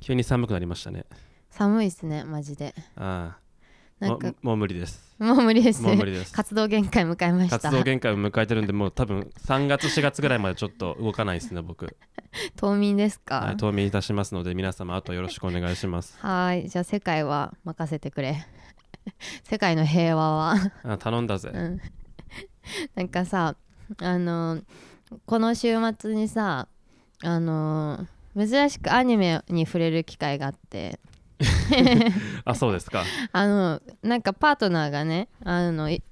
急に寒くなりましたね寒いですねマジでああなんかももう無理ですもう無理ですもう無理です活動限界迎えました活動限界を迎えてるんでもう多分3月4月ぐらいまでちょっと動かないですね僕、冬眠ですかはい、冬眠いたしますので皆様あとよろしくお願いしますはーいじゃあ世界は任せてくれ 世界の平和はあ頼んだぜ、うんなんかさあのこの週末にさあの珍しくアニメに触れる機会があってあそうですかあのなんかパートナーがねあのい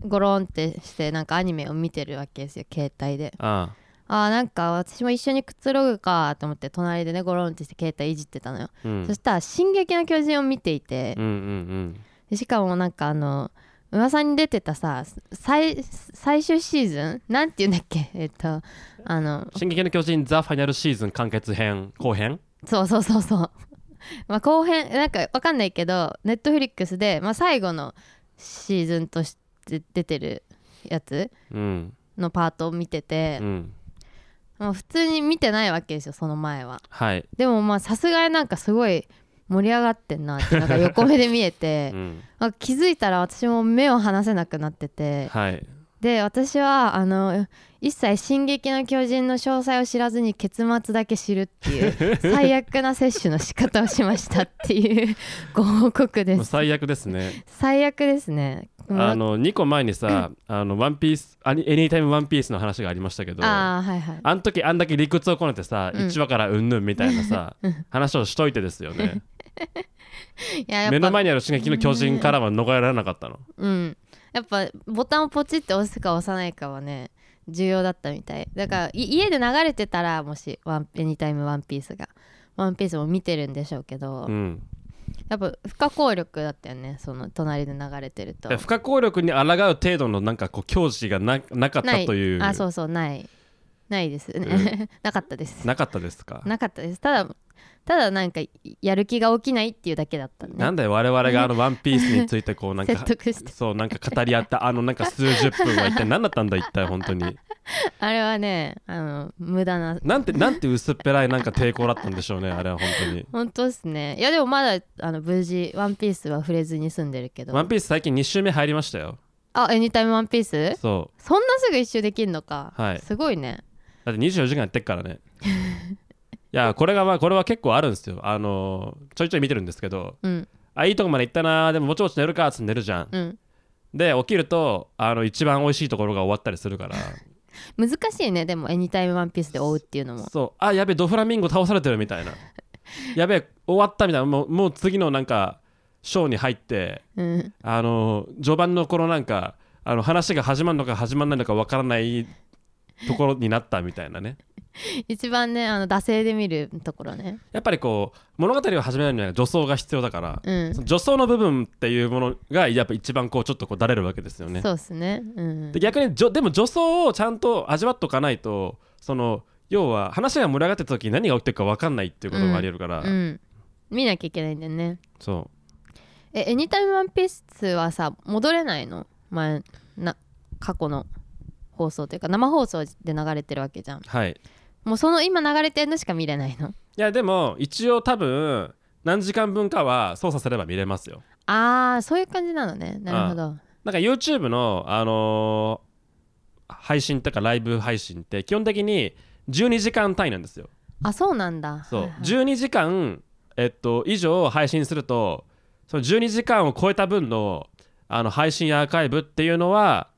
ゴロンってしてなんかアニメを見てるわけですよ携帯でああーなんか私も一緒にくつろぐかと思って隣でねゴロンってして携帯いじってたのよ、あ、うん、そしたら「進撃の巨人」を見ていて、うんうんでしかもなんかあの噂に出てたさ最最終シーズンなんて言うんだっけえっとあうのん進撃の巨人ザ・ファイナルシーズン完結編後編そうそうそうそう まあ後編なんかわかんないけどネットフリックスで、まあ、最後のシーズンとして出てるやつうんのパートを見ててう、んもう普通に見てないわけですよその前ははい、でもまあさすがになんかすごい盛り上がってんな ってなんか横目で見えうて、ん、あ気づいたら私も目を離せなくなっててはいで私はあの一切「進撃の巨人」の詳細を知らずに結末だけ知るっていう 最悪な摂取の仕方をしましたっていう ご報告もでうす最悪ですね最悪ですねあの2個前にさ「あのワンピースアニエニータイムワンピースの話がありましたけどあーはいはいあん時あんだけ理屈をこねてさ、うん1話からうんぬんみたいな さ、話をしといてですよね。いややっぱ目の前にある進撃の巨人からは逃れられなかったの。うんやっぱボタンをポチって押すか押さないかはね重要だったみたいだからい家で流れてたらもしワン「エニタイムワンピースが「ワンピースも見てるんでしょうけど、うん、やっぱ不可抗力だったよねその隣で流れてると不可抗力に抗う程度のなんかこう矜持がななかっなたというあそうそうないないですね、う なかったですななかったですか。かったですただただなんかやる気が起きないっていうだけだったんでなんだよ我々があの「ワンピースについてこうなんか 説得してそうなんか語り合ったあのなんか数十分は一体何だったんだ一体本当 にあれはねあの無駄ななんてなんて薄っぺらいなんか抵抗だったんでしょうねあれは本当に本当ですねいやでもまだあの無事ワンピースは触れずに済んでるけ「ワどンピース最近2週目入りましたよあエニタイムワンピースそうそんなすぐ一周できるのか、はいすごいねだって24時間やってっからねいやこれがまあこれは結構あるんですよあのーちょいちょい見てるんですけどうんあいいとこまで行ったなでもぼちぼち寝るかっつって寝るじゃん、うんで起きるとあの一番美味しいところが終わったりするから難しいねでもエニタイムワンピースで追うっていうのもそうあやべえドフラミンゴ倒されてるみたいなやべえ終わったみたいなもうもう次のなんかショーに入ってうんあのー序盤の頃なんかあの話が始まるのか始まらないのかわからないところになったみたいなね一番ねあの惰性で見るところねやっぱりこう物語を始めるには助走が必要だから、うんその助走の部分っていうものがやっぱ一番こうちょっとこうだれるわけですよね。そうですねうんで逆にじょでも助走をちゃんと味わっとかないとその要は話が盛り上がってた時に何が起きてるか分かんないっていうことがありえるから、うん、見なきゃいけないんだよねそえ「エニタイムワンピース」はさ戻れないの前な過去の放送というか生放送で流れてるわけじゃんうはいもうその今流れてるのしか見れないのいやでも一応多分何時間分かは操作すれば見れますよあーそういう感じなのねなるほどなんか YouTube の、あのー配信とかライブ配信って基本的に12時間単位なんですよあそうなんだそう、はいはい12時間、えっと、以上配信するとその12時間を超えた分のあの配信アーカイブっていうのは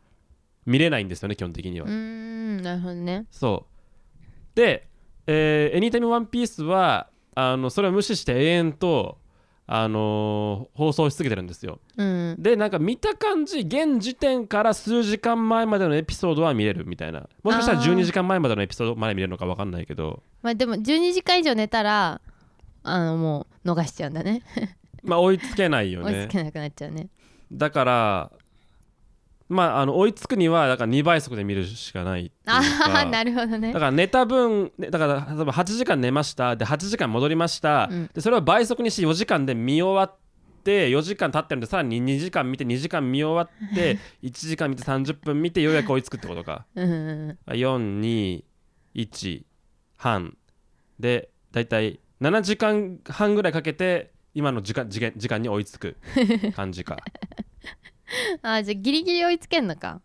見れないんですよね基本的には、うーんなるほどねそうで「えー、Anytime One Piece は」あのそれを無視して永遠と、あのー放送し続けてるんですようんでなんか見た感じ現時点から数時間前までのエピソードは見れるみたいなもしかしたらあー12時間前までのエピソードまで見れるのか分かんないけどまあでも12時間以上寝たらあのもう逃しちゃうんだねまあ追いつけないよね 追いつけなくなっちゃうねだからまああの追いつくにはだから2倍速で見るしかないっていうかああ なるほどねだから寝た分ねだから例えば8時間寝ましたで8時間戻りました、うんでそれを倍速にして4時間で見終わって4時間経ってるんでさらに2時間見て2時間見終わって 1時間見て30分見てようやく追いつくってことかうんうんうん421半でだいたい7時間半ぐらいかけて今の時間時間時間に追いつく感じかあじゃあギリギリ追いつけんのか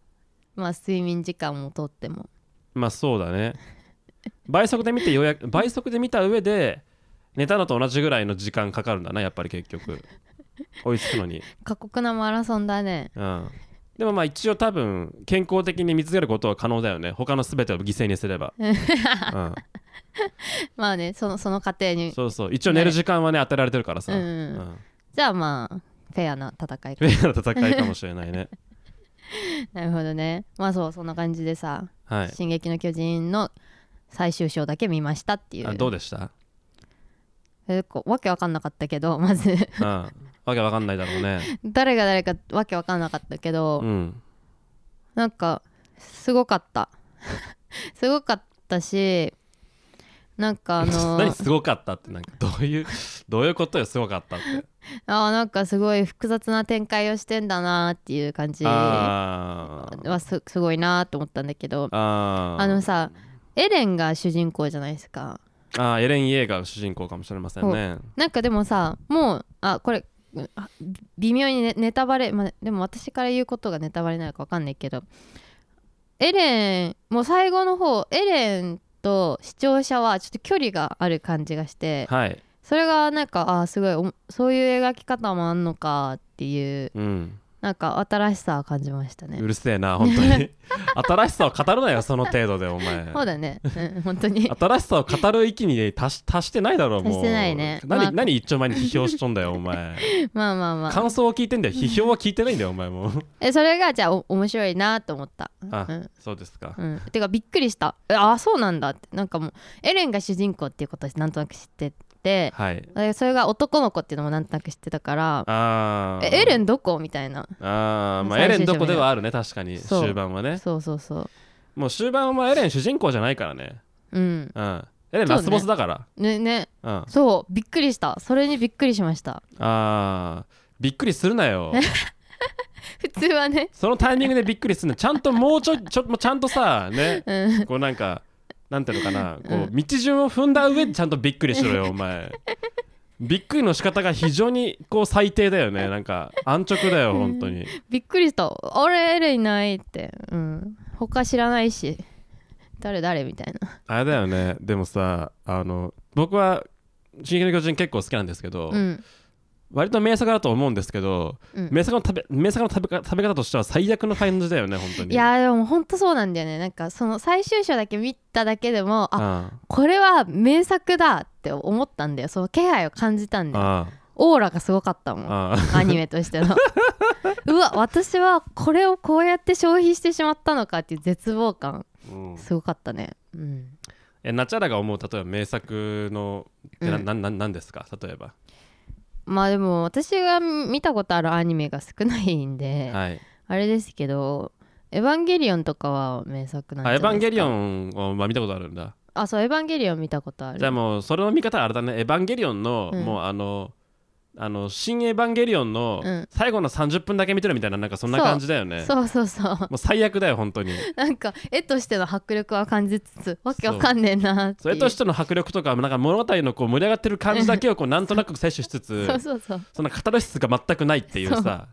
まあ睡眠時間もとってもまあそうだね倍速で見てよう やく倍速で見た上で寝たのと同じぐらいの時間かかるんだなやっぱり結局追いつくのに、過酷なマラソンだねうん、でもまあ一応多分健康的に見続けることは可能だよね他の全てを犠牲にすれば、うん、まあねそのその過程にそうそう一応寝る時間はね与えられてるからさ、うんううんうんん、じゃあまあフェアな戦いフェアな戦いかもしれないねなるほどねまあそうそんな感じでさは「進撃の巨人」の最終章だけ見ましたっていいあうどうでした、えこうわけわかんなかったけど まずうん、わけわかんないだろうね誰が誰かわけわかんなかったけど、うんなんかすごかった すごかったしなんかあ の何すごかったってなんかどういうどういうことよすごかったってあーなんかすごい複雑な展開をしてんだなっていう感じはあーすすごいなと思ったんだけどあーあのさエレンが主人公じゃないですかあーエレン・イエーが主人公かもしれませんねなんかでもさもうあこれうんあ微妙にねネタバレ、まあ、でも私から言うことがネタバレなのか分かんないけどエレンもう最後の方エレンと視聴者はちょっと距離がある感じがしてはいそれがなんかあすごいおそういう描き方もあんのかっていううんなんか新しさを感じましたねう。るせえな本当 に新しさを語るなよその程度でお前そうだね、うん、本当に新しさを語る域に達し達してないだろもう達してないね何,、まあ何一丁前に批評しとんだよお前 まあ まあまあ感想を聞いてんだよ批評は聞いてないんだよお前もうえそれがじゃあお面白いなと思った。あ、うんそうですかうん、てかびっくりしたえあそうなんだってなんかもうエレンが主人公っていうことはなんとなく知っててはいえそれが男の子っていうのもなんとなく知ってたからあえエレンンどこみたいなあーまあエ最レ終ンど章こではあるね確かにそう終盤はねそうそうそうもう終盤はエレン主人公じゃないからねうんうんエレンそうねラスボスだからねねう,、んあそうびっくりしたそれにびっくりしましたあーびっくりするなよ普通はねそのタイミングでびっくりするのちゃんともうちょいちょもうちゃんとさねうんこうなんかなんていうのかなこうう道順を踏んだ上でちゃんとびっくりしろよお前びっくりの仕方が非常にこう最低だよねなんか安直だよ本当にびっくりしたあれエレンいないってうん他知らないし誰誰みたいなあれだよねでもさあの僕は「進撃の巨人」結構好きなんですけど、うん割と名作だと思うんですけど、うん名作の食べ名作の食べか食べ方としては最悪の感じだよね本当にいやでもほんとそうなんだよねなんかその最終章だけ見ただけでもああこれは名作だって思ったんだよその気配を感じたんだよあオーラがすごかったもんああアニメとして のうわ私はこれをこうやって消費してしまったのかっていう絶望感うんすごかったねうんえナチャラが思う例えば名作のってな、うんなななんですか例えば、まあでも私が見たことあるアニメが少ないんで、はいあれですけど「エヴァンゲリオン」とかは名作なんじあゃなエヴァンいですかゲリオンを、まあ、見たことあるんだあそう「エヴァンゲリオン」見たことあるじゃあもうそれの見方はあれだねエヴァンゲリオンの、うんもうあのあの新エヴァンゲリオンのうん最後の30分だけ見てるみたいななんかそんなそう感じだよねそうそうそうもう最悪だよ本当になんか絵としての迫力は感じつつわけわかんねえなっていうそれとしての迫力とかなんか物語のこう盛り上がってる感じだけをこうなんとなく摂取しつつ そうそうそうそのカタルシスが全くないっていうさ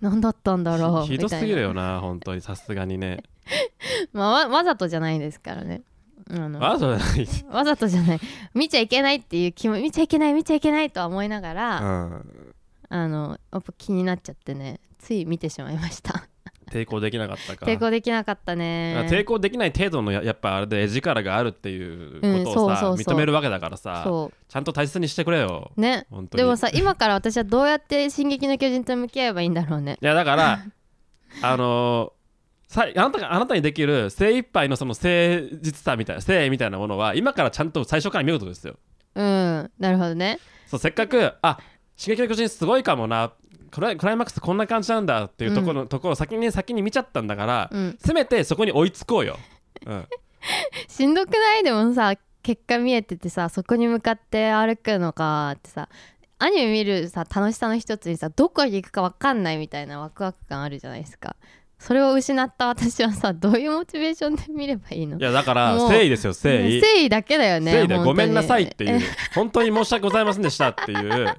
何だったんだろうひひどすぎるよみな本当にさすがにねたいな、まあ、わわざとじゃないですからねあのあそうだねわざとじゃない見ちゃいけないっていう気も見ちゃいけない見ちゃいけないとは思いながら、うんあのやっぱ気になっちゃってねつい見てしまいました抵抗できなかったか抵抗できなかっただかねら抵抗できない程度のややっぱあれで絵力があるっていうことうをさ、んそうそうそう認めるわけだからさそちゃんと大切にしてくれようね本当にでもさ今から私はどうやって「進撃の巨人」と向き合えばいいんだろうねいやだから あのーさいあなたがあなたにできる精一杯のその誠実さみたいな誠意みたいなものは今からちゃんと最初から見ることですようんなるほどねそうせっかくあ刺激の巨人すごいかもなクライクライマックスこんな感じなんだっていうところ,、ところを先に先に見ちゃったんだから、うんせめてそこに追いつこうよ、うん、しんどくないでもさ結果見えててさそこに向かって歩くのかってさアニメ見るさ楽しさの一つにさどこに行くか分かんないみたいなワクワク感あるじゃないですかそれを失った私はさどういうモチベーションで見ればいいのいやだからもう誠意ですよ誠意ね誠意だけだよね誠意で本当ごにめんなさいっていえう本当に申し訳ございませんでしたっていう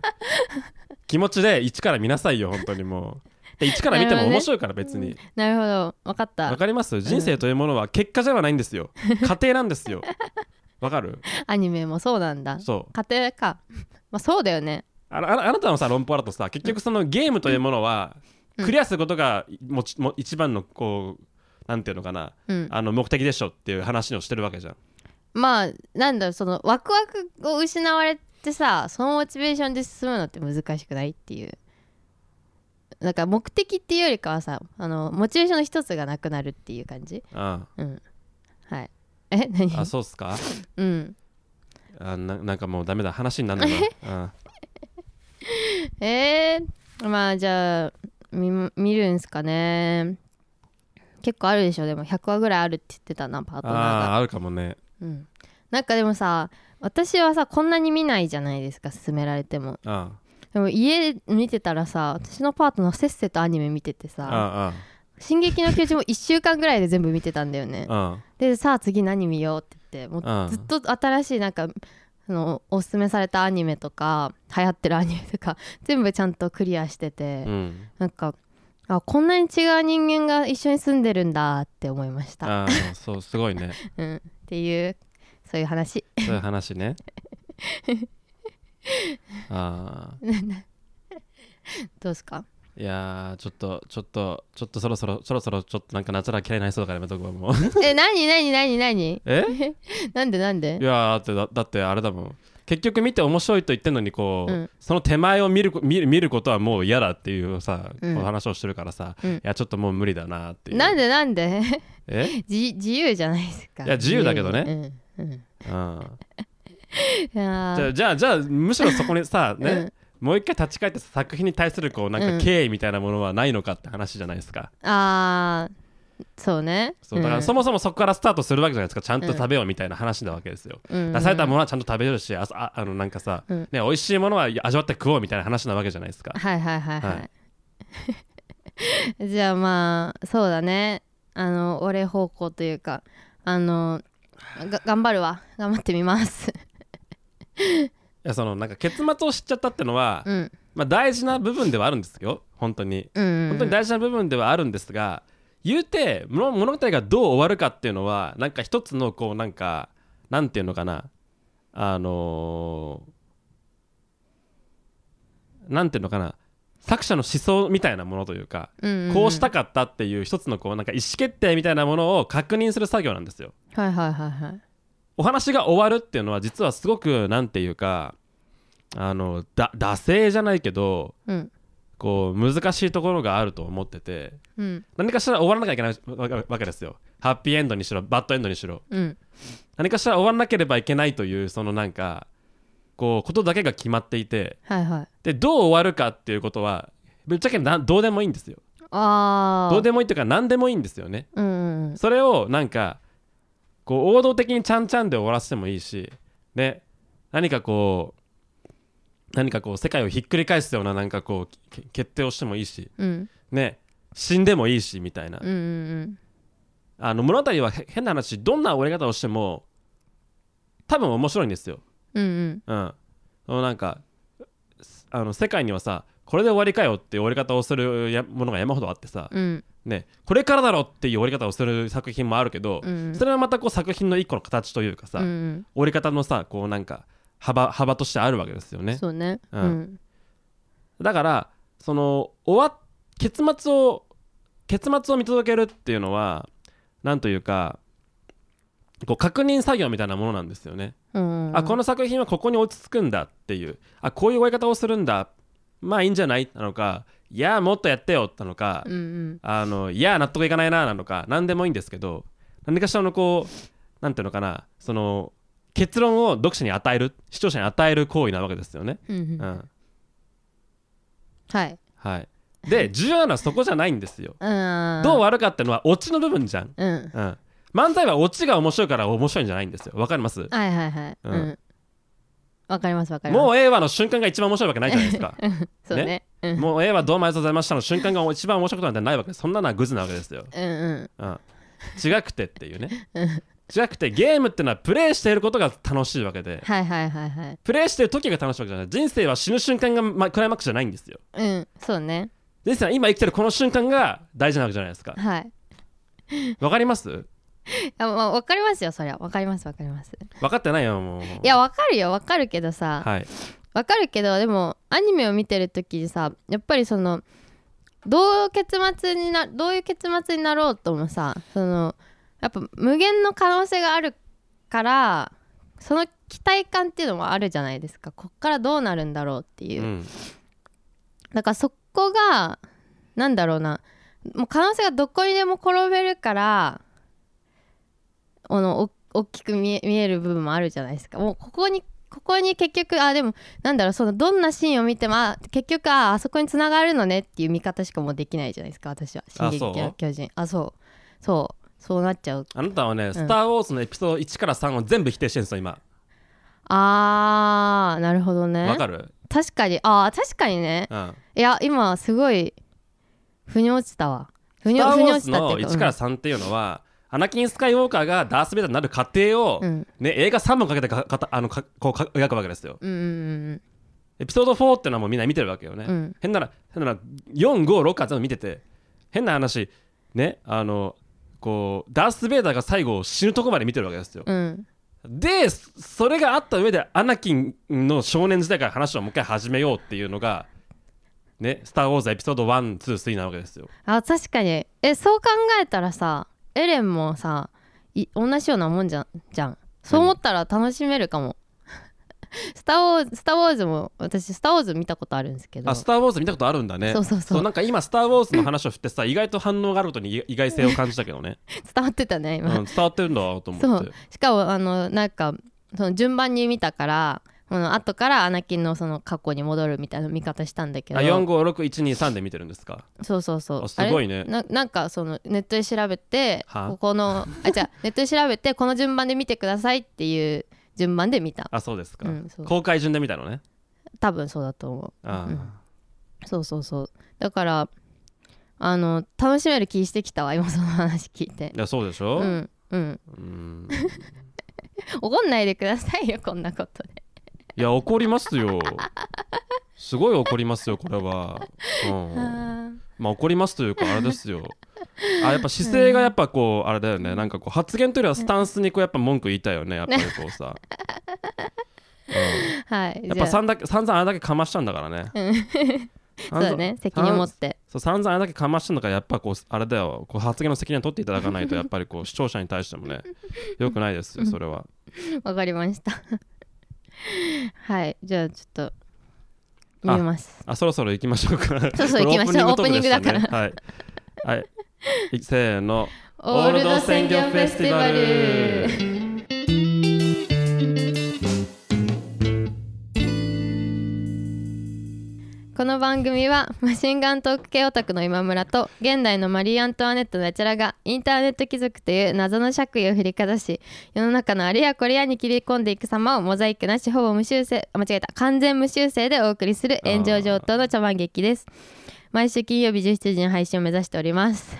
気持ちで一から見なさいよ本当にもうで一から見ても面白いから別になるほど分かっわたかります人生というものは結果じゃないんですよ過程なんですよわかるアニメもそうなんだそう家庭かまあそうだよねあのあのあなたのさ論法だとさ結局そのゲームというものはうんクリアすることがもちも一番のこうなんていうのかなうんあの目的でしょっていう話をしてるわけじゃんまあなんだろうそのワクワクを失われてさそのモチベーションで進むのって難しくないっていうなんか目的っていうよりかはさあのモチベーションの一つがなくなるっていう感じあうんはい え何あそうっすかうんあななんかもうダメだ話になんないなえー、まあじゃあ見見るんすかね結構あるでしょでも100話ぐらいあるって言ってたなパーあトナーがあーあるかもねうん、なんかでもさ私はさこんなに見ないじゃないですか勧められてもあでも家見てたらさ私のパートナーせっせとアニメ見ててあさあ「進撃の巨人」も1週間ぐらいで全部見てたんだよねああでさあ次何見ようって言ってもああうずっと新しいなんかあのおすすめされたアニメとか流行ってるアニメとか 全部ちゃんとクリアしてて、うんなんかあこんなに違う人間が一緒に住んでるんだって思いました、ああそうすごい ねうん、っていうそういう話そういう話 ねああどうですかいやーちょっとちょっとちょっとそろそろそろそろちょっとなんか夏ら嫌いになりそうだからやめとくわも うえ、なになになになにえなんでなんいでやーだってだだってあれだもん結局見て面白いと言ってんのにこう、うんその手前を見るこ見る見ることはもう嫌だっていうさ、うんこう話をしてるからさ、うんいやちょっともう無理だなっていうなんでなんでえ じ自由じゃないですか。いや自由だけどね。うん。うん、いうんじやゃーあじゃあじゃあむしろそこに さ、ねうんもう一回立ち返って作品に対するこうなんうんか敬意みたいなものはないのかって話じゃないですか、あーそうね。そうだからそも、もそもそこからスタートするわけじゃないですかちゃんと食べようみたいな話なわけですよ、うん、出されたものはちゃんと食べれるしあああのなんかさ、うんね美味しいものは味わって食おうみたいな話なわけじゃないですかはいはいはいはい。は じゃあまあ、そうだね。あの、俺方向というか、あの、が頑張るわ。頑張ってみます。いやそのなんか結末を知っちゃったってのは、うん。まあ、大事な部分ではあるんですよ本当にうんうん、うん。本当に大事な部分ではあるんですが、言うて物物語がどう終わるかっていうのはなんか一つのこうなんかなんていうのかなあのーなんていうのかな作者の思想みたいなものというか、うんうんうんこうしたかったっていう一つのこうなんか意思決定みたいなものを確認する作業なんですよ。はいはいはいはい。お話が終わるっていうのは実はすごくなんていうかあのだ惰性じゃないけどうん。こう難しいところがあると思っててうん。何かしら終わらなきゃいけないわわけですよハッピーエンドにしろバッドエンドにしろうん。何かしら終わらなければいけないというそのなんかこうことだけが決まっていてはいはい。でどう終わるかっていうことはぶっちゃけなんどうでもいいんですよああ。どうでもいいというか何でもいいんですよねうんうんうん。それをなんかこう王道的にちゃんちゃんで終わらせてもいいしね何かこう何かこう世界をひっくり返すようななんかこうけ決定をしてもいいしうんね死んでもいいしみたいなうんうんあの物語はへ変な話どんな終わり方をしても多分面白いんですよ。うんうんうん、そのなんかすあの世界にはさこれで終わりかよっていう終わり方をするやものが山ほどあってさ、うんね、これからだろっていう終わり方をする作品もあるけど、うんそれはまたこう作品の一個の形というかさ、うんうん終わり方のさこうなんか幅幅としてあるわけですよね。そうねううんんだからその終わっ結末を結末を見届けるっていうのはなんというかこう確認作業みたいなものなんですよね、うんあこの作品はここに落ち着くんだっていうあこういう終わり方をするんだまあいいんじゃないなのかいやもっとやってよなのか、うんうんあのいや納得いかないななのか何でもいいんですけど何かしらのこうなんていうのかなその結論を読者に与える視聴者に与える行為なわけですよね、うんうんうん、はいはい、で重要なのはそこじゃないんですよ。うんどう悪かってのはオチの部分じゃん。うんうん、漫才はオチが面白いから面白いんじゃないんですよ。わかりますはいはいはいうんうんわかりますわかりますもうええわの瞬間が一番面白いわけないじゃないですか。そうねうんもう A はどうもありがとうございましたの瞬間が一番面白くなんてないわけですそんなのはグズなわけですよ、うんうんうん、違くてっていうね違くてゲームってのはプレイしていることが楽しいわけではいはいはいはいプレイしてる時が楽しいわけじゃない人生は死ぬ瞬間が、ま、クライマックスじゃないんですようんそうね人生は今生きてるこの瞬間が大事なわけじゃないですかはいわかりますあ、まあ、分かりますよそりゃ分かります分かります分かってないよもういや分かるよ分かるけどさ、はいわかるけどでもアニメを見てる時にさやっぱりそのどう結末になどういう結末になろうともさそのやっぱ無限の可能性があるからその期待感っていうのもあるじゃないですかこっからどうなるんだろうっていうう、んだからそこがなんだろうなもう可能性がどこにでも転べるからあのお大きく見え見える部分もあるじゃないですかもうここにここに結局あでもなんだろうそのどんなシーンを見てもあ結局ああそこに繋がるのねっていう見方しかもうできないじゃないですか私は「進あ撃そのう巨人」あそうそうそうなっちゃうあなたはね、スター・ウォーズのエピソード1から3を全部否定してるんですよ今あーなるほどねわかる確かにあー確かにねうんいや今すごい腑に落ちたわ腑スにター・ウ腑にォー落ズちたっのていう1からか3っていうのは、アナキン・スカイウォーカーがダース・ベイダーになる過程を、うんうんね、映画3本かけてかかたあのかこうか描くわけですよ。うんうんエピソード4っていうのはもうみんな見てるわけよね。うん変なら変なら4、5、6から全部見てて変な話ねあのこうダース・ベイダーが最後死ぬとこまで見てるわけですよ。うんうんでそそれがあった上でアナキンの少年時代から話をもう一回始めようっていうのが。ね、スター・ウォーズエピソード1、2、3なわけですよ。あ確かにえそう考えたらさエレンもさい同じようなもんじゃんじゃんそう思ったら楽しめるかも スターウォーズスターウォーズも私スターウォーズ見たことあるんですけどあ、スター・ウォーズ見たことあるんだね。そうそうそうなんか今、スター・ウォーズの話を振ってさ、意外と反応があることに意意外性を感じたけど ね。伝わってたねう今、ん、伝わってるんだとそ思ってう。しかもあのなんかその順番に見たからこの後からアナキンのその過去に戻るみたいな見方したんだけあど4、5、6、1、2、3で見てるんですか。そうそうそうあすごいねあれななんかそのネットで調べてはここ のあじゃあネットで調べてこの順番で見てくださいっていう順番で見たあ、そうですか。うんそう公開順で見たのね。多分そうだと思あうんうそうそうそうだからあの楽しめる気してきたわ今その話聞いていやそうでしうょ、うんうんん、怒んないでくださいよこんなことでいや、怒りますよ。すごい怒りますよ、これは。 うん、まあ怒りますというか、あれですよ。あやっぱ姿勢がやっぱこう、あれだよね、なんかこう発言というよりはスタンスにこうやっぱ文句言いたいよね、やっぱりこうさ。うんはいやっじぱゃあ散々散々あれだけかましたんだからね。 そそうだね責任持ってそう散々あれだけかましたんだからやっぱこうあれだよこう発言の責任を取っていただかないとやっぱりこう視聴者に対しても ねよくないですよそれは。わかりました はいじゃあちょっと見ますあそろそろ行きましょうか。 そうそう行きまこれトーしょうクでオープニングだしかたねはい。はい。いせーの。オールド鮮魚フェスティバルル。この番組はマシンガントーク系オタクの今村と現代のマリー・アントワネットのあちらがインターネット貴族という謎の爵位を振りかざし世の中のあれやこれやに切り込んでいく様をモザイクなしほぼ無修正あ間違えた完全無修正でお送りする炎上上等の茶番劇です毎週金曜日17時の配信を目指しております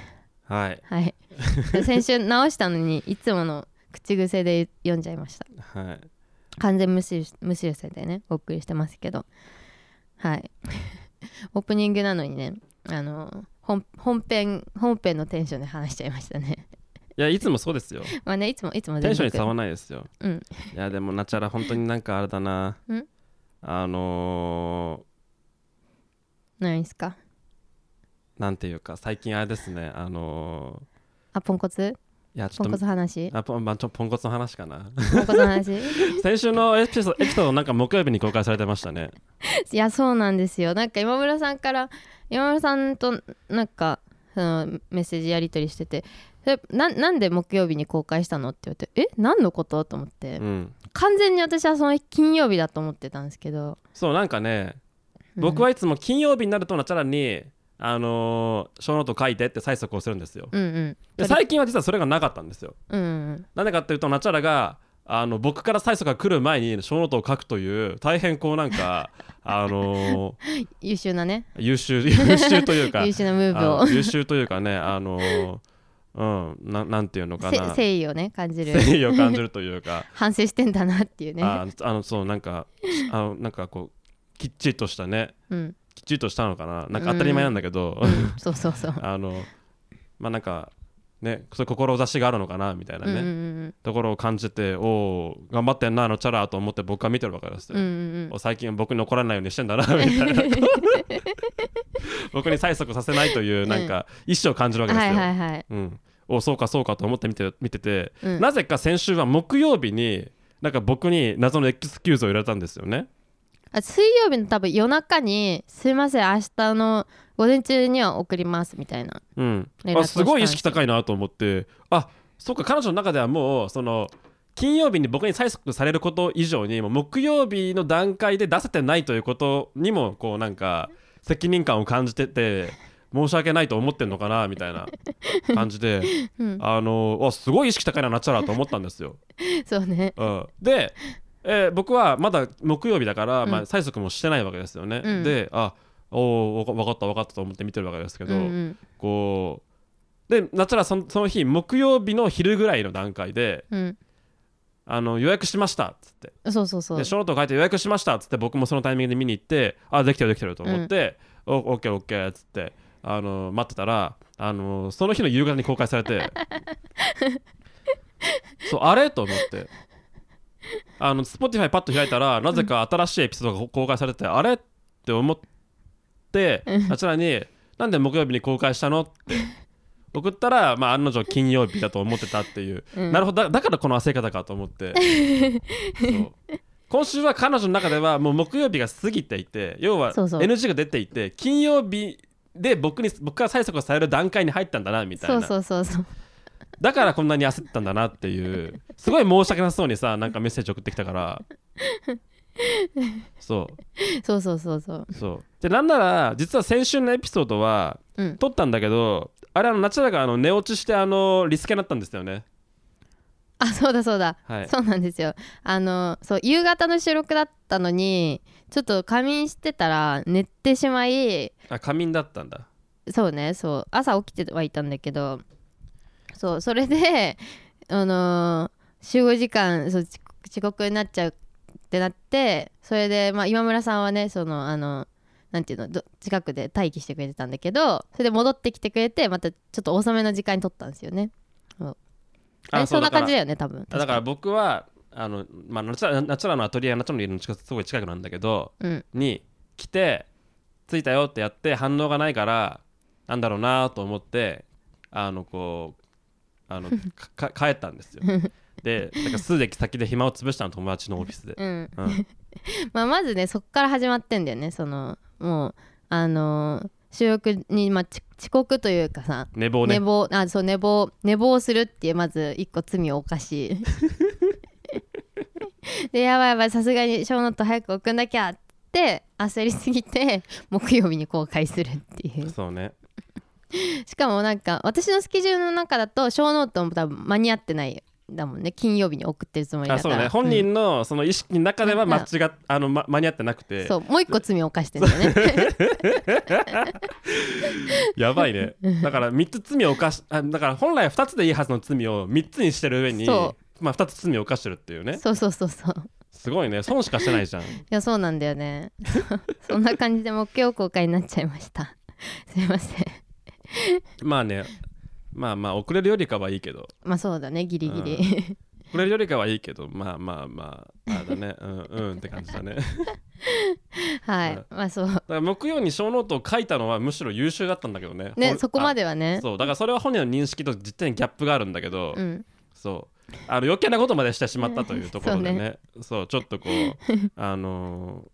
はいはい 先週直したのにいつもの口癖で読んじゃいましたはい。完全無視無修正でねお送りしてますけどはい オープニングなのにねあの本本編本編のテンションで話しちゃいましたね いやいつもそうですよ。まあねいつもいつもテ全ンション力に差はないですよ。うんいやでもなちゃら本当になんかあれだなうん。あのないんすかー、なんていうか最近あれですねあのー、あポンコツいやちポょンっコツと話あポン,、まあ、ちょポンコツの話かな ポンコツ話 い先週のエピソードエピソードなんか木曜日に公開されてましたねやそうなんですよなんか今村さんから今村さんとなんかそのメッセージやり取りしてて「えななんで木曜日に公開したの?」って言われて「え何のこと?」と思って、うん完全に私はその日金曜日だと思ってたんですけどそうなんかね僕はいつも金曜日になるとなちゃらにあのー、小ノート書いてって催促をするんですようんうんで最近は実はそれがなかったんですようんうんなんでかっていうとなちゃらがあの僕から催促が来る前に小ノートを書くという大変こうなんか あのー優秀なね優秀 優秀というか優秀なムーブあをの優秀というかねあのーうんななんていうのかせな誠意をね感じる誠意を感じるというか、反省してんだなっていう ねああのそうなんかあのなんかこうきっちりとしたね うん、きっちりとしたのかななんか当たり前なんだけど、うん、そうそうそう、 あのまあなんかねそういう志があるのかなみたいなうんね、うんうんところを感じておお頑張ってんなあのチャラと思って僕は見てるわけですよ、うんうんうんお最近僕に怒らないようにしてんだなみた いな 僕に催促させないというなんか意思を感じるわけですはよ、いはいはい、うん、おそうかそうかと思って見て見てて、うん、なぜか先週は木曜日になんか僕に謎のエクスキューズを入れたんですよねあ水曜日の多分夜中に「すいません明日の午前中には送ります」みたいなうん、連絡をあすごい意識高いなと思ってあそうか彼女の中ではもうその金曜日に僕に催促されること以上にもう木曜日の段階で出せてないということにもこうなんか責任感を感じてて申し訳ないと思ってんのかなみたいな感じで、うんあのあすごい意識高いななっちゃらと思ったんですよ。そうねうん、で、えー僕はまだ木曜日だから、まあ、うん催促もしてないわけですよね。うんであおお分かった分かったと思って見てるわけですけど。うんうんこうで夏らそのその日木曜日の昼ぐらいの段階でうんあの予約しましたっつってそうそうそうでショート書いて予約しましたっつって僕もそのタイミングで見に行ってあできてるできてると思って、おオッケーオッケーっつってあの待ってたらあのその日の夕方に公開され てそうあれと思ってあの Spotify パッと開いたらなぜか新しいエピソードが公開されて、あれって思ってあちらに「なんで木曜日に公開したの?」って送ったら、まあ、案の定金曜日だと思ってたっていう、うんなるほどだだからこの焦り方かと思って そう今週は彼女の中ではもう木曜日が過ぎていて要はそうそう NG が出ていて金曜日で僕に僕から催促される段階に入ったんだなみたいなそうそうそうそうだからこんなに焦ったんだなっていうすごい申し訳なさそうにさなんかメッセージ送ってきた からそそうそうそうそううそうでなんなら実は先週のエピソードはうん撮ったんだけどあれあのナチュラがあの寝落ちしてあのリスケになったんですよねあそうだそうだ、はいそうなんですよあのそう夕方の収録だったのにちょっと仮眠してたら寝てしまいあ仮眠だったんだそうねそう朝起きてはいたんだけどそうそれであのー集合時間そう遅刻遅刻になっちゃうってなってそれで、まあ、今村さんはねそのあのなんていうのど近くで待機してくれてたんだけどそれで戻ってきてくれてまたちょっと遅めの時間に取ったんですよねあれあそんなだから感じだよね多分あだから僕はあの、まあ、ナチュラナチュラのアトリエナチュラの家の近くすごい近くなんだけどうんに来て着いたよってやって反応がないからなんだろうなと思ってあのこうあ のかか帰ったんですよでなんか数で先で暇を潰したの友達のオフィスで、うんうん、まあ、まずねそこから始まってんだよねそのもうあのー収録に、まあ、ち遅刻というかさ寝坊ね 寝坊あそう寝坊寝坊するっていうまず一個罪を犯しでやばいやばいさすがにショーノート早く送んなきゃって焦りすぎて木曜日に公開するっていうそうねしかもなんか私のスケジュールの中だとショーノートも多分間に合ってないだもんね金曜日に送ってるつもりあだかそうらね本人のその意識の中では間違っうあの、ま、間に合ってなくうんてそうもう一個罪を犯してんだよねやばいねだから3つ罪を犯しあだから本来2つでいいはずの罪を3つにしてる上にそまあ、2つ罪を犯してるっていうねそうそうそうそうすごいね損しかしてない じゃんいやそうなんだよね そんな感じで木曜公開になっちゃいました すいませんまあねまあまあ遅れるよりかはいいけどまあそうだねギリギリ、う遅れるよりかはいいけどまあまあまああれだねうんうんって感じだねだか はい、うんまあそうら木曜に小ノートを書いたのはむしろ優秀だったんだけどねほねんそこまではあねそうだからそれは本人の認識と実態にギャップがあるんだけど、うんそうあの余計なことまでしてしまったというところでそうねそうちょっとこ うあの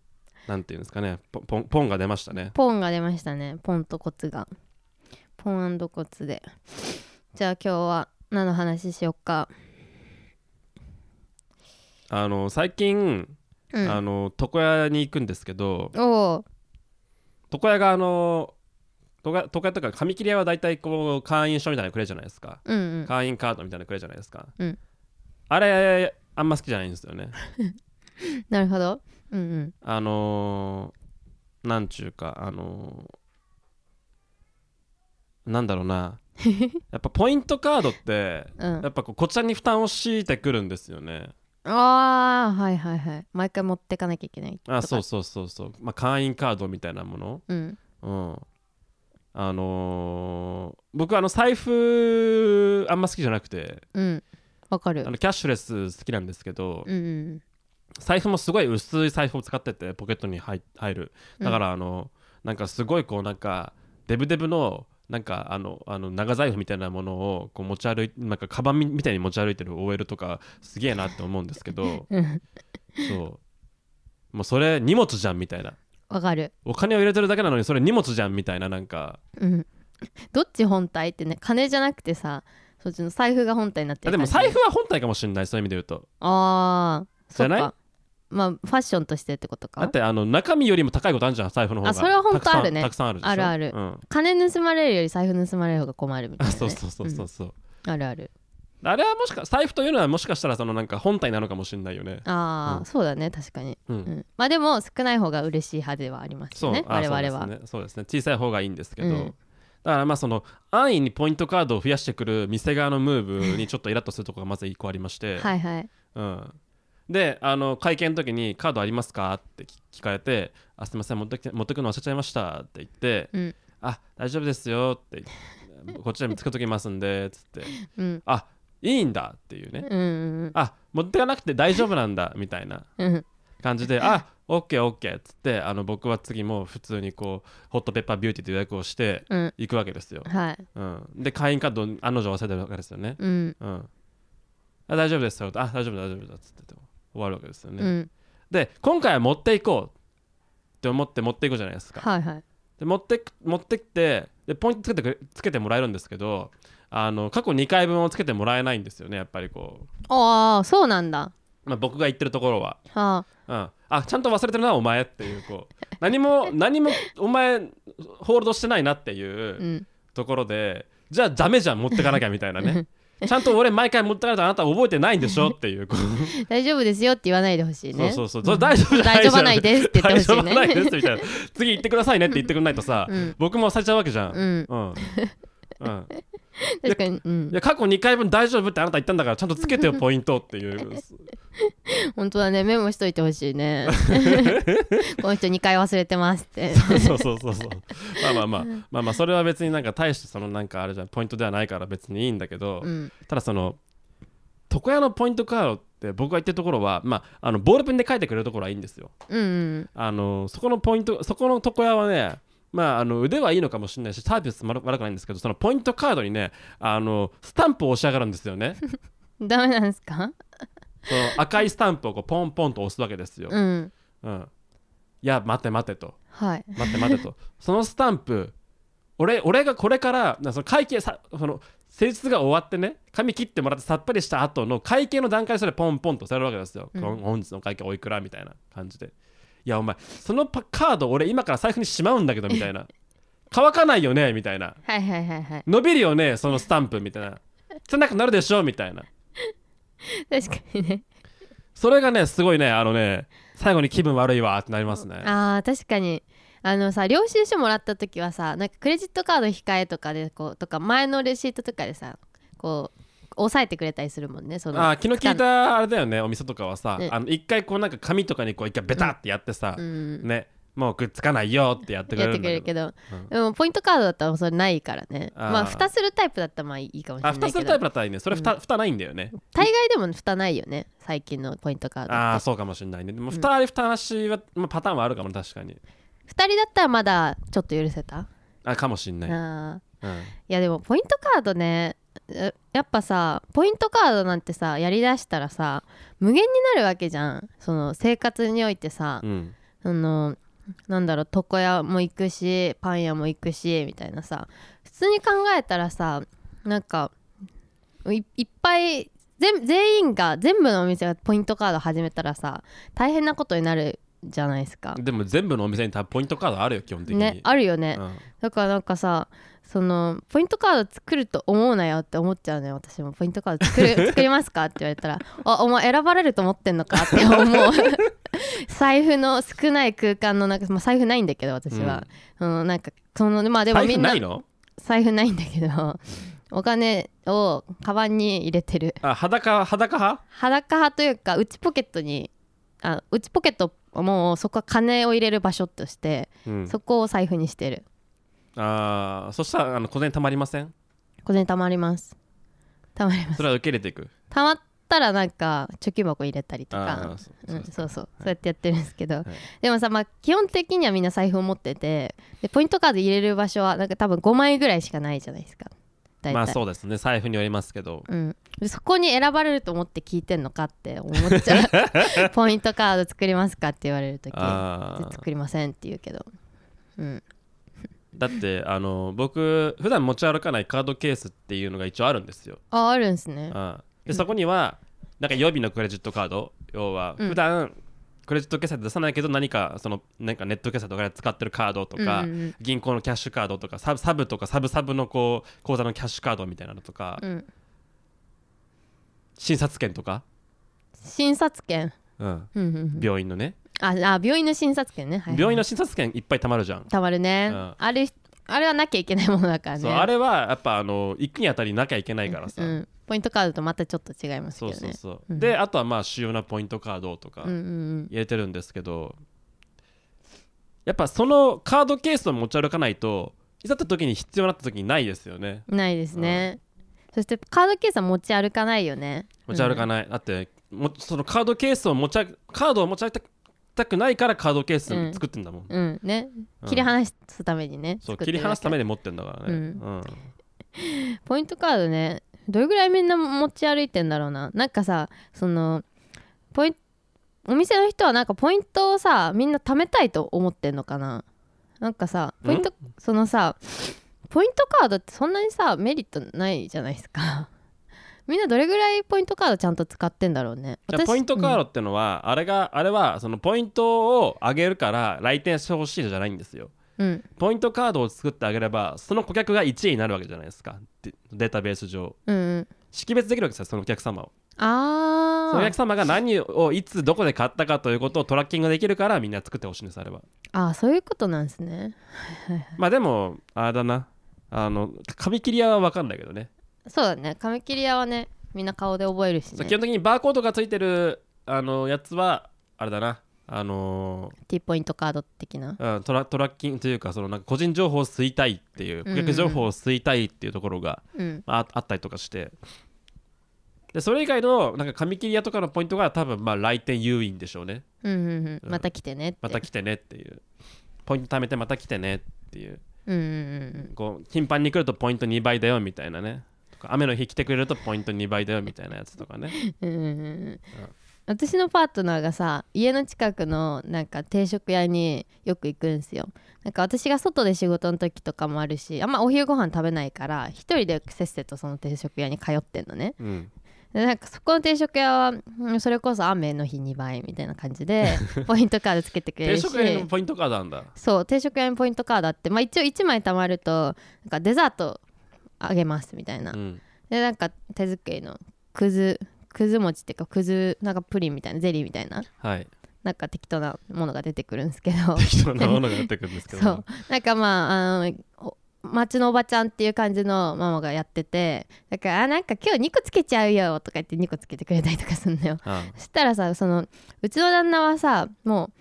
ーなんていうんですかねポポンポンが出ましたねポンが出ましたねポンとコツがポンコツでじゃあ今日は何の話しよっかあのー最近、うあんのー床屋に行くんですけどおう床屋があの床屋床屋とか紙切り屋は大体こう会員証みたいなのくれるじゃないですか、うんうん会員カードみたいなのくれるじゃないですか、うんあれあんま好きじゃないんですよねなるほどうんあのーなんちゅうかあのーなんだろうなやっぱポイントカードってうんやっぱこうこちらに負担を強いてくるんですよねああはいはいはい毎回持ってかなきゃいけないあそうそそうそうそう、まあ、会員カードみたいなものうんうんあのー僕あの財布あんま好きじゃなくてうんわかるあのキャッシュレス好きなんですけど、うんうん財布もすごい薄い財布を使っててポケットに入入るだからあの、なんかすごいこうなんかデブデブのなんかあのあの長財布みたいなものをこう持ち歩いなんかカバンみみたいに持ち歩いてる OL とかすげえなって思うんですけど うんそうもうそれ荷物じゃんみたいなわかるお金を入れてるだけなのにそれ荷物じゃんみたいななんかうんどっち本体ってね金じゃなくてさそっちの財布が本体になってあるでも感じ財布は本体かもしれないそういう意味で言うとああじそゃっないかまあファッションとしてってことだかってあの中身よりも高いことあるじゃん財布の方があそれは本当あるねたくさんたくさんあるでしょあるあるうん金盗まれるより財布盗まれる方が困るみたいあな、ね、そうそうそうそうそう、あるあるあれはもしか財布というのはもしかしたらそのなんか本体なのかもしれないよね。ああ、うんそうだね確かに、うんうんまあでも少ない方が嬉しい派ではありますそよう、ねあ我々そはうですね。そうですね。小さい方がいいんですけど、うんだからまあその安易にポイントカードを増やしてくる店側のムーブにちょっとイラッとするところがまず一個ありまして、はいはいうん。であの会計の時に「カードありますか?」って聞聞かれて「あすいません持ってきて持ってくの忘れちゃいました」って言って「うんあ大丈夫ですよ」って「こっちで見つけときますんで」つってう「んあいいんだ」っていうね「うんうんあ持ってかなくて大丈夫なんだ」みたいなうんうん感じ で「あオッケーオッケー」っつってあの僕は次もう普通にこうホットペッパービューティーで予約をしてうん行くわけですよ、はいうん、で会員カード案の定忘れてるわけですよね、うんうん、あ大丈夫ですよあ大丈夫だ大丈夫だっつってて終わるわけですよね、うんで今回は持っていこうって思って持っていくじゃないですか、はいはいで持ってく持ってきてでポイントつけてくれつけてもらえるんですけどあの過去2回分をつけてもらえないんですよねやっぱりこああそうなんだう、まあ、僕が言ってるところははあうん、あちゃんと忘れてるなお前っていうこ う何も何もお前ホールドしてないなってういうんところで、じゃあダメじゃん持ってかなきゃみたいなねちゃんと俺毎回持ってかれたあなた覚えてないんでしょっていうこう大丈夫ですよって言わないでほしいそうねそうそうそれ大丈夫じゃない大丈夫ないですって言ってほ大し丈い夫ねないですみたいな次行ってくださいねって言ってくんないとさ、うん僕もされちゃうわけじゃんう。んうんうん、確かにういんや過去2回分大丈夫ってあなた言ったんだからちゃんとつけてよポイントって いう本当だねメモしといてほしいね この人2回忘れてますってそうそうそうそう。まあまあまあ、まあまあ、それは別になんか大してそのなんかあれじゃん、ポイントではないから別にいいんだけど、うんただその、床屋のポイントカードって僕が言ってるところは、まあ、あのボールペンで書いてくれるところはいいんですよ。うんうんあの、そこのポイント、そこの床屋はね、まあ、あの腕はいいのかもしれないしサービスも悪悪くないんですけどそのポイントカードにねあのスタンプを押し上がるんですよねダメなんですかその赤いスタンプをこうポンポンと押すわけですよ、うんうん、いや待て待てとはい待って待てとそのスタンプ俺俺がこれからなその会計さその施術が終わってね髪切ってもらってさっぱりした後の会計の段階でそれポンポンとされるわけですよ、うんこの本日の会計おいくらみたいな感じでいやお前そのパカード俺今から財布にしまうんだけどみたい な乾かないよねみたいなはいはいはいはい伸びるよねそのスタンプみたいななくなるでしょみたいな確かにねそれがねすごいねあのね最後に気分悪いわってなりますねあー確かにあのさ領収書もらった時はさなんかクレジットカード控えとかでこうとか前のレシートとかでさこう押さえてくれたりするもんねそのあー昨日聞いたあれだよねお店とかはさ、ねあの一回こうなんか紙とかにこう一回ベタってやってさ、うんねもうくっつかないよってやってくれやっるてんくだれけるどけど、うんでもポイントカードだったらそれないからねあーまあ蓋するタイプだったらまあいいかもしれあな蓋いすけるタイどプだったらいいねそれ蓋,、蓋ないんだよね大概でも蓋ないよね最近のポイントカードああっーてそうかもしれないねでも蓋あり蓋なしは、まあ、パターンはあるかも確かに2人だったらまだちょっと許せた、あかもしれない、うんあーいやでもポイントカードねえやっぱさポイントカードなんてさやりだしたらさ無限になるわけじゃんその生活においてさ、うんあのなんだろう床屋も行くしパン屋も行くしみたいなさ普通に考えたらさなんかいいっぱい全全員が全部のお店がポイントカード始めたらさ大変なことになるじゃないですか。でも全部のお店に多分ポイントカードあるよ基本的にね、あるよね、うんだからなんかさそのポイントカード作ると思うなよって思っちゃうのよ私もポイントカード作る 作りますかって言われたらあお前選ばれると思ってんのかって思 う財布の少ない空間のなんか、まあ、財布ないんだけど私は、そのなんかそのまあでも財み布んなないの財布ないんだけどお金をカバンに入れてるあ裸裸派裸派というか内ポケットにあ内ポケットをもうそこは金を入れる場所として、うんそこを財布にしてるあーそしたらあの小銭たまりません小銭貯まります貯まりますそれは受け入れていく貯まったらなんか貯金箱入れたりとあかあそううそうんですそうそうそうやってやってるんですけど、いでもさ、まあ、基本的にはみんな財布を持っててでポイントカード入れる場所はなんか多分5枚ぐらいしかないじゃないですか大体、まあそうですね財布によりますけどうん、でそこに選ばれると思って聞いてんのかって思っちゃ うポイントカード作りますかって言われるときあー作りませんって言うけど、うん、だってあの僕普段持ち歩かないカードケースっていうのが一応あるんですよ、ああるんですねうんでそこにはなんか予備のクレジットカード要はうん普段クレジット決済で出さないけど何かそのなんかネット決済とかで使ってるカードとか、うんうん銀行のキャッシュカードとかサブサブとかサブサブのこう口座のキャッシュカードみたいなのとか、うん、うん診察券とか、診察券、うん、うんうんうん病院のね、ああ病院の診察券ね、はいはい病院の診察券いっぱいたまるじゃん、たまるね、うんあれあれはなきゃいけないものだからねそうあれはやっぱあの行くにあたりなきゃいけないからさ、うん、ポイントカードとまたちょっと違いますけそどうねそうそう、うんであとはまあ主要なポイントカードとかうんうん入れてるんですけど、やっぱそのカードケースを持ち歩かないといざって時に必要になった時にないですよねうんないですね、そしてカードケースは持ち歩かないよね持ち歩かい、ない、だってもそのカードケースを持ち歩カードを持ち歩きたくないからカードケース作ってんだもん、うんうんねうん切り離すためにね、そう切作ってりるわ離けすために持ってんだからね、ううんんポイントカードねどれぐらいみんな持ち歩いてんだろうななんかさそのポインお店の人はなんかポイントをさみんな貯めたいと思ってんのかななんかさポイントそのさポイントカードってそんなにさメリットないじゃないですか みんなどれぐらいポイントカードちゃんと使ってんだろうねじゃあ私ポイントカーうドんってのは、あれがあれはそのポイントを上げるから来店してほしいじゃないんですようんポイントカードを作ってあげればその顧客が1位になるわけじゃないですかデデータベース上うんうん識別できるわけですよそのお客様をそあのおー客様が何をいつどこで買ったかということをトラッキングできるからみんな作ってほしいんですあれはあーそういうことなんですねまあでもあれだなあの紙切り屋は分かんないけどねそうだね紙切り屋はねみんな顔で覚えるしそうね基本的にバーコードがついてるあのやつはあれだなあの T ポイントカード的なうん、トラトラッキングというかそのなんか個人情報を吸いたいっていう顧客情報を吸いたいっていうところがうんああったりとかしてでそれ以外のなんか紙切り屋とかのポイントが多分まあ来店誘引でしょうねうんうんうんうんまた来てねってまた来てねっていうポイント貯めてまた来てねっていううんうんうんこう頻繁に来るとポイント2倍だよみたいなねとか雨の日来てくれるとポイント2倍だよみたいなやつとかねうんうんうんうん私のパートナーがさ家の近くのなんか定食屋によく行くんですよなんか私が外で仕事の時とかもあるしあんまお昼ご飯食べないから一人でせっせとその定食屋に通ってんのねうんでなんかそこの定食屋はうんそれこそ雨の日2倍みたいな感じで ポイントカードつけてくれ定るし食屋にもポイントカードあんだそう定食屋にポイントカードあって、まあ、一応1枚貯まるとなんかデザートあげますみたいなうんでなんか手作りのくずくず餅っていうかくずなんかプリンみたいなゼリーみたいなはいなんか適当なものが出てくるんですけど適当なものが出てくるんですけどそうなんかまああのお町のおばちゃんっていう感じのママがやっててだからあなんか今日2個つけちゃうよとか言って2個つけてくれたりとかするのよあそしたらさそのうちの旦那はさもう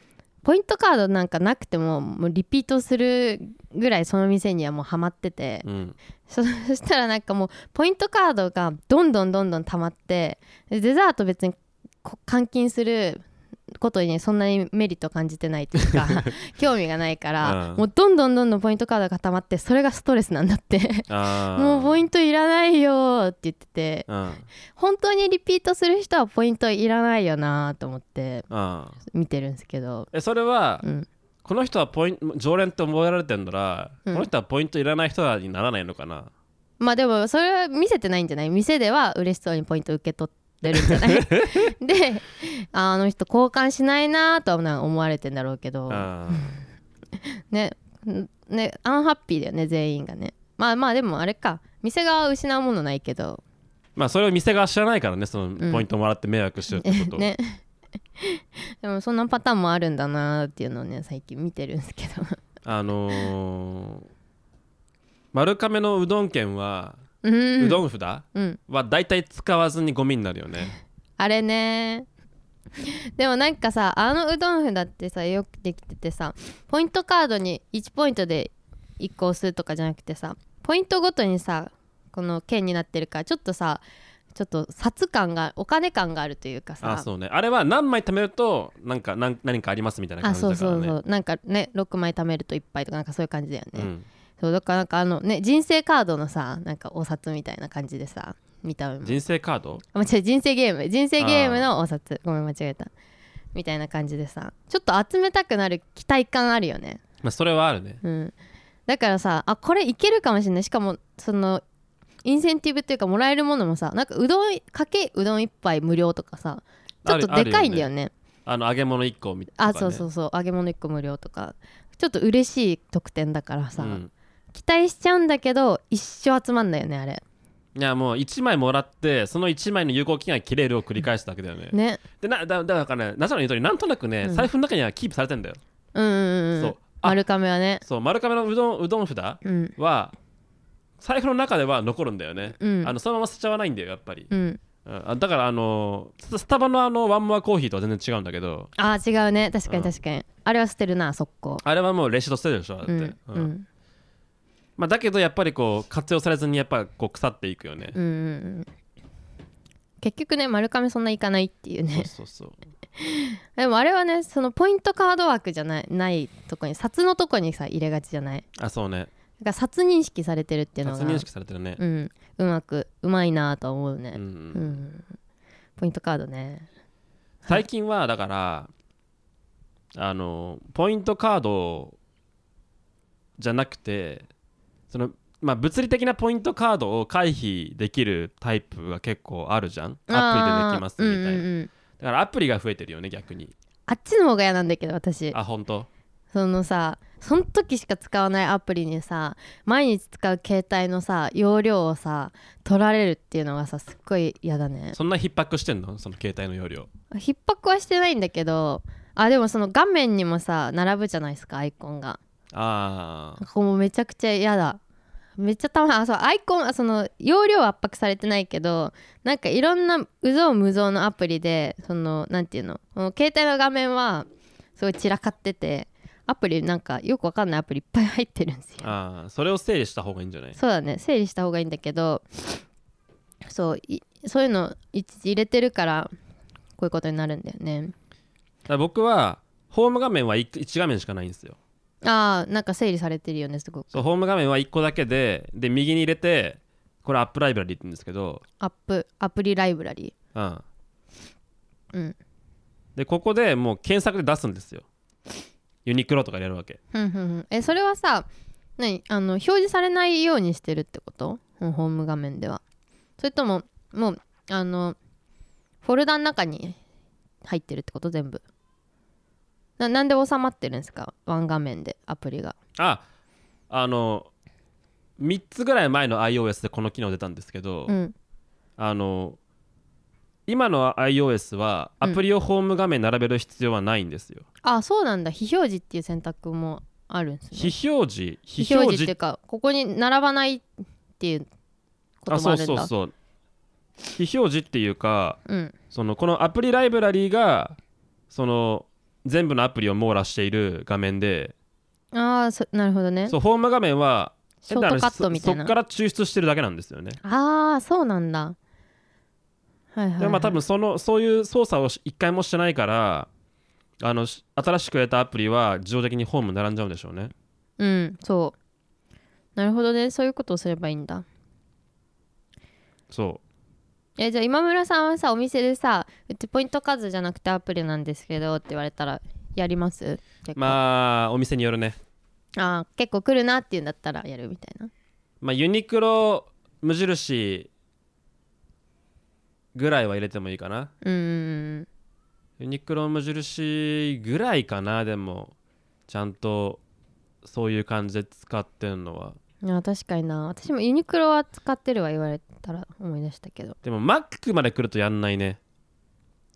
ポイントカードなんかなくてももうリピートするぐらいその店にはもうハマってて、うんそ そしたらなんかもうポイントカードがどんどんどんどん溜まってでデザート別にこ換金することにねそんなにメリットを感じてないと いうか興味がないから、うんもうどんどんどんどんポイントカードが溜まってそれがストレスなんだってあーもうポイントいらないよって言っててうん本当にリピートする人はポイントいらないよなと思ってうん見てるんですけど、えそれはうん、この人はポイン常連って思われてんなら、うんこの人はポイントいらない人にならないのかなまあでもそれは見せてないんじゃない店では嬉しそうにポイント受け取っってるんじゃないでああの人交換しないなとはなんか思われてんだろうけどあねねアンハッピーだよね全員がねまあまあでもあれか店側は失うものないけどまあそれを店側知らないからねそのポイントもらって迷惑しようってことを、ね でもそんなパターンもあるんだなっていうのをね最近見てるんですけどあのー、丸亀のうどん券は、 ううんどん札はうん大体使わずにゴミになるよねあれねでもなんかさあのうどん札ってさよくできててさポイントカードに1ポイントで1個押すとかじゃなくてさポイントごとにさこの券になってるからちょっとさちょっと札感がお金感があるというかさあそうねあれは何枚貯めるとなんか何何かありますみたいな感あじそうだかそらうねそうなんかね6枚貯めると1杯とかなんかそういう感じだよね、うんそうだからなんかあのね人生カードのさなんかお札みたいな感じでさ見た目も人生カードあ間違え人生ゲーム人生ゲームのお札ごめん間違えたみたいな感じでさちょっと集めたくなる期待感あるよねまあそれはあるねうんだからさあこれいけるかもしれないしかもそのインセンティブっていうかもらえるものもさなんかうどんかけうどん一杯無料とかさちょっとでかいんだよねねあの揚げ物1個みとかねあそうそうそう揚げ物1個無料とかちょっと嬉しい特典だからさ、うん期待しちゃうんだけど一生集まんないよねあれいやもう1枚もらってその1枚の有効期限が切れるを繰り返すだけだよねねでなだだからねナチュラルの言うとりなんとなくね、うん財布の中にはキープされてんだよ、うんうんうんそそううあ丸亀はねそう丸亀のうどんうどん札うんは財布の中では残るんだよね、うんあのそのまま捨てちゃわないんだよやっぱり、うんうんあだからあのススタバのあのワンモアコーヒーとは全然違うんだけどあー違うね確かうんに確かに、あれは捨てるな速攻あれはもうレシート捨てるでしょだって、うんうんううんんまあ、だけどやっぱりこう活用されずにやっぱこう腐っていくよね、うんうん結局ね丸亀そんな行かないっていうねそうそうそう でもあれはねそのポイントカード枠じゃないないとこに札のとこにさ入れがちじゃないあそうねだから札認識されてるっていうの初が認識されてるね、うん、うまくうまいなとは思ううね、んうんポイントカードね最近はだからあのポイントカードじゃなくてそのまあ物理的なポイントカードを回避できるタイプが結構あるじゃんアプリでできますみたいな、あーうんうんうんだからアプリが増えてるよね逆にあっちの方が嫌なんだけど私あ本当そのさその時しか使わないアプリにさ毎日使う携帯のさ容量をさ取られるっていうのがさすっごい嫌だねそんな逼迫してんのその携帯の容量逼迫はしてないんだけどあでもその画面にもさ並ぶじゃないですかアイコンがああここもうめちゃくちゃ嫌だめっちゃたまらんあそうアイコンあその容量は圧迫されてないけどなんかいろんなうぞうむぞうのアプリでそのなんていうのこの携帯の画面はすごい散らかっててアプリなんかよくわかんないアプリいっぱい入ってるんですよあーそれを整理した方がいいんじゃないそうだね整理した方がいいんだけどそういそういうの一時入れてるからこういうことになるんだよねだから僕はホーム画面は 1, 画面しかないんですよああなんか整理されてるよねすごくそうホーム画面は1個だけでで右に入れてこれアップライブラリーって言うんですけどアップアプリライブラリうんーうんでここでもう検索で出すんですよユニクロとか入れるわけふんふんふんえそれはさ何あの表示されないようにしてるってことうんホーム画面ではそれとももうあのフォルダの中に入ってるってこと全部ななんで収まってるんですかワン画面でアプリがああの3つぐらい前の iOS でこの機能出たんですけど、うんあの今の iOS はアプリをホーム画面に並べる必要はないんですよ、あそうなんだ非表示っていう選択もあるんですね非表示非非表表示示っていうかここに並ばないっていうこともそあうるんだそうそう非表示っていうかうんそのこのアプリライブラリーがその全部のアプリを網羅している画面でああそなるほどねそうホーム画面はショートカットみたいなだからそそっから抽出してるだけなんですよねああそうなんだはいはい、はい、でまあ多分そのそういう操作をし一回もしてないからあのし新しく得たアプリは自動的にホームに並んじゃうんでしょうねうんそうなるほどねそういうことをすればいいんだそえじゃあ今村さんはさお店でさうちポイント数じゃなくてアプリなんですけどって言われたらやります結う構、まあお店によるねあー結構来るなっていうんだったらやるみたいなまあユニクロ無印ぐらいは入れてもいいかなうーんユニクロ無印ぐらいかなでもちゃんとそういう感じで使ってるのはいや確かにな私もユニクロは使ってるわ言われたら思い出したけどでもマックまで来るとやんないね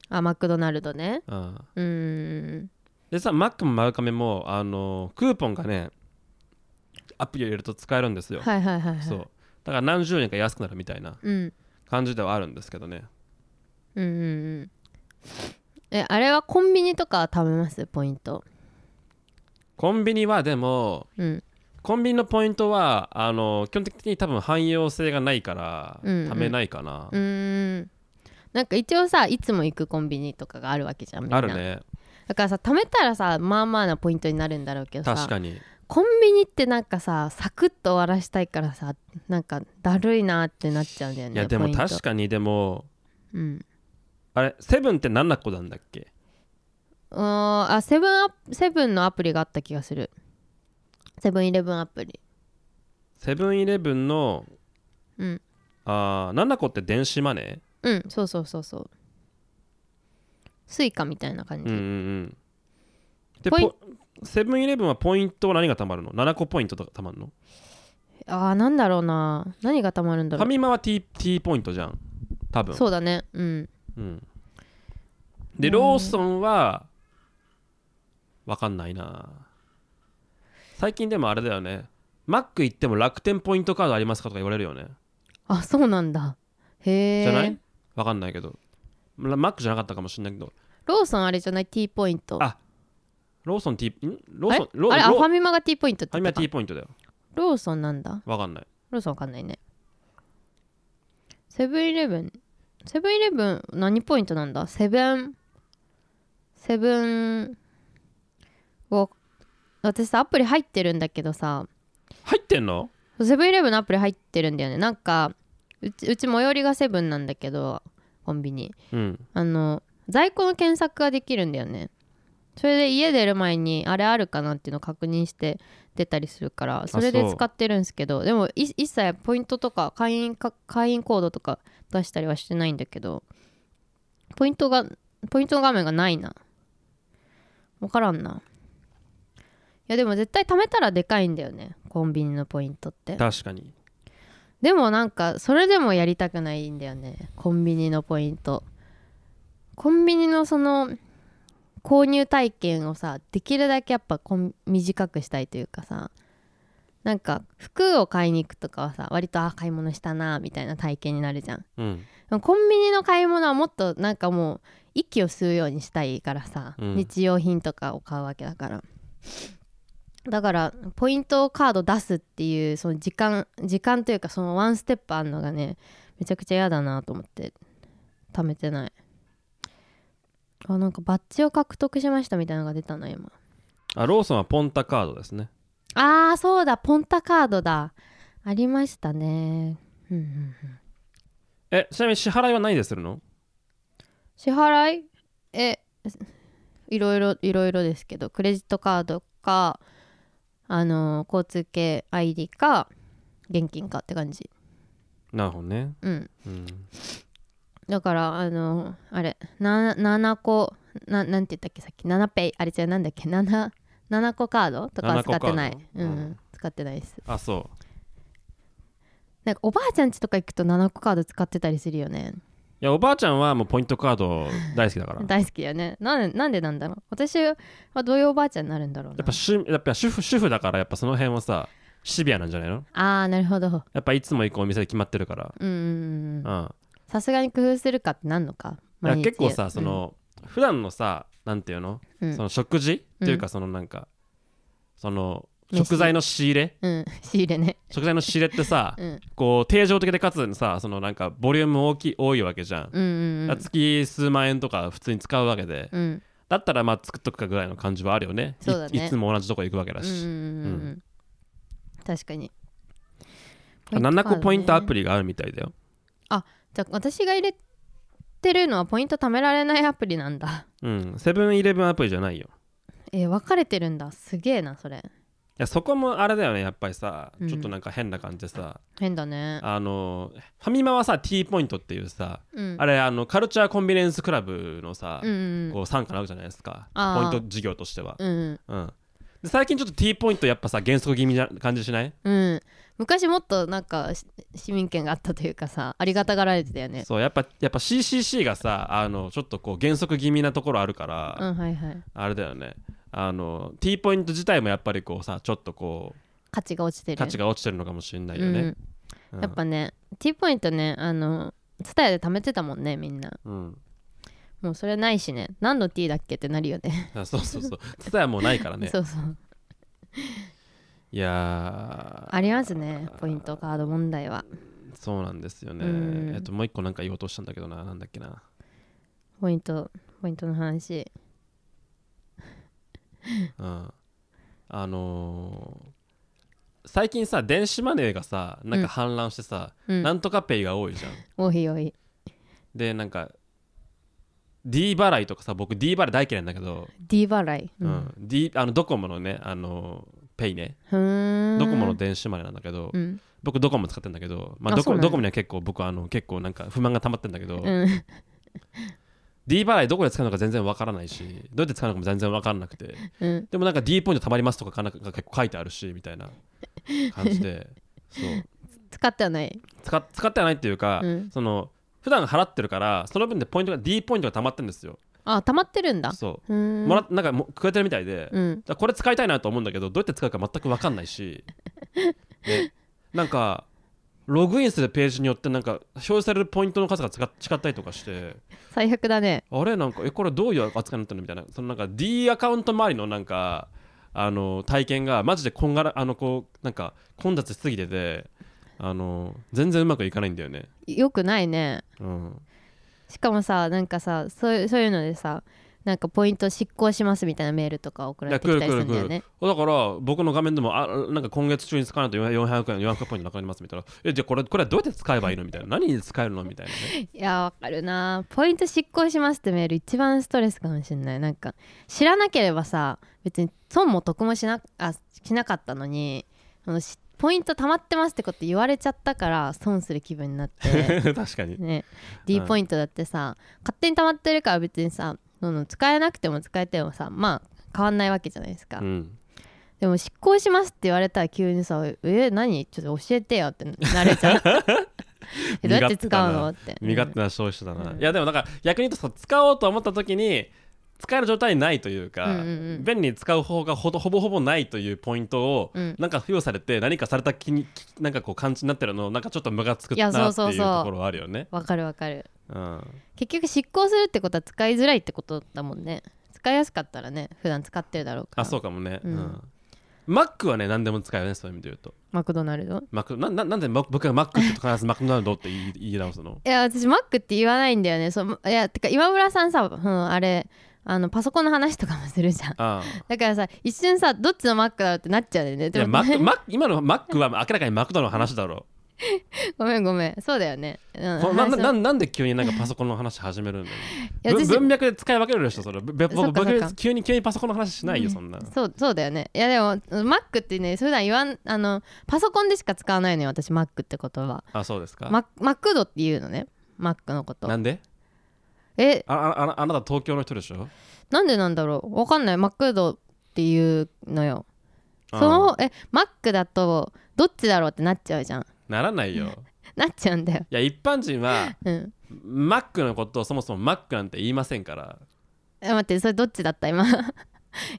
あマクドナルドねうんうーんでさマックもマウカメもあのクーポンがねアプリを入れると使えるんですよ、はいはいはいはいそうだから何十円か安くなるみたいなうん感じではあるんですけどねうんうんうんえあれはコンビニとかは貯めますポイントコンビニはでもうんコンビニのポイントはあの基本的に多分汎用性がないからうんうん貯めないかな、うーんなんか一応さいつも行くコンビニとかがあるわけじゃんみんなあるねだからさ貯めたらさまあまあなポイントになるんだろうけどさ確かにコンビニってなんかさサクッと終わらしたいからさなんかだるいなってなっちゃうんだよねいやでも確かかにでもうんあれセブンって何な個なんだっけうーんあセブンアップセブンのアプリがあった気がするセブンイレブンアプリセブンイレブンのうんあー何な個って電子マネうんそうそうそうそうスイカみたいなー感うんじ、うんうんでポインポセブンイレブンはポイントは何が貯まるの ?7 個ポイントとか貯まるのああなんだろうな何がたまるんだフろァミマは T, T ポイントじゃん多う分そうだねうんうん、でローソンは分かんないな最近でもあれだよねマック行っても楽天ポイントカードありますかとか言われるよねあそうなんだへえじゃない分かんないけどまマックじゃなかったかもしれないけどローソンあれじゃない T ポイントあローソン T んロあーれソンロあれあロファミマが T ポイントっフてァミ言マったか T ポイントだよローソンなんだ分かんないローソンわかんないねセブンイレブンセブンイレブン何ポイントなんだセブンセブンを私さアプリ入ってるんだけどさ入ってんのセブンイレブンのアプリ入ってるんだよねなんかうちうち最寄りがセブンなんだけどコンビニうんあの在庫の検索ができるんだよねそれで家出る前にあれあるかなっていうのを確認して出たりするからそれでそう使ってるんですけどでもい一切ポイントとか会員か会員コードとか出したりはしてないんだけどポイントがポイントの画面がないな分からんないやでも絶対貯めたらでかいんだよねコンビニのポイントって確かにでもなんかそれでもやりたくないんだよねコンビニのポイントコンビニのその購入体験をさできるだけやっぱこん短くしたいというかさなんか服を買いに行くとかはさ割とあ買い物したなみたいな体験になるじゃんでうんもコンビニの買い物はもっとなんかもう息を吸うようにしたいからさ、うん日用品とかを買うわけだからだからポイントカード出すっていうその時間時間というかそのワンステップあんのがねめちゃくちゃ嫌だなと思って貯めてないあなんかバッジを獲得しましたみたいなのが出たな今あローソンはポンタカードですねあーそうだポンタカードだありましたねうんうんうんえちなみに支払いは何でするの支払いえいろいろいろいろですけどクレジットカードかあの交通系 ID か現金かって感じなるほどねうんうんだからあのあれな7個ななんて言ったっけさっき7ペイあれじゃなんだっけ7 7個カードとかは使ってな7い個、カーうドんうん使ってないですあそうなんかおばあちゃん家とか行くと7個カード使ってたりするよねいやおばあちゃんはもうポイントカード大好きだからや大好きだよねなんでなんでなんだろう私はどういうおばあちゃんになるんだろうなっぱ主やっぱ主婦主婦だからやっぱその辺はさシビアなんじゃないのああなるほどやっぱいつも行くお店で決まってるからうんうんうんうんさすがに工夫するかってなんのかいや毎日結構さそ、の普段のさなんていうのうんうんその食事うんっていうかそのなんかその飯食材の仕入れうん、仕入れね、食材の仕入れってさうん、こう定常的でかつさそのなんかボリューム大きい多いわけじゃんうんうんうん月数万円とか普通に使うわけでうんうんだったらまあ作っとくかぐらいの感じはあるよねいそうだねいつも同じとこ行くわけだうんしうんうん確かに7個ポイントアプリリがあるみたいだよじゃあ私が入れてるのはポイント貯められないアプリなんだ うんセブンイレブンアプリじゃないよえー分かれてるんだすげえなそいれやそこもあれだよねやっぱりさうんちょっとなんか変な感じでさ、変だねあのファミマはさ T ポイントっていうさ、うんあれあのカルチャーコンビニエンスクラブのさ、うんうんこう参加なわけじゃないですかあーポイント事業としては、うんうんうんで最近ちょっと T ポイントやっぱさ原則気味な感じしないうん昔もっとなんかし市民権があったというかさありがたがられてたよねそうやっぱやっぱ CCC がさあのちょっとこう原則気味なところあるから、うんはいはいあれだよねあの T ポイント自体もやっぱりこうさちょっとこ価値が落ちてうる価値が落ちてるのかもしれないよね、う、うんんやっぱね T ポイントねあの伝えで貯めてたもんねみんなうんもうそれないしね何の T だっけってなるよねあそうそう そう伝えもうないから ねそうそういやーありますねポイントカード問題はそうなんですよね、うんえっともう一個なんか言おうとしたんだけどななんだっけなポイントポイントの話うんあのー最近さ電子マネーがさなんか氾濫してさ、うんなんとかペイが多いじゃんおいおいでなんか D 払いとかさ僕 D 払い大嫌いなんだけど、 D 払いうん D あのドコモのねあのペイねふーんドコモの電子マネーなんだけど、うん僕ドコモ使ってんだけど、まああ、ドそコうなんだドコモには結構僕あの結構なんか不満が溜まってんだけど、うん D 払いどこで使うのか全然わからないしどうやって使うのかも全然わからなくてうんでもなんか D ポイント貯まりますとかかなんか結構書いてあるしみたいな感じ でそう使ってはない使使ってはないっていうか、うんその普段払ってるからその分でポイントが D ポイントが貯まってるんですよあ溜まってるんだそうーんうもらっなんかもうくれてるみたいで、うんだからこれ使いたいなと思うんだけどどうやって使うか全く分かんない しでなんかログインするページによってなんか表示されるポイントの数が違違ったりとかして最悪だねあれなんかえこれどういう扱いになったのみたいなそのなんか D アカウント周りのなんかあの体験がマジでこんがらあのこうなんか混雑しすぎててあの全然うまくいかないんだよね、よくないねうん、しかもさなんかさそういうそういうのでさなんかポイント執行しますみたいなメールとか送られてきたりするんだよいや来る来る来ねだから僕の画面でもあなんか今月中に使わないと400円400ポイントなくなりますみたいなえじゃあこれこれはどうやって使えばいいのみたいな何に使えるのみたいなねいやわかるなポイント執行しますってメール一番ストレスかもしれないなんか知らなければさ別に損も得もしなあしなかったのにそのしポイント貯まってますってこと言われちゃったから損する気分になって 確かにね D ポイントだってさ、勝手に貯まってるから別にさその使えなくても使えてもさまあ変わんないわけじゃないですか、うんでも執行しますって言われたら急にさ「え何ちょっと教えてよ」ってなれち ゃうえどうやって使うのって身勝手な消費者だな、うんいやでもなんか逆に言うとそう使おうと思った時に使える状態にないというか、うんうんうん便利に使う方法がほどほぼほぼないというポイントを、うんなんか付与されて何かされた気にきなんかこう感じになってるのをなんかちょっとムがつくいなやってそうそうそういうところはあるよねわかるわかるうん結局執行するってことは使いづらいってことだもんね使いやすかったらね普段使ってるだろうからあそうかもね、ううんんマックはね何でも使えるねそういう意味で言うとマクドナルドマクなななんでマ僕がマックって言うと必ずマクドナルドって言い言い直すのいや私マックって言わないんだよねそういやてか今村さんさ、うん、あれあのパソコンの話とかもする じゃんああだからさ一瞬さどっちのマックだろうってなっちゃうんだよねいでやも マックマック今のマックは明らかにマクドの話だろうごめんごめんそうだよね、うん、こな話ななのなんで急になんかパソコンの話始めるんだよいや文私文脈で使い分けるでしょそれぶぶそっかそっか僕急に急にパソコンの話しないよそんな、そうそうだよねいやでもマックってね普段言わんあのパソコンでしか使わないのよ私マックって言葉あそうですか、ママクドって言うのねマックのことなんでえああああなた東京の人でしょなんでなんだろうわかんないマクドっていうのよそあーの方えマックだとどっちだろうってなっちゃうじゃんならないよなっちゃうんだよいや一般人はうんマックのことをそもそもマックなんて言いませんからえ待ってそれどっちだった今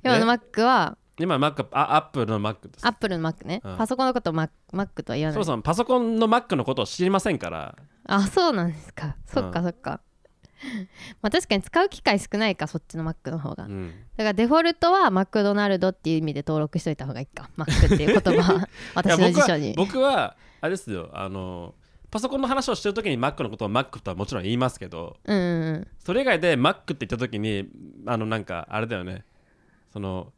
今のえマックは今マックあアップルのマックですアップルのマックね、うんパソコンのことをマックマックとは言わそないもそもパソコンのマックのことを知りませんからあそうなんですかそっかそっか、 まあ確かに使う機会少ないかそっちのマックの方が、うだかんらデフォルトはマクドナルドっていう意味で登録しといた方がいいかマックっていう言葉 は私いのや辞書に僕は僕はあれですよあのパソコンの話をしてるときにマックのことをマックとはもちろん言いますけどうんうんうんそれ以外でマックって言った時にあのなんかあれだよねその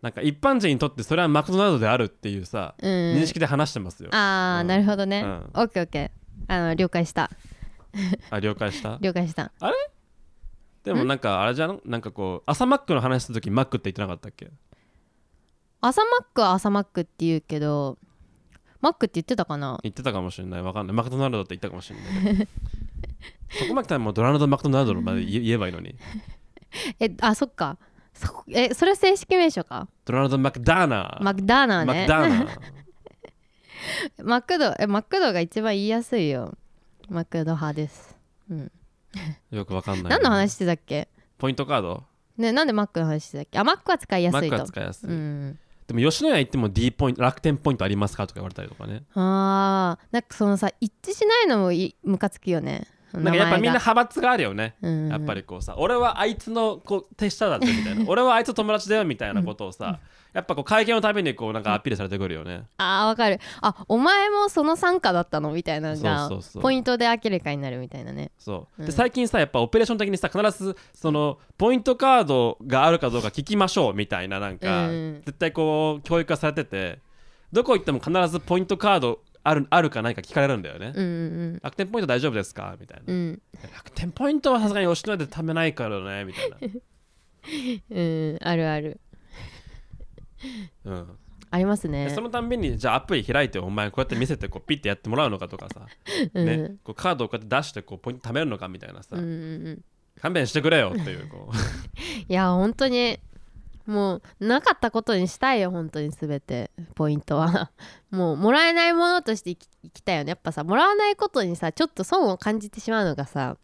なんか一般人にとってそれはマクドナルドであるっていうさ、うん認識で話してますよあああ、うんなるほどね、うんオッケーオッケーあの了解した了解した了解したでもなんかあれじゃんなんかこう朝マックの話した時マックって言ってなかったっけ朝マックは朝マックって言うけどマックって言ってたかな言ってたかもしれないわかんないマクドナルドって言ったかもしれない そこまで来たらもうドナルド・マクドナルドまで言え言えばいいのにえあそっかそこえそれ正式名称かドナルド・マクダーナーマクダーナーマクねダーナー マクドえマクドが一番言いやすいよマクド派です、うん、よくわかんない何の話してたっけポイントカードねなんでマックの話してたっけあマックは使いやマすッいクとは使いやすい、うん、でも吉野家行っても D ポイント楽天ポイントありますかとか言われたりとかねあーなんかそのさ一致しないのもいムカつくよねなんかやっぱみんな名前が派閥があるよね、うんやっぱりこうさ俺はあいつのこう手下だぜみた いな俺はあいつの友達だよみたいなことをさやっぱこう会見のたびにこうなんかアピールされてくるよね、あーわかるあお前もその参加だったのみたいなのそがうそうそうポイントで明らかになるみたいなねそううんで最近さやっぱオペレーション的にさ必ずそのポイントカードがあるかどうか聞きましょうみたいななんか、うん絶対こう教育化されててどこ行っても必ずポイントカードあるあるかないか聞かれるんだよね、うんうん楽天ポイント大丈夫ですかみたいな、うんうん楽天ポイントはさすがに吉野家で貯めないからねみたい な、うんあるあるうん、ありますでねそのたんびにじゃあアプリ開いてお前こうやって見せてこうピッてやってもらうのかとかさ、うんね、こうカードをこうやって出してこうポイント貯めるのかみたいなさ、うんうんうん勘弁してくれよっていうこ ういや本当にもうなかったことにしたいよ本当に全てポイントは もうもらえないものとして生き生きたいよねやっぱさもらわないことにさちょっと損を感じてしまうのがさ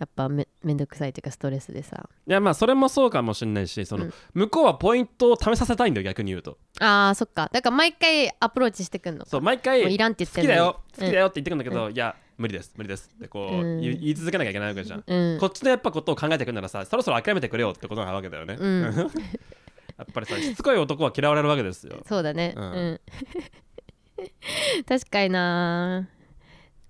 やっぱめめんどくさいというかストレスでさいやまあそれもそうかもしれないしその、うん向こうはポイントを貯めさせたいんだよ逆に言うとあーそっかだから毎回アプローチしてくんのそうか毎回もういらんって言っ好てきんのだによ好うんきだよって言ってくんだけど、いや無理です無理ですってこう、うん言い言い続けなきゃいけないわけじゃん、うんこっちのやっぱことを考えてくんならさそろそろ諦めてくれよってことなわけだよね、うんやっぱりさしつこい男は嫌われるわけですよそうだねう、うんん 確かにな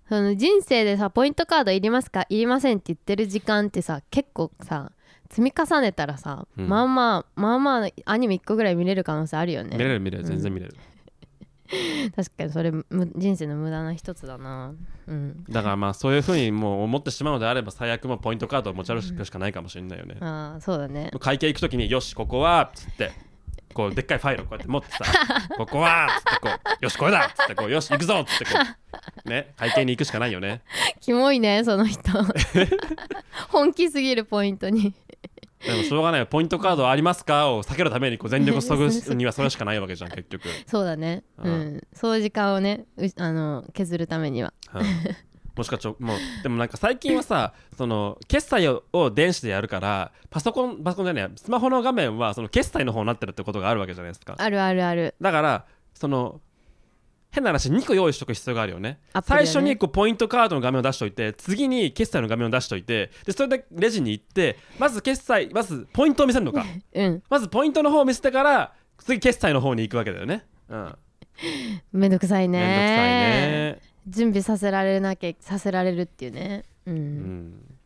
その人生でさポイントカードいりますかいりませんって言ってる時間ってさ結構さ積み重ねたらさ、うんまあまあまあまあアニメ1個ぐらい見れる可能性あるよね見れる見れる全然見れる、確かにそれむ人生の無駄な一つだなうんだからまあそういうふうにもう思ってしまうのであれば最悪もうポイントカードを持ち歩くしかないかもしれないよね。ああそうだね会計行くときによしここはっつってこうでっかいファイルをこうやって持ってさここはっつってこうよしこれだっつってこうよし行くぞっつってこうね会計に行くしかないよね。キモいねその 人本気すぎるポイントにでもしょうがないよポイントカードはありますかを避けるためにこう全力を注ぐにはそれしかないわけじゃん結局。そうだねああうんそういう時間をねうあの削るためにはうんもしかちょもうでもなんか最近はさその決済をを電子でやるからパソコンパソコンじゃないやスマホの画面はその決済の方になってるってことがあるわけじゃないですか。あるあるあるだからその変な話2個用意しとく必要があるよねアプリをね最初にこうポイントカードの画面を出しといて次に決済の画面を出しといてでそれでレジに行ってまず決済まずポイントを見せるのかうんまずポイントの方を見せてから次決済の方に行くわけだよねうんめんどくさいねめんどくさいね準備させられなきゃさせられるっていうねうん、うん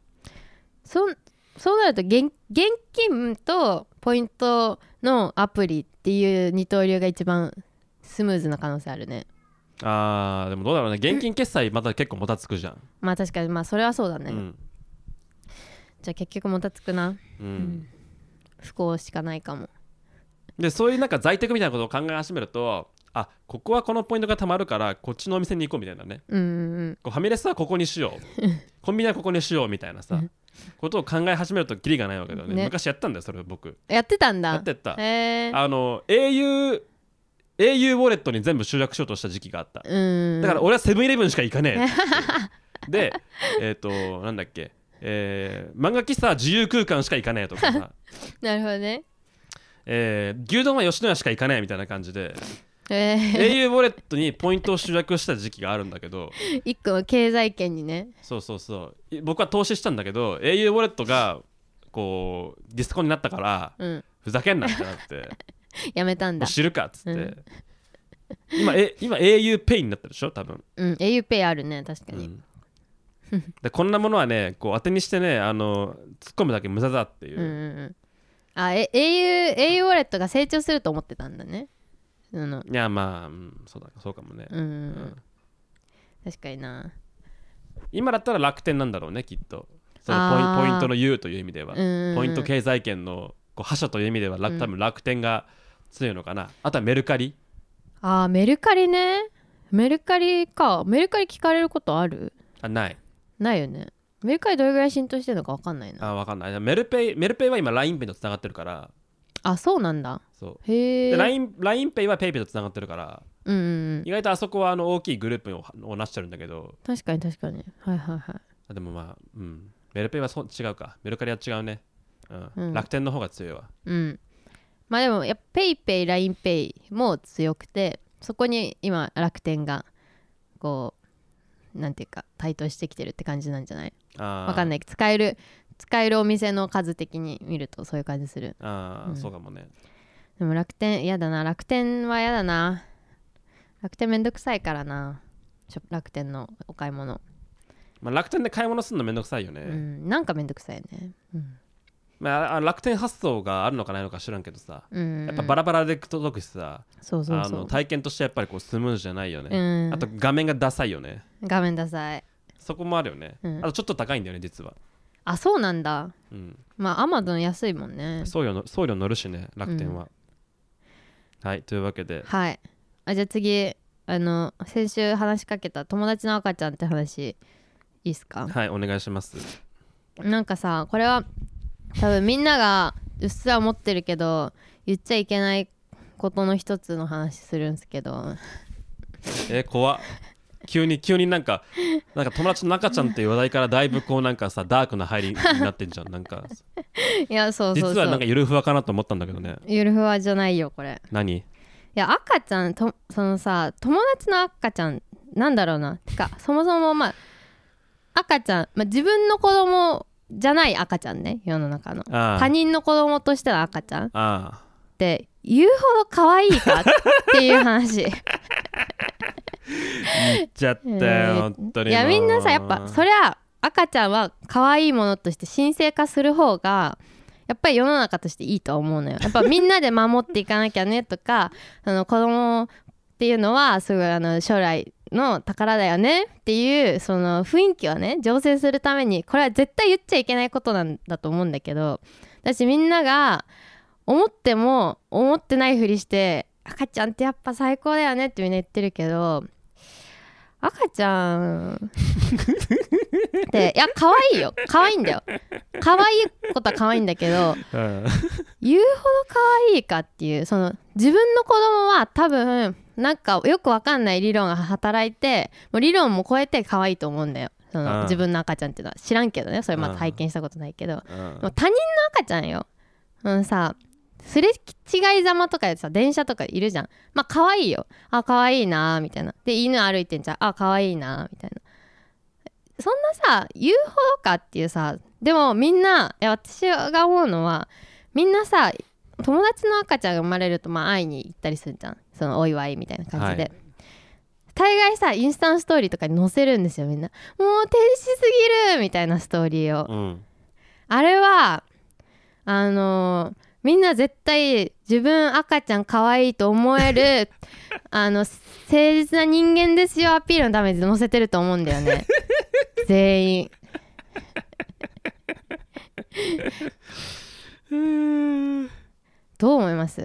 そんそうなると現現金とポイントのアプリっていう二刀流が一番スムーズな可能性あるねあーでもどうだろうね現金決済また結構もたつくじゃんまあ確かにまあそれはそうだね、うんじゃあ結局もたつくなうん不幸しかないかもでそういうなんか在宅みたいなことを考え始めるとあここはこのポイントがたまるからこっちのお店に行こうみたいなねうんうんこうファミレスはここにしよう コンビニはここにしようみたいなさことを考え始めるとキリがないわけだよねね昔やったんだよそれ僕うんやってたんだやってったへえあの au au ウォレットに全部集約しようとした時期があったうんだから俺はセブンイレブンしか行かね えでえっ、となんだっけえー漫画喫茶は自由空間しか行かねえとか さ、なるほどねえー牛丼は吉野家しか行かねえみたいな感じ でえ au ウォレットにポイントを集約した時期があるんだけどー、 一個の経済圏にねそうそうそうい僕は投資したんだけど au ウォレットがこうディスコになったからうんふざけんなってな ってやめたんもうだ知るかっつって、うん今え今 au ペイになったでしょ多分、うん auPay あるね確かうに、ん、でこんなものはねこう当てにしてねあの突っ込むだけ無駄だっていう、うんうんうんあえ au, au ウォレットが成長すると思ってたんだねそのいやまあ、うんそうだそうかもね、うん、うん確かにな今だったら楽天なんだろうねきっとそのポインあーポイントの U という意味では、うんポイント経済圏のこう覇者という意味では楽多分楽天が強いのかなあとはメルカリあーメルカリねメルカリかメルカリ聞かれることあるあないないよねメルカリどれぐらい浸透してるのか分かんないなあ分かんないじゃあメルペイメルペイは今 LINEPay とつながってるからあそうなんだそうへえで LINEPay は PayPay とつながってるからうんうんうん意外とあそこはあの大きいグループををなしてるんだけど確かに確かにはいはいはいあでもまあうんメルペイはそ違うかメルカリは違うね、うんうん楽天の方が強いわうんまあでもやっぱペイペイラインペイも強くてそこに今楽天がこうなんていうか台頭してきてるって感じなんじゃないあわかんないない使える使えるお店の数的に見るとそういう感じするあー、うんそうかもねでも楽天やだな楽天はやだな楽天めんどくさいからなショ楽天のお買い物、まあ、楽天で買い物するのめんどくさいよね、うんなんかめんどくさいよねうん、まああ、楽天発送があるのかないのか知らんけどさうん、やっぱバラバラで届くしさ、そうそうあそのう、体験としてやっぱりこうスムーズじゃないよね、うん、あと画面がダサいよね画面ダサいそこもあるよね、うんあとちょっと高いんだよね実は、あそうなんだうん、まあアマゾン安いもんね送料の送料乗るしね楽天は、はいというわけではいあじゃあ次あの先週話しかけた友達の赤ちゃんって話いいっすかはいお願いしますなんかさこれは多分みんながうっすら思ってるけど言っちゃいけないことの一つの話するんですけどえー、怖っ急に急になんかなんか友達の赤ちゃんっていう話題からだいぶこうなんかさダークな入りになってん じゃんなんかいやそうそうそう実はなんかゆるふわかなと思ったんだけどねゆるふわじゃないよこれ何いや赤ちゃんとそのさ友達の赤ちゃんなんだろうなてかそもそもまあ赤ちゃん、まあ、自分の子供じゃない赤ちゃんね世の中のああ他人の子供としての赤ちゃんっあて言うほど可愛いかっていう話あじゃったよ、本当にいやもうみんなさやっぱそりゃ赤ちゃんは可愛いものとして神聖化する方がやっぱり世の中としていいと思う のよやっぱみんなで守っていかなきゃねとかあの子供っていうのはすごいあの将来の宝だよねっていうその雰囲気をね醸成するためにこれは絶対言っちゃいけないことなんだと思うんだけどだしみんなが思っても思ってないふりして赤ちゃんってやっぱ最高だよねってみんな言ってるけど赤ちゃんっていや可愛いよ可愛いんだよ可愛いことは可愛いんだけどうん言うほど可愛いかっていうその自分の子供は多分なんかよくわかんない理論が働いてもう理論も超えて可愛いと思うんだよそうんの自分の赤ちゃんっていうのは知らんけどねそれまうだん体験したことないけどうんもう他人の赤ちゃんようんさすれ違いざまとかでさ電車とかいるじゃんまあ可愛いよあ可愛いなーみたいなで犬歩いてんじゃんあ可愛いなーみたいなそんなさ言うほどかっていうさでもみんないや私が思うのはみんなさ友達の赤ちゃんが生まれるとまあ会いに行ったりするじゃんそのお祝いみたいな感じで、はい大概さインスタントストーリーとかに載せるんですよみんなもう天使すぎるみたいなストーリーをうんあれはあのーみんな絶対自分赤ちゃん可愛いと思えるあの誠実な人間ですよアピールのために載せてると思うんだよね全員どう思います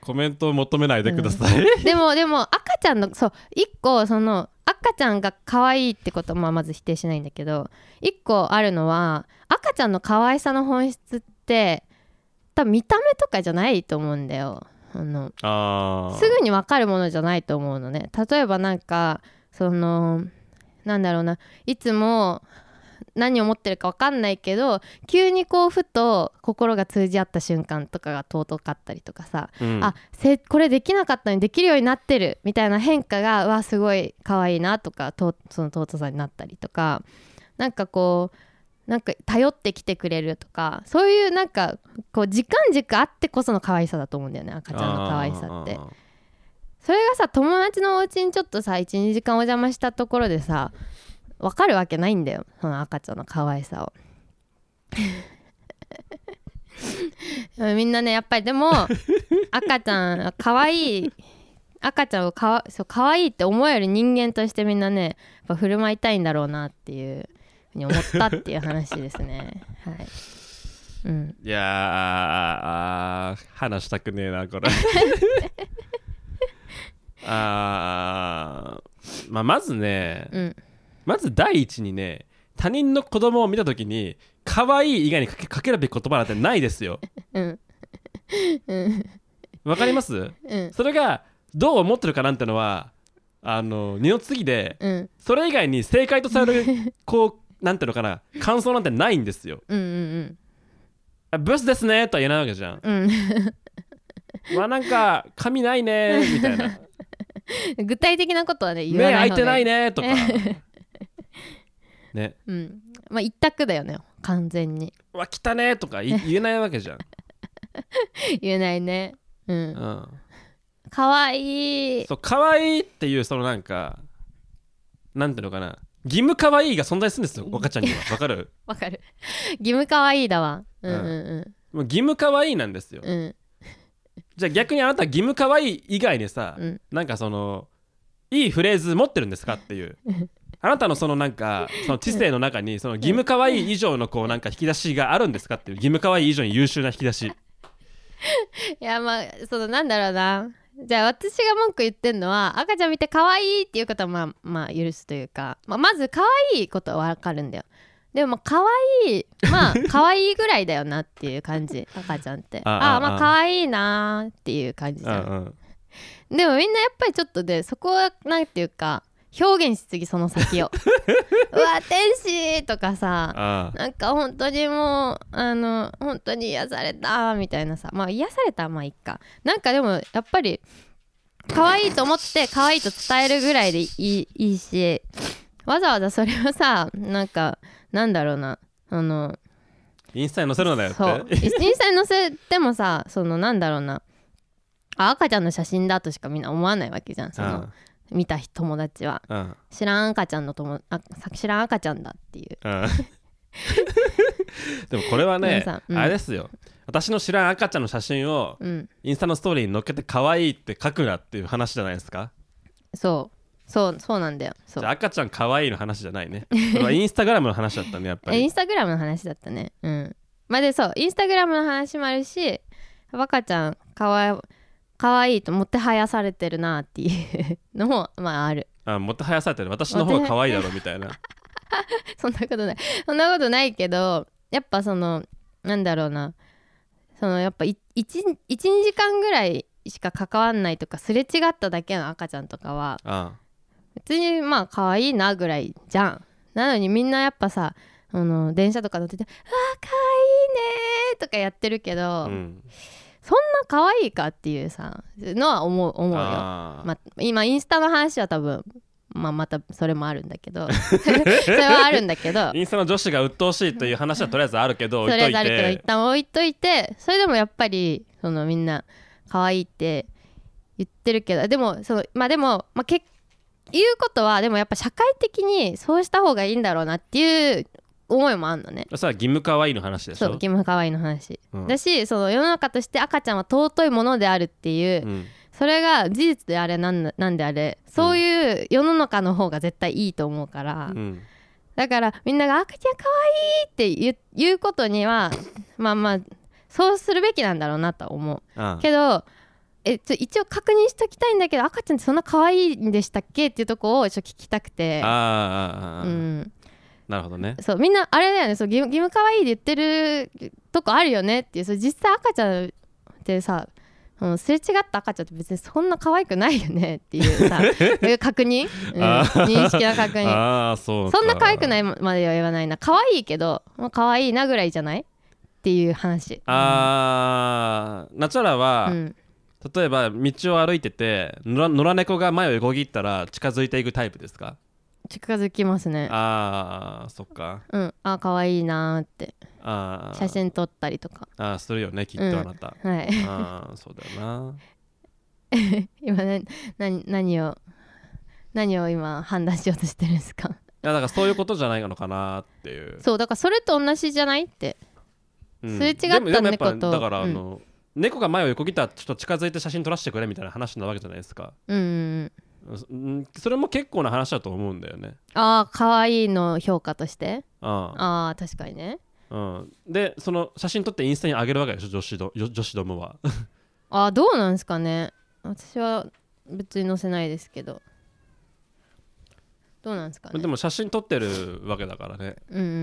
コメントを求めないでください、でもでも赤ちゃんのそう一個その赤ちゃんが可愛いってことまあまず否定しないんだけど一個あるのは赤ちゃんの可愛さの本質って多分見た目とかじゃないと思うんだよあのああすぐに分かるものじゃないと思うのね例えばなんかそのなんだろうないつも何を持ってるか分かんないけど急にこうふと心が通じ合った瞬間とかが尊かったりとかさうんあせこれできなかったのにできるようになってるみたいな変化がうわすごい可愛いなとかとその尊さになったりとかなんかこうなんか頼ってきてくれるとかそういうなんかこう時間軸あってこその可愛さだと思うんだよね赤ちゃんの可愛さってあーそれがさ友達のお家にちょっとさ12時間お邪魔したところでさわかるわけないんだよその赤ちゃんの可愛さを みんなねやっぱりでも赤ちゃんは可愛い赤ちゃんをかわそう可愛いって思える人間としてみんなねやっぱ振る舞いたいんだろうなっていうふうに思ったっていう話ですねはいうんいやーあー話したくねえなこれあー、まあ、まずねうんまず第一にね他人の子供を見た時に可愛い以外にかけかけるべき言葉なんてないですようんうんわかりますうんそれがどう思ってるかなんてのはあの二の次でうんそれ以外に正解とされるこうなんていうのかな感想なんてないんですようんうんあブスですねとは言えないわけじゃんうんまあなんか髪ないねみたいなうん 具体的なことはね言目わな開いい方てがないいいね とかねうんまあ一択だよね完全に うわ来たねとか い言えないわけじゃん、言えないねうんうん、可愛いそう可愛いっていうそのなんかなんていうのかな義務可愛いが存在するんですよ赤ちゃんにはわかるわかる 義務可愛いだわうんうんもう義務可愛いなんですようんうんじゃあ逆にあなたは義務可愛い以外にさ、うんなんかそのいいフレーズ持ってるんですかって いうあなたのそのなんかその知性の中にその義務可愛い以上のこうなんか引き出しがあるんですかっていう義務可愛い以上に優秀な引き出 しいやまあそのなんだろうなじゃあ私が文句言ってんのは赤ちゃん見て可愛いっていうことはまあまあ許すというか、まあ、まず可愛いことはわかるんだよでもまあ可愛い まあ可愛いぐらいだよなっていう感じ赤ちゃんってああああまああ可愛いなーっていう感じうじんうゃん、んでもみんなやっぱりちょっとでそこはなんていうか表現しすぎその先をうわ天使とかさああなんか本当にもうあの本当に癒されたみたいなさまあ癒されたはまあいっかなんかでもやっぱり可愛いと思って可愛いと伝えるぐらいでいいいいしわざわざそれをさなんかなんだろうなあのインスタに載せるのだよ そっうて一日載せてもさそのなんだろうなあ赤ちゃんの写真だとしかみんな思わないわけじゃんその、見た友達はうんうん知らん赤ちゃんの友あ知らん赤ちゃんだっていううん でもこれはね皆さんうんあれですよ私の知らん赤ちゃんの写真をうんインスタのストーリーに載っけて可愛いって書くなっていう話じゃないですかそうそうそうなんだよそうじゃあ赤ちゃん可愛いの話じゃないね。これはインスタグラムの話だったね、やっぱえインり。スタグラムの話だったねうんまあでそうインスタグラムの話もあるし若ちゃんかわいかわいいともってはやされてるなっていうのもまああるあ、もっと生やされてる。私の方が可愛いだろみたいな。 そんなことないそんなことないけどやっぱそのなんだろうなそのやっぱ12時間ぐらいしか関わんないとかすれ違っただけの赤ちゃんとかはあ別にまあ可愛いなぐらいじゃんなのにみんなやっぱさあの電車とか乗ってて「うわー可愛いね」とかやってるけあど、うん。可愛いかっていうさのは思う思うよああま、今インスタの話は多分、まあ、またそれもあるんだけ ど それはあるんだけどインスタの女子が鬱陶しいという話はとりあえずあるけど、そ置いとれいはあるけど一て。旦置いといてそれでもやっぱりそのみんな可愛いって言ってるけどでもそのまあでも、まあ、け言うことはでもやっぱ社会的にそうした方がいいんだろうなっていう思いもあるのねそれは義務可愛いの話でしそうょ義。務可愛いの話、うんだしその世の中として赤ちゃんは尊いものであるっていう、うんそれが事実であれなんなんであれそういう世の中の方が絶対いいと思うから、うんだからみんなが「赤ちゃんかわいい!」って言う言うことにはまあまあそうするべきなんだろうなとは思あうけどえちょ一応確認しときたいんだけど赤ちゃんってそんな可愛いんでしたっけっていうとこをちょっと聞きたくあて。あああ、うん、なるほどね。そうみんなあれだよねそう義務義務可愛いで言ってるとこあるよねっていうそう実際赤ちゃんってさうんすれ違った赤ちゃんって別にそんな可愛くないよねっていう さいう確認、うんあー認識の確認ああ、そうか。。そんな可愛くないいまでは言わないな可愛いけど、まあ、可愛いなぐらいじゃないっていう話ああ、ナチュラはう、ん、例えば道を歩いてて、野良野良猫が前を横切ったら近づいていくタイプですか近づきますねああ、そっか。うんあ可愛いなーってああ。写真撮ったりとかあーするよねきっとうんあなた、はい ああそうだよな今な何何を何を今判断しようとしてるんですか いやだからそういうことじゃないのかなっていう、そうだからそれと同じじゃないってうんすれ違ったでもでもやっぱ猫とだからあの、猫が前を横切ったらちょっと近づいて写真撮らせてくれみたいな話なわけじゃないですか、うんうんうん、それも結構な話だと思うんだよねああ可愛いの評価としてあああ確かにねあうん、でその写真撮ってインスタに上げるわけでしょ女子ど女女子どもはあどうなんですかね私は別に載せないですけどどうなんですか ねでも写真撮ってるわけだからね、うんううんう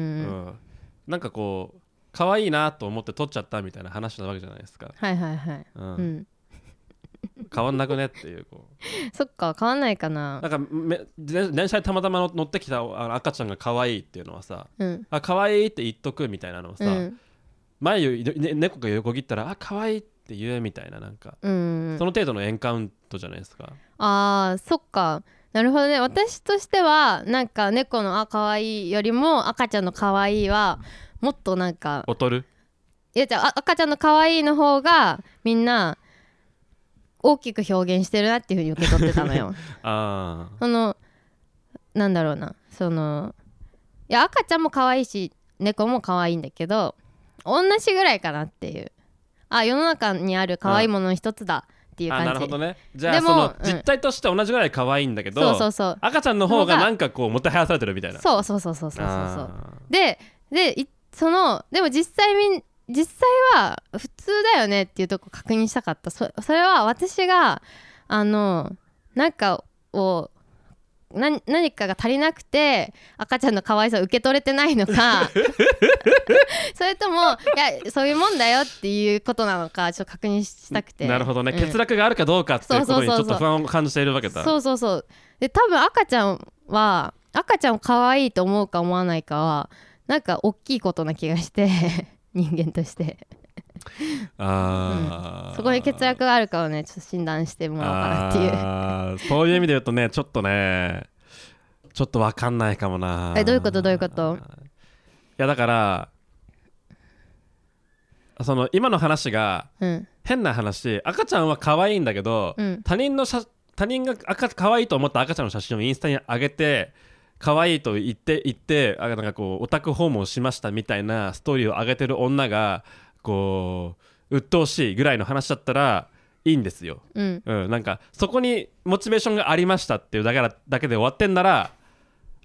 ん、なんかこう可愛いなと思って撮っちゃったみたいな話なわけじゃないですか、はいはいはい、うんうん、変わんなくねっていうこうそっか変わんないかななんかめ電電車でたまたま乗ってきたあの赤ちゃんが可愛いっていうのはさうんあ可愛いって言っとくみたいなのをさ、うん前より、ね猫が横切ったらあ可愛いって言うみたいななんか、うんその程度のエンカウントじゃないですかあーそっかなるほどね私としてはなんか猫の「あ可愛いよりも赤ちゃんの「可愛いはもっとなんか劣るいやじゃああ赤ちゃんの「可愛いの方がみんな大きく表現してるなっていうふうに受け取ってたのよ。ああそのなんだろうなそのいや赤ちゃんも可愛いし猫も可愛いんだけど同じぐらいかなっていうあ世の中にある可愛いものの一つだっていうあ感じなるほどねじゃあでそものうん実態として同じぐらい可愛いんだけど、そうそうそう赤ちゃんの方がなんかこうもてはやされてるみたいなそうそうそうそうそうそうそうあででいそのでも実際みん実際は普通だよねっていうとこ確認したかったそそれは私があのなんかをな何かが足りなくて赤ちゃんの可愛さを受け取れてないの かそれともいやそういうもんだよっていうことなのかちょっと確認したくてーなるほどね、うん欠落があるかどうかっていうことにちそうょそっうそうそとう不安を感じているわけだそうそうそうで多分赤ちゃんは赤ちゃんを可愛いと思うか思わないかはなんか大きいことな気がして 人間としてあーそこに欠落があるかをねちょっと診断してもらおうかなっていうあーそういう意味で言うとねちょっとねちょっとわかんないかもなえどういうことどういうこといやだからその今の話がうん変な話赤ちゃんは可愛いんだけど、うん他人の写他人が赤可愛いと思った赤ちゃんの写真をインスタに上げて可愛いと言って言ってあなんかこうオタク訪問しましたみたいなストーリーを上げてる女がこう鬱陶しいぐらいの話だったらいいんですよ。うんうん、なんかそこにモチベーションがありましたっていうだからだけで終わってんなら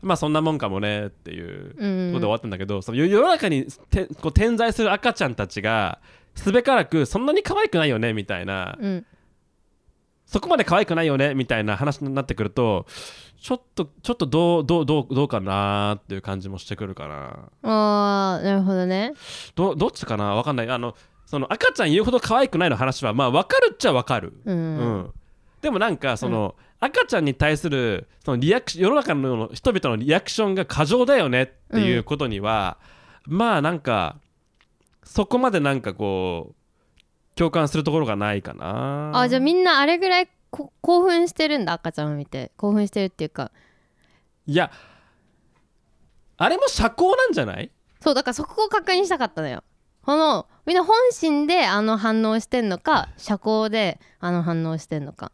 まあそんなもんかもねっていうことうんで終わったんだけど、その世世の中にてこう点在する赤ちゃんたちがすべからくそんなに可愛くないよねみたいな、うんそこまで可愛くないよねみたいな話になってくるとちょっとちょっとどうどうどうどうかなっていう感じもしてくるかなあーなるほどねどどっちかなわかんないあのその赤ちゃん言うほど可愛くないの話はまあわかるっちゃわかる。うう、んん、でもなんかその、赤ちゃんに対するそのリアクシ世の中の人々のリアクションが過剰だよねっていうことには、まあなんかそこまでなんかこう共感するところがないかなあじゃあみんなあれぐらいこ興奮してるんだ赤ちゃんを見て興奮してるっていうかいやあれも社交なんじゃないそうだからそこを確認したかったのよこのみんな本心であの反応してんのか社交であの反応してんのか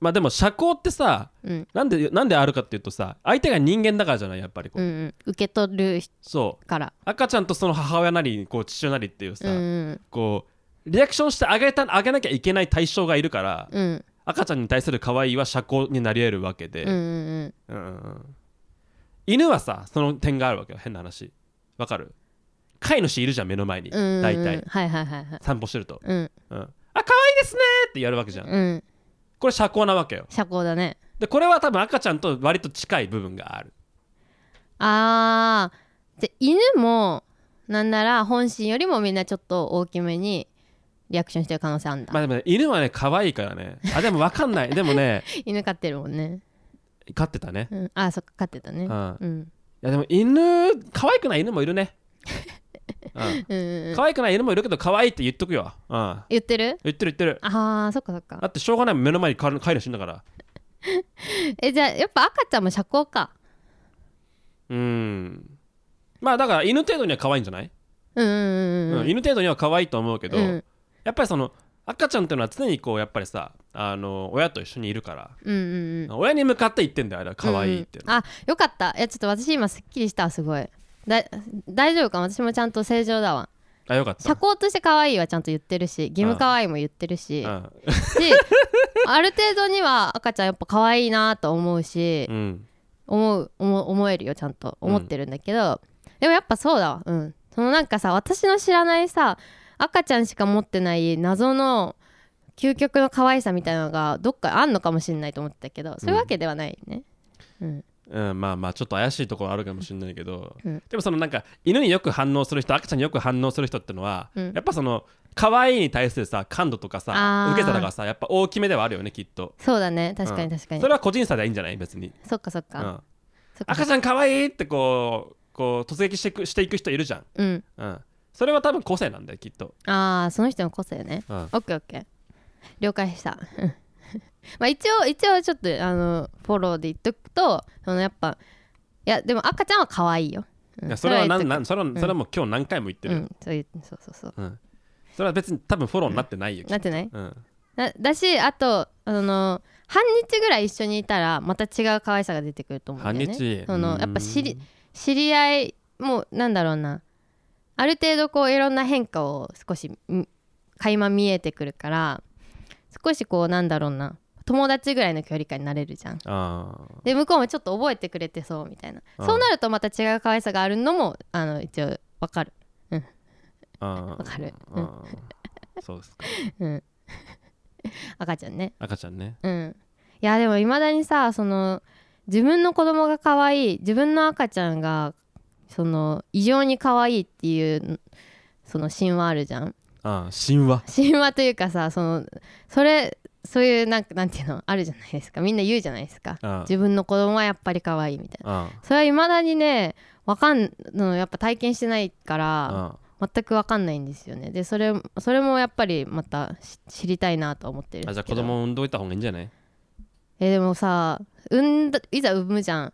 まあでも社交ってさうんなんでなんであるかっていうとさ相手が人間だからじゃないやっぱりこうう、んうん、受け取る人そうから赤ちゃんとその母親なりこう父親なりっていうさ、うんうんこうリアクションしてあげたあげなきゃいけない対象がいるから、うん赤ちゃんに対する可愛いは社交になり得るわけで、うんうんうんうんうん犬はさその点があるわけよ変な話わかる飼い主いるじゃん目の前に、うんうん大体はいはいはいはい散歩してると、うんうん、あ可愛いですねってやるわけじゃんうんこれ社交なわけよ社交だねでこれは多分赤ちゃんと割と近い部分があるあーで犬もなんなら本心よりもみんなちょっと大きめにリアクションしてる可能性あるんだ、まあでもね犬はね可愛いからねあでもわかんないでも ね犬飼ってるもんね、飼ってたねうん、あーそっか飼ってたねうん、いうんやでも犬可愛くない犬もいるね、うん、うんうんうん可愛くない犬もいるけど可愛いって言っとくよ、うん、言ってる言ってる言ってるあーそっかそっだかってしょうがないもん目の前に飼い飼い主いるんだからえじゃあやっぱ赤ちゃんも社交かうんまあだから犬程度には可愛いんじゃない、うんうんうんううんん犬程度には可愛いと思うけど、うんやっぱりその赤ちゃんっていうのは常にこうやっぱりさあの親と一緒にいるから、うんうんうん親に向かって言ってんだよあれは可愛いって、うんうんあよかったいやちょっと私今すっきりしたすごいだ大丈夫かな私もちゃんと正常だわあよかった社交として可愛いはちゃんと言ってるし義務可愛いも言ってる し、しある程度には赤ちゃんやっぱ可愛いなと思うし、うん、うん思う思思えるよちゃんと思ってるんだけど、でもやっぱそうだわうんそそのなんかさ私の知らないさ赤ちゃんしか持ってない謎の究極の可愛さみたいなのがどっかあんのかもしれないと思ってたけどそういうわけではないね、うんうん、まあまあちょっと怪しいところあるかもしれないけど、うんでもそのなんか犬によく反応する人赤ちゃんによく反応する人ってのは、うんやっぱその可愛いに対するさ感度とかあさー受け皿がさやっぱ大きめではあるよねきっとそうだね確かうんに確かに、それは個人差ではいいんじゃない別に、そっかそっうか、ん、そっかそ赤っかちゃん可愛いってこうこう突撃していくしていく人いるじゃん、うんうん、それは多分個性なんだよきっと、ああその人の個性ねうん、オッケーオッケー了解した まあ一応一応ちょっとあのフォローで言っとくとそのやっぱいやでも赤ちゃんは可愛いよ、うんいやそれは言っなんとくなんそれはそれはもう今日何回も言ってうるよ、ん、そういうそうそうそううんそれは別に多分フォローになってないよ、きなっんてないとうん、だだしあとあの半日ぐらい一緒にいたらまた違う可愛さが出てくると思うんだ半よね日そのやっぱ知りうん知り合いもうなんだろうなある程度こういろんな変化を少しん垣間見えてくるから少しこうなんだろうな友達ぐらいの距離感になれるじゃんあーで向こうもちょっと覚えてくれてそうみたいなうんそうなるとまた違う可愛さがあるのもあの一応わかるわわかるうんそうですかうん赤ちゃんね赤ちゃんねうんいやでもいまだにさその自分の子供が可愛い自分の赤ちゃんがその異常に可愛いっていうその神話あるじゃんあー神話神話というかさそのそれそういうなんかなんていうのあるじゃないですかみんな言うじゃないですかあー自分の子供はやっぱり可愛いみたいなあーそれはいまだにねわかんのやっぱ体験してないからあ全くわかんないんですよねでそれそれもやっぱりまたし知りたいなと思ってるんーあでじゃあす子けど供を産んどいた方がいいんじゃないえでもさ産んだいざ産むじゃん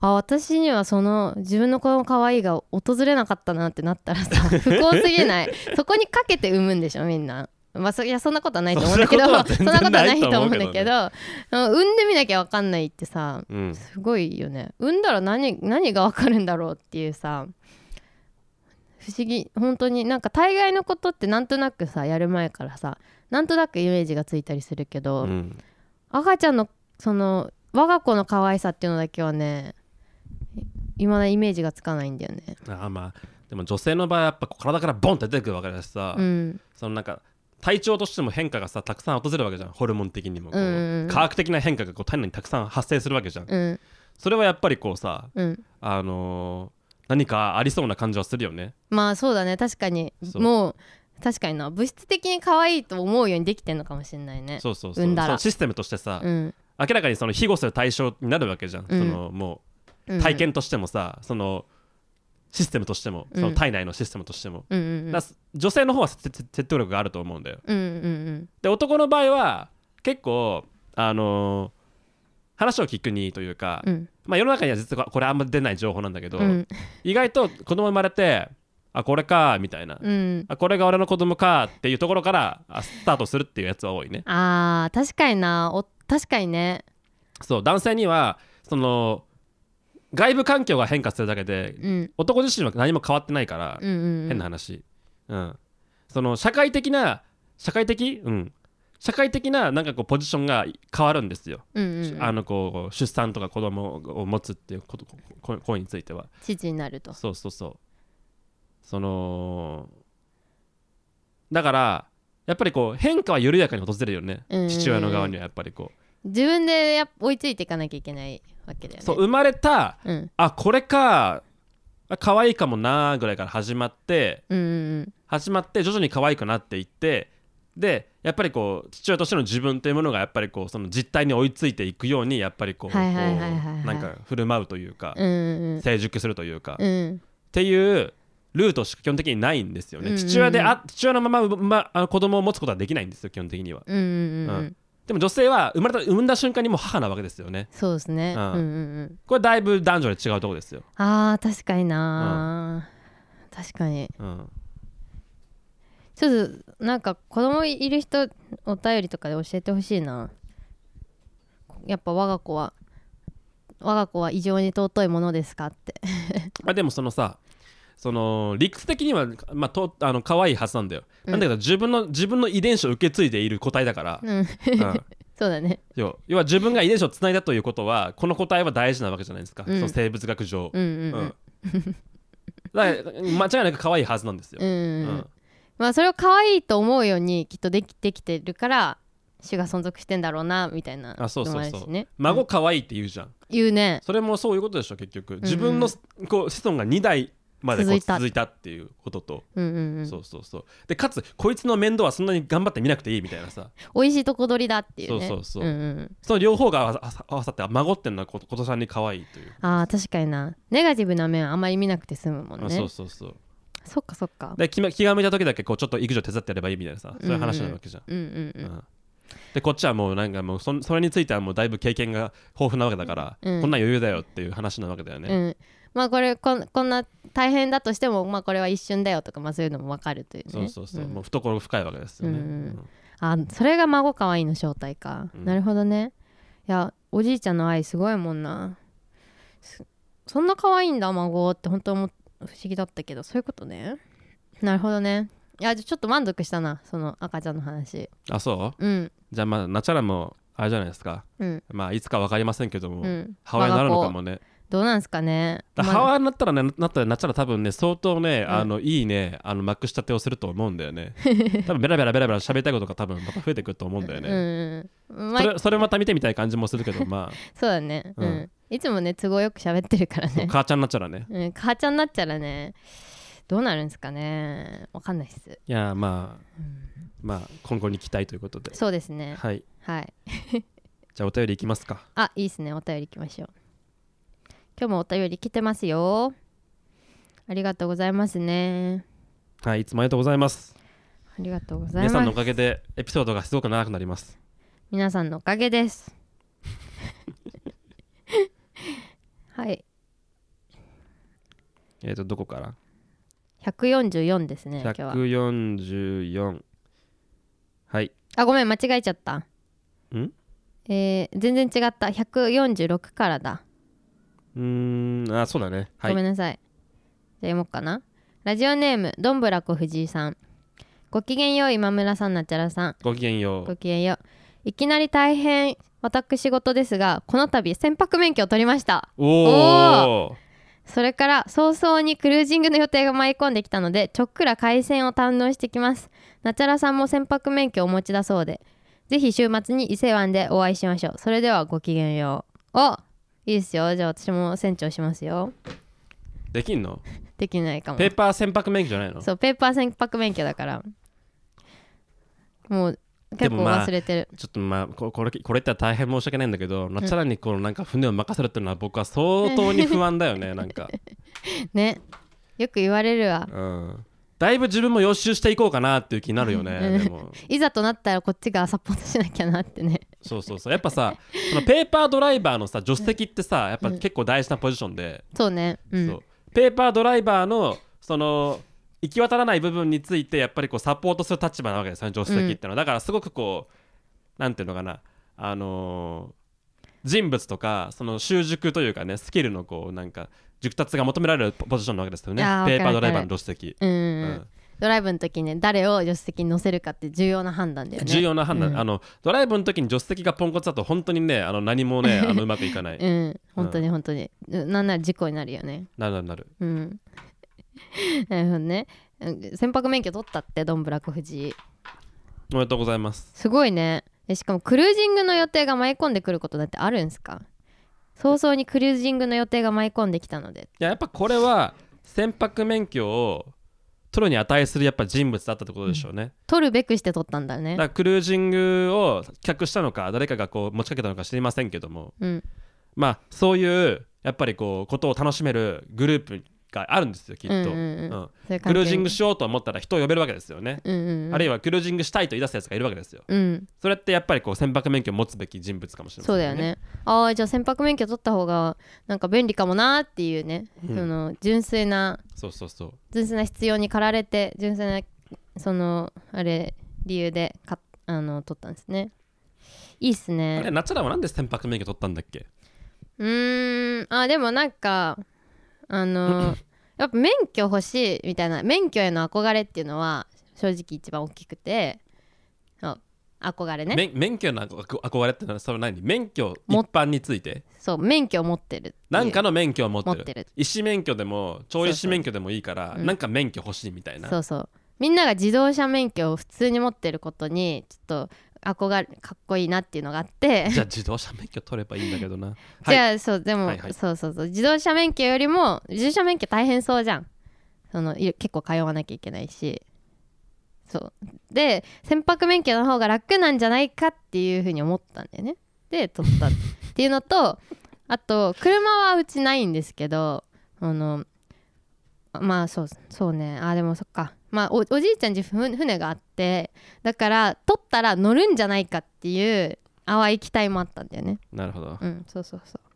あ私にはその自分の子供可愛いが訪れなかったなってなっ たらさ不幸すぎないそこにかけて産むんでしょみんな。まあ、そいやそんなことはないと思うんだけどそんなことは全そんなこ然とはなないいとと思思ううんけどだけどうん産んでみなきゃ分かんないってさうんすごいよね産んだら何何が分かるんだろうっていうさ不思議本当になんか大概のことってなんとなくさやる前からさなんとなくイメージがついたりするけど、うん赤ちゃんのその我が子の可愛さっていうのだけはねいまだイメージがつかないんだよねあーまあでも女性の場合はやっぱこう体からボンって出てくるわけだしさうんそのなんか体調としても変化がさたくさん訪れるわけじゃんホルモン的にもこううんうんうん科学的な変化がこう体内にたくさん発生するわけじゃんうんそれはやっぱりこうさうんあのー何かありそうな感じはするよねまあそうだね確かにそうもう確かにな物質的に可愛いと思うようにできてんのかもしれないねそうそうそう産んだらそのシステムとしてさうん明らかにその庇護する対象になるわけじゃんそうんのもううん体験としてもさそのシステムとしてもうそんの体内のシステムとしても、うんうんうんだ女性の方は説説得力があると思うんだようんうんで男の場合は結構あのー話を聞くにというか、うんうんまあ、世の中には実はこれあんま出ない情報なんだけど、うん意外と子供生まれてあこれかみたいな、うんあこれが俺の子供かっていうところからあスタートするっていうやつは多いねあー確かになお確かにねそう男性にはその外部環境が変化するだけでうん男自身は何も変わってないから、うんうんうん変な話、うんその社会的な社会的うん社会的ななんかこうポジションが変わるんですよ、うんうんうんあのこう出産とか子供を持つっていうことここ行為については父になるとそうそうそうそのだからやっぱりこう変化は緩やかに訪れるよね、うんうんうん父親の側にはやっぱりこう自分でやっ追いついていかなきゃいけないわけだよねそう生まれたうんあこれかあ可愛いかもなーぐらいから始まってうんうん始まって徐々に可愛くなっていってでやっぱりこう父親としての自分というものがやっぱりこうその実態に追いついていくようにやっぱりこうこはいはいはいはいはいうなんか振る舞うというかうんうん成熟するというかっうんていうルートしか基本的にないんですようんねうんうん父親であ父親のままうまあの子供を持つことはできないんですよ基本的にはうんうんうんうんでも女性は生まれた産んだ瞬間にもう母なわけですよねそうですねううんんうんうんこれだいぶ男女で違うところですよ、あー確かになー確かにうん、ちょっとなんか子供いる人お便りとかで教えてほしいなやっぱ我が子は我が子は異常に尊いものですかってまあでもそのさその理屈的には、まあ、とあの可愛いはずなんだよ、なんだけど自分の自分の遺伝子を受け継いでいる個体だ から、うんうんそうだね要要は自分が遺伝子をつないだということはこの個体は大事なわけじゃないですか、うんその生物学上、うんうんううんんだから間違いなく可愛いはずなんですよ、うん、うんまあそれを可愛いと思うようにきっとできてきてるから主が存続してんだろうなみたいなあそうそうそうのもるしね孫うん可愛いって言うじゃん言うねそれもそういうことでしょ結局ん自分のこう子孫が2代までこう続続いたいたっていうことと、うんうんうんそうそうそうでかつこいつの面倒はそんなに頑張って見なくていいみたいなさ美味しいとこ取りだっていうねそうそうそううんうんその両方が合わさ合わさって孫ってんのはこことさんに可愛いという、あー確かになネガティブな面あんまり見なくて済むもんあねそうそうそうそっかそっかで気ま気が向いた時だけこうちょっと育児を手伝ってやればいいみたいなさそういう話なわけじゃん、うんうんうんうんでこっちはもうなんかもうそんそれについてはもうだいぶ経験が豊富なわけだから、うんこんなん余裕だよっていう話なわけだよね、うん、まあこれこんこんな大変だとしても、まあ、これは一瞬だよとか、まあ、そういうのも分かるというねそうそうそう、んもう懐深いわけですよね、うんうんあそれが孫かわいいの正体か、うんなるほどねいやおじいちゃんの愛すごいもんなすそんな可愛いんだ孫って本当も不思議だったけどそういうことねなるほどねいやじゃあちょっと満足したなその赤ちゃんの話あそううんじゃあまあナチャラもあれじゃないですかうんまあいつかわかりませんけども、うんハワイになるのか我がもね子どうなんすかねだまあハワイになったらねなったらなっちゃら多分ね相当ね、んあのいいねあのまくしたてをすると思うんだよ ね多分ベラベラベラベラ喋りたいことが多分また増えてくると思うんだよね、うんうんまあそれそれまた見てみたい感じもするけど まそうだね、うんうん、いつもね都合よく喋ってるからあね母ちゃんになっちゃらねうん、母ちゃんになっちゃらねどうなるんですかねわかんないっす、いやまあうんまあ今後に期待ということでそうですねはいはいじゃあお便りいきますかあいいですねお便り行きましょう今日もお便り来てますよありがとうございますねはいいつもありがとうございますありがとうござ皆いますさんのおかげでエピソードがすごく長くなります皆さんのおかげです はいえっ、とどこから144ですね今日は144はいあごめん間違えちゃったんえー全然違った146からだうーんあそうだねはごめいんなさいじゃあ読もうかなラジオネームどんぶらこ藤井さんごきげんよう今村さんなちゃらさんごきげんようごきげんよういきなり大変私事ですがこの度船舶免許を取りましたおおそれから早々にクルージングの予定が舞い込んできたのでちょっくら海鮮を堪能してきますなちゃらさんも船舶免許をお持ちだそうでぜひ週末に伊勢湾でお会いしましょうそれではごきげんようおいいですよじゃあ私も船長しますよできんのできないかもペーパー船舶免許じゃないのちょそうペーパー船舶免許だからもう結で構もまあ忘れてる、っとまあここれこれ言ったら大変申し訳ないんだけどなっちゃらにこのなんか船を任せるっていうのは僕は相当に不安だよねなんか、ねよく言われるわうん、だいぶ自分も予習していこうかなっていう気になるよねでもいざとなったらこっちがサポートしなきゃなってねそうそうそうやっぱさそのペーパードライバーのさ助手席ってさやっぱ結構大事なポジションで、そうねうんそうペーパードライバーのその行き渡らない部分についてやっぱりこうサポートする立場なわけですよね助手席ってのは、だからすごくこうなんていうのかなあのー人物とかその習熟というかねスキルのこうなんか熟達が求められるポポジションなわけですよねいやーペーパードライバーわかるの助手席、うんううんんドライブの時にね誰を助手席に乗せるかって重要な判断だよね重要な判断、うんあのドライブの時に助手席がポンコツだと本当にねあの何も ねあのうまくいかない、うん本当に本当に、うんなんなら事故になるよねなるなるなるうん なるほどねうん船舶免許取ったってどんぶらこ藤井おめでとうございますすごいねえしかもクルージングの予定が舞い込んでくることだってあるんすか早々にクルージングの予定が舞い込んできたのでいややっぱこれは船舶免許を取るに値するやっぱ人物だったってことでしょうね、取るべくして取ったんだだねからクルージングを企画したのか誰かがこう持ちかけたのか知りませんけどもうんまあそういうやっぱりこうことを楽しめるグループがあるんですよきっと、うんうんうんうんそういう関係クルージングしようと思ったら人を呼べるわけですよね、うんうんうんあるいはクルージングしたいと言い出すやつがいるわけですようんそれってやっぱりこう船舶免許を持つべき人物かもしれませそんうだよねああじゃあ船舶免許取った方がなんか便利かもなーっていうね、うんその純粋なそうそうそう純粋な必要に駆られて純粋なそのあれ理由でかあの取ったんですねいいっすあれねナチャラはなんで船舶免許取ったんだっけうーんあでもなんか あのやっぱ免許欲しいみたいな免許への憧れっていうのは正直一番大きくてあ憧れね免免許の憧憧れってのはそれは何免許一も般についてそう免許を持ってるっていうなんかの免許を持って持っるてる医師免許でも調理師免許でもいいからそううんなんか免許欲しいみたいなそうそうみんなが自動車免許を普通に持ってることにちょっと憧れかっこいいなっていうのがあってじゃあ自動車免許取ればいいんだけどなじはいゃあそうでも、はいはいそうそうそう自動車免許よりも自動車免許大変そうじゃんそのい結構通わなきゃいけないしそうで船舶免許の方が楽なんじゃないかっていうふうに思ったんだよねで取ったっていうのと あと車はうちないんですけどあのまあそうそうねあでもそっかまあおおじいちゃんちふ船があってだから取ったら乗るんじゃないかっていう淡い期待もあったんだよねなるほ どうんそうそうそう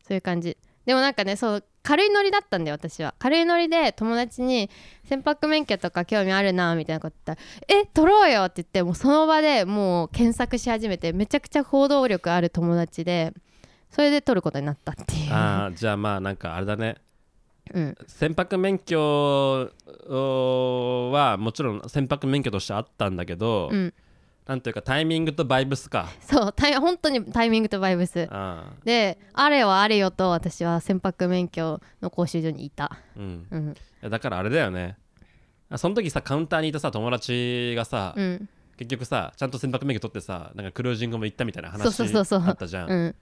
そういう感じでもなんかねそう軽いノリだったんだよ私は軽いノリで友達に「船舶免許とか興味あるな」みたいなこと言ったら「え取ろうよ」って言ってもうその場でもう検索し始めてめちゃくちゃ行動力ある友達でそれで取ることになったっていうあーじゃあまあなんかあれだねうん、船舶免許はもちろん船舶免許としてあったんだけど、うん、なんというかタイミングとバイブスかそうタイ本当にタイミングとバイブスあであれはあれよと私は船舶免許の講習所にいた、ー、うん、うんいやだからあれだよねあその時さカウンターにいたさ友達がさ、うん結局さちゃんと船舶免許取ってさなんかクルージングも行ったみたいな話そうそうそうそうあったじゃんうん、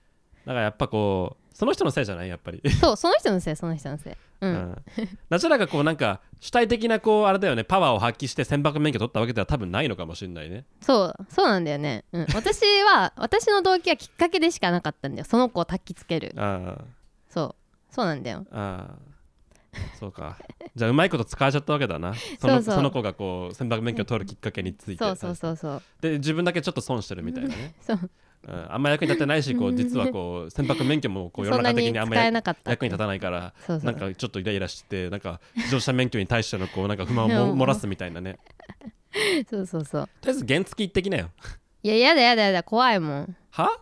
だからやっぱこうその人のせいじゃないやっぱり、そうその人のせいその人のせい、ううんん、ナチュラがこうなんか主体的なこうあれだよねパワーを発揮して船舶免許取ったわけでは多分ないのかもしれないねそうそうなんだよね、 うん、私は私の動機はきっかけでしかなかったんだよその子を焚きつけるあーそうそうなんだよあーそうかじゃあうまいこと使わちゃったわけだなそのそうそうその子がこう船舶免許を取るきっかけについてそうそうそうそうで自分だけちょっと損してるみたいなね、そううん、あんま役に立ってないしこう実はこう 船舶免許もこう世そのんな中的ににあんま使え役なかった役に立たないからそうそなんうかちょっとイライラしてなんか自動車免許に対しての こうなんか不満をもうん漏らすみたいなねそうそうそうとりあえず原付行ってきなよいややだやだやだ怖いもんは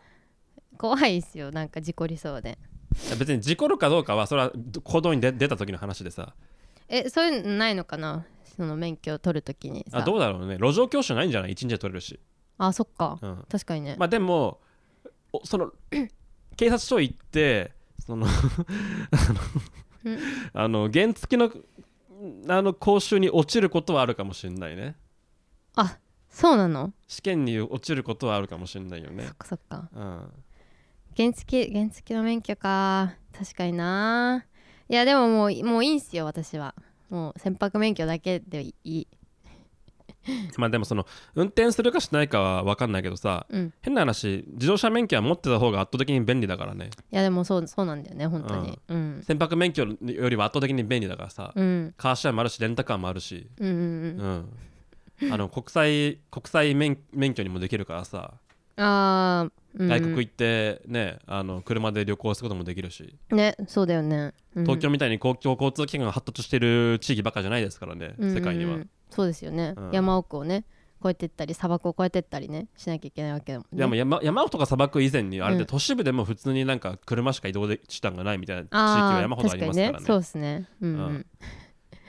怖いですよなんか事故りそうでいや別に事故るかどうかはそれは行動に出出た時の話でさえそういうのないのかなその免許を取るときにさあどうだろうね路上教習ないんじゃない一日で取れるし、あそっかうん、確かにね、まあでもおそ の警察署行ってそのあのうん あの原付のあの講習に落ちることはあるかもしれないねあそうなの試験に落ちることはあるかもしれないよねそっ、かそっかうん、原付原付の免許か確かにないやでももうもういいんすよ私はもう船舶免許だけでいいまあでもその運転するかしないかは分かんないけどさうん変な話自動車免許は持ってた方が圧倒的に便利だからねいやでもそうそうなんだよね本当にうん船舶免許よりは圧倒的に便利だからさ、うんカーシェアもあるしレンタカーもあるし、うんうんううんん、あの国際国際免免許にもできるからさああ外国行ってねあの車で旅行することもできるしねそうだよねうん東京みたいに公共交通機関が発達してる地域ばっかじゃないですからね、うんうんうん世界には。そうですよねうん山奥をね越えてったり砂漠を越えてったりねしなきゃいけないわけだもんでもね山山とか砂漠以前にあれうでん都市部でも普通になんか車しか移動で手段がないみたいな地域はあ山あほどあ確りかまにすからねねそうですねうんううん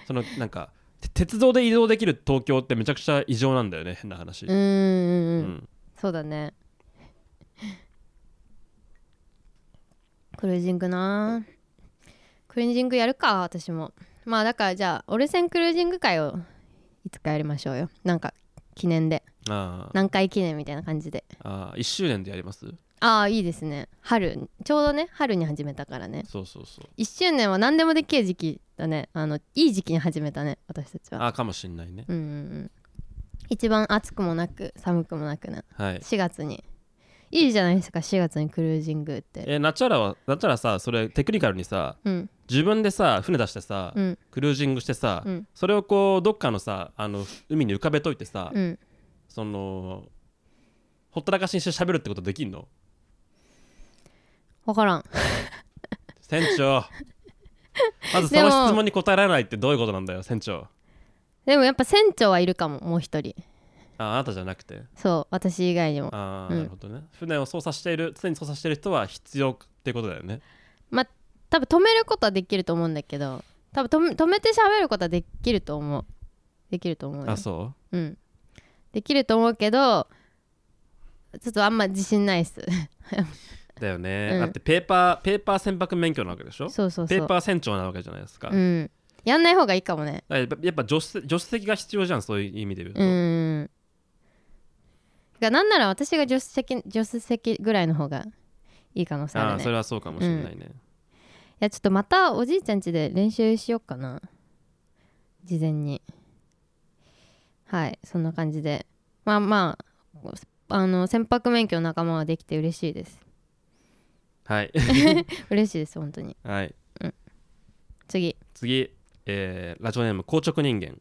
そのなんかて鉄道で移動できる東京ってめちゃくちゃ異常なんだよね変な話、うんうんううんんそうだねクルージングなクルージングやるか私もまあだからじゃあオルセンクルージング会をいつかやりましょうよなんか記念であー何回記念みたいな感じであ1周年でやりますああいいですね春ちょうどね春に始めたからねそうそうそう1周年は何でもできる時期だねあのいい時期に始めたね私たちはあーかもしんないねうんうんうん一番暑くもなく寒くもなくなはい4月にいいじゃないですか4月にクルージングってえナチュラはナチュラさそれテクニカルにさうん自分でさ船出してさ、うんクルージングしてさ、うんそれをこうどっかのさあの海に浮かべといてさ、うんそのほったらかしにして喋るってことできんの分からん船 長まずそでのも質問に答えられないってどういうことなんだよ船長でもやっぱ船長はいるかももう一人ああなたじゃなくてそう私以外にもああ、うんなるほどね船を操作している常に操作している人は必要ってことだよねまあ多分止めることはできると思うんだけど多分止め止めて喋ることはできると思うできると思うよあそううんできると思うけどちょっとあんま自信ないっすだよね、うんだってペーパーペーパー船舶免許なわけでしょそうそうそうペーパー船長なわけじゃないですか,、うんやんない方がいいかもねやっぱやっぱ助手助手席が必要じゃんそういう意味で言うと、うんがなんなら私が助手席助手席ぐらいの方がいい可能性ああるあねそれはそうかもしれないね、いやちょっとまたおじいちゃん家で練習しよっかな事前にはいそんな感じでまあまああの船舶免許の仲間ができて嬉しいですはい 嬉しいです本当にはい次次、えーラジオネーム硬直人間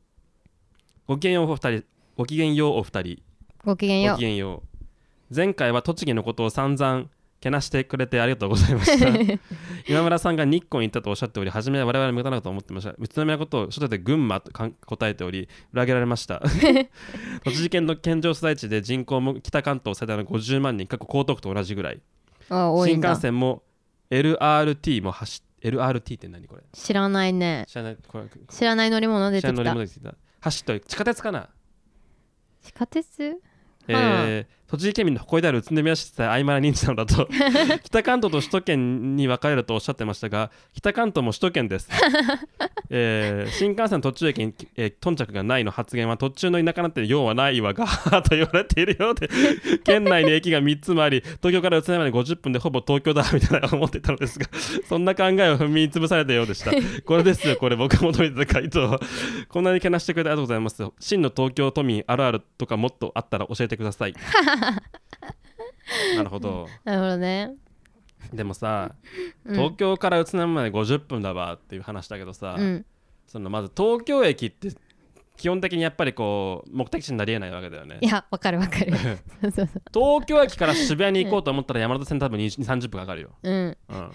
ごきげんようお二人ごきげんようお二人ごきげんよごうきげんよう前回は栃木のことを散々けなしてくれてありがとうございました 今村さんが日光に行ったとおっしゃっており初めは我々は無駄なことを思ってました宇都宮のことを初手で群馬とかん答えており裏切られました 栃木県の県庁所在地で人口も北関東最大の50万人過去江東区と同じぐらいあ多い新んだ幹線も LRT も走っ LRT って何これ知らないね知らないこれ知らない乗り物出知らてんき乗りた物出てきた走って地下鉄かな地下鉄えー栃木県民の誇りである宇都宮市さえ曖昧な認知なのだと北関東と首都圏に分かれるとおっしゃってましたが北関東も首都圏です、えー新幹線途中駅に、えー頓着がないの発言は途中の田舎なんて用はないわが と言われているようで県内に駅が3つもあり東京から宇都宮まで50分でほぼ東京だみたいな思っていたのですがそんな考えを踏み潰されたようでしたこれですよこれ僕が求めてた回答はこんなにけなしてくれてありがとうございます真の東京都民あるあるとかもっとあったら教えてくだ さいなるほどなるほどねでもさ、うん東京から宇都宮まで50分だわっていう話だけどさ、うんそのまず東京駅って基本的にやっぱりこう目的地になりえないわけだよねいやわかるわかる そうそうそう 東京駅から渋谷に行こうと思ったら山手線多分2 30分かかるよ、うんうん、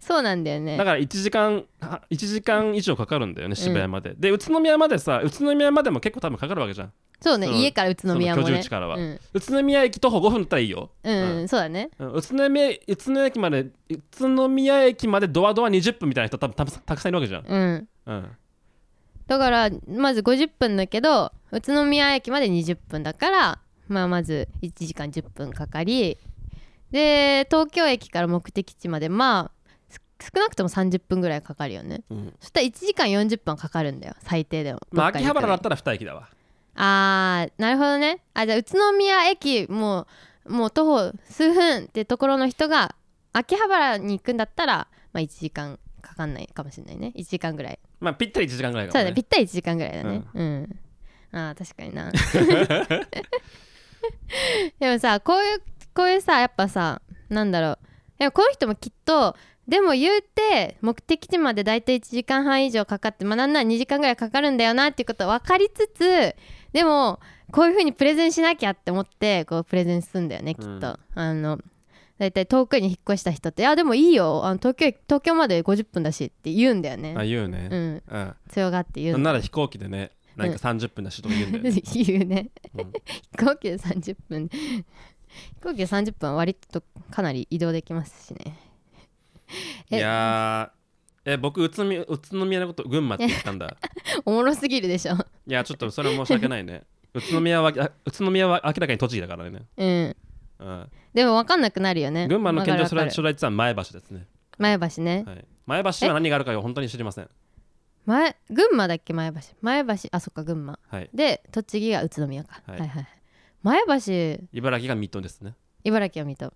そうなんだよねだから1時間は1時間以上かかるんだよね渋谷まで、で宇都宮までさ宇都宮までも結構多分かかるわけじゃんそうねその家から宇都宮もそのね居住地からはうん宇都宮駅徒歩5分だったらいいよ、うんうんそうだねうん宇都宮宇都宮駅まで宇都宮駅までドアドア20分みたいな人多分たたくさんいるわけじゃん、うんうん、だからまず50分だけど宇都宮駅まで20分だから、まあ、まず1時間10分かかりで東京駅から目的地までまあす少なくとも30分ぐらいかかるよねうんそしたら1時間40分かかるんだよ最低でもまあどっか秋に葉行くの原にだったら2駅だわあーなるほどねあじゃあ宇都宮駅もうもう徒歩数分ってところの人が秋葉原に行くんだったら、まあ、1時間かかんないかもしれないね1時間ぐらいまあぴったり1時間ぐらいかそもうだねぴったり1時間ぐらいだねうん、あー確かにな でもさこういうこういうさやっぱさなんだろうでもこの人もきっとでも言うて目的地まで大体1時間半以上かかってまあなんなら2時間ぐらいかかるんだよなっていうこと分かりつつでもこういう風にプレゼンしなきゃって思ってこうプレゼンするんだよねきっと、うんあの大体遠くに引っ越した人って「いやでもいいよあの東京駅東京まで50分だし」って言うんだよねあ言うね、うんうん強がって言なうんのなら飛行機でねなんか30分だしとか言うんだよね、 言うね、うん飛行機で30分飛行機で30分は割とかなり移動できますしねえいやーえ僕宇都宮宇都宮のこと群馬って言ったん だおもろすぎるでしょいやちょっとそれは申し訳ないね宇都宮はあ宇都宮は明らかに栃木だからね、うんうん、でも分かんなくなるよね群馬の県庁わか所る在わかる所在地は前橋ですね、前橋ね、はい、前橋は何があるか本当に知りません前群馬だっけ前橋前橋あそっか群馬はいで栃木が宇都宮か、ははいい、はいはい前橋茨城が水戸ですね茨城は水戸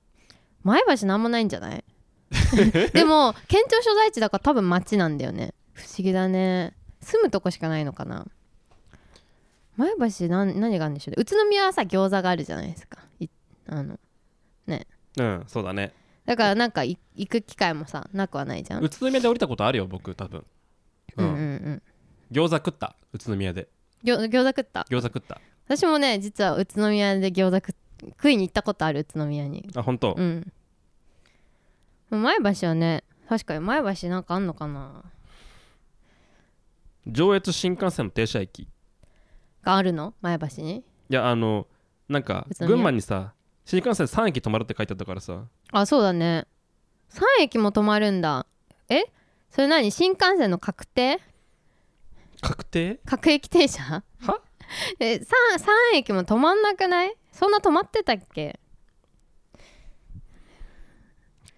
前橋なんもないんじゃない でも県庁所在地だから多分町なんだよね不思議だね住むとこしかないのかな前橋なん何があるんでしょうね宇都宮はさ餃子があるじゃないですかいあのうんそうだねだからなんかい行く機会もさなくはないじゃん、う宇都宮で降りたことあるよ僕多分、うんうんうん餃子食った宇都宮でぎょ餃子食った餃子食った私もね実は宇都宮で餃子食っ食いに行ったことある宇都宮にあ本当、うん前橋はね確かに前橋なんかあんのかな上越新幹線の停車駅いがあるの前橋にやあのなんか宇都宮群馬にさ新幹線3駅止まるって書いてあったからさあそうだね3駅も止まるんだえそれ何新幹線の確定確定各駅停車はえ 3, 3駅も止まんなくないそんな止まってたっけ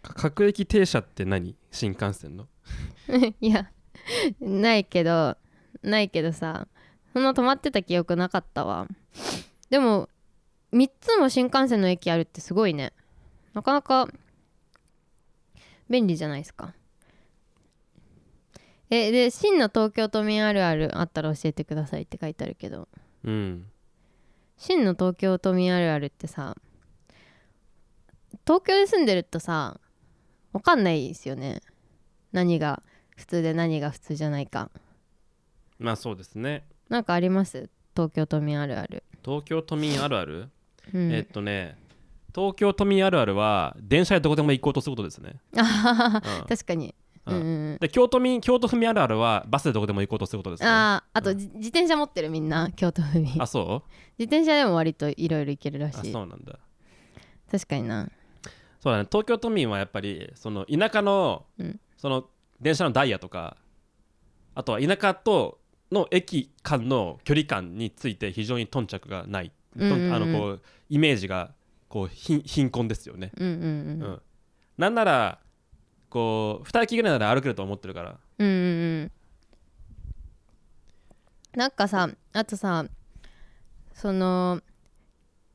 各駅停車って何新幹線のいやないけどないけどさそんな止まってた記憶なかったわでも3つも新幹線の駅あるってすごいねなかなか便利じゃないですかえで「真の東京都民あるあるあったら教えてください」って書いてあるけどうん真の東京都民あるあるってさ東京で住んでるとさわかんないですよね何が普通で何が普通じゃないかまあそうですねなんかあります東京都民あるある、東京都民あるある、うん、えっとね東京都民あるあるは電車でどこでも行こうとすることですね、 あはははうん確かに、ううんんうんうんで京都民京都府民あるあるはバスでどこでも行こうとすることですねああーあと、じ自転車持ってるみんな京都府民自そ転車でも割といろいろ行けるらうあしいそうなんだ確かになそうだね東京都民はやっぱりその田舎の、うんその電車のダイヤとかあとは田舎との駅間の距離感について非常に頓着がない、とうんうんうんあのこうイメージがこう貧貧困ですよね、うんうんうんうんなんならこう二駅ぐらいなら歩けると思ってるからうんうんうんなんかさあとさその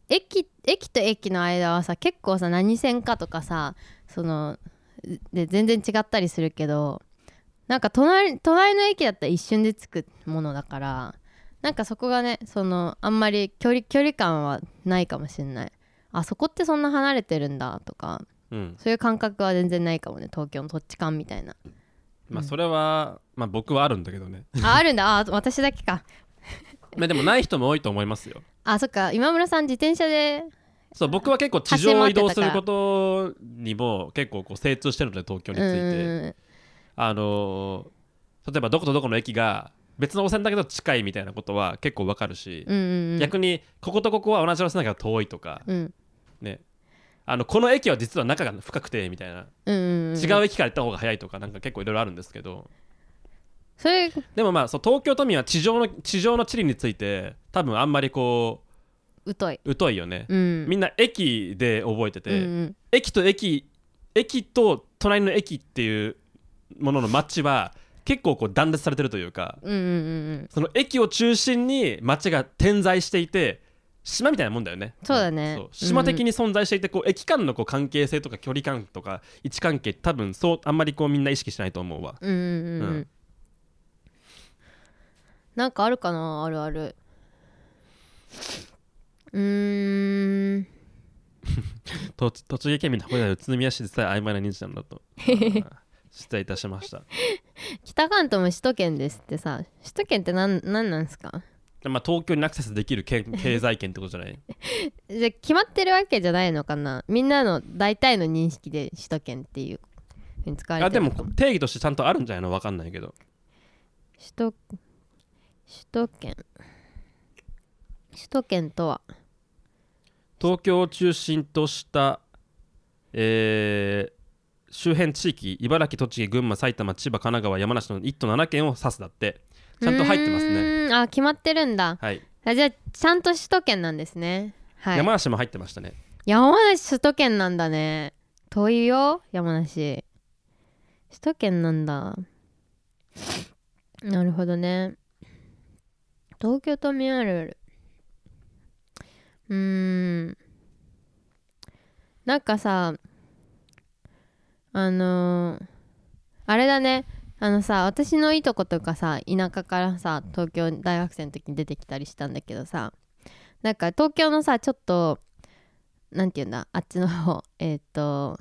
駅駅と駅の間はさ結構さ何線かとかさそので全然違ったりするけどなんか隣隣の駅だったら一瞬で着くものだからなんかそこがねそのあんまり距離距離感はないかもしれないあそこってそんな離れてるんだとかうんそういう感覚は全然ないかもね東京の土地感みたいなまあうんそれは、まあ僕はあるんだけどね ああるんだあ私だけかまあでもない人も多いと思いますよあそっか今村さん自転車でそう僕は結構地上を移動することにも結構こう精通してるので東京について、うんあのー例えばどことどこの駅が別の路線だけど近いみたいなことは結構わかるし、うんうん逆にこことここは同じ路線だけど遠いとか、うんねあのこの駅は実は中が深くてみたいな、うんうんん違う駅から行った方が早いとかなんか結構いろいろあるんですけどそれでもまあそう東京都民は地上の地上の地理について多分あんまりこ疎いう疎いよね、うんみんな駅で覚えてて、うんうん駅と駅駅と隣の駅っていうものの街は結構こう断絶されてるというかうんうんうんうんその駅を中心に町が点在していて島みたいなもんだよねそうだねそう島的に存在していてこう駅間のこう関係性とか距離感とか位置関係多分そうあんまりこうみんな意識しないと思うわうんうんうんううんんなんかあるかなあるあるうーんと栃木県民のこれは宇都宮市でさえ曖昧な認知なんだ とあー失礼いたしました北関東も首都圏ですってさ首都圏ってなんなんなんですかでまあ東京にアクセスできる県経済圏ってことじゃ ないじゃあ決まってるわけじゃないのかなみんなの大体の認識で首都圏っていうふうに使われあでてるのもか定義としてちゃんとあるんじゃないのわかんないけど首都首都圏首都圏とは東京を中心とした、えー周辺地域茨城栃木群馬埼玉千葉神奈川山梨の1都7県を指すだってちゃんと入ってますうねーんあ決まってるんだはい、あじゃあちゃんと首都圏なんですねはい山山梨も入ってましたね梨首都圏なんだね遠いよ山梨首都圏なんだなるほどね東京都民あるあるうーんなんかさあのーあれだねあのさ私のいとことかさ田舎からさ東京大学生の時に出てきたりしたんだけどさなんか東京のさちょっとなんていうんだあっちの方えっ、と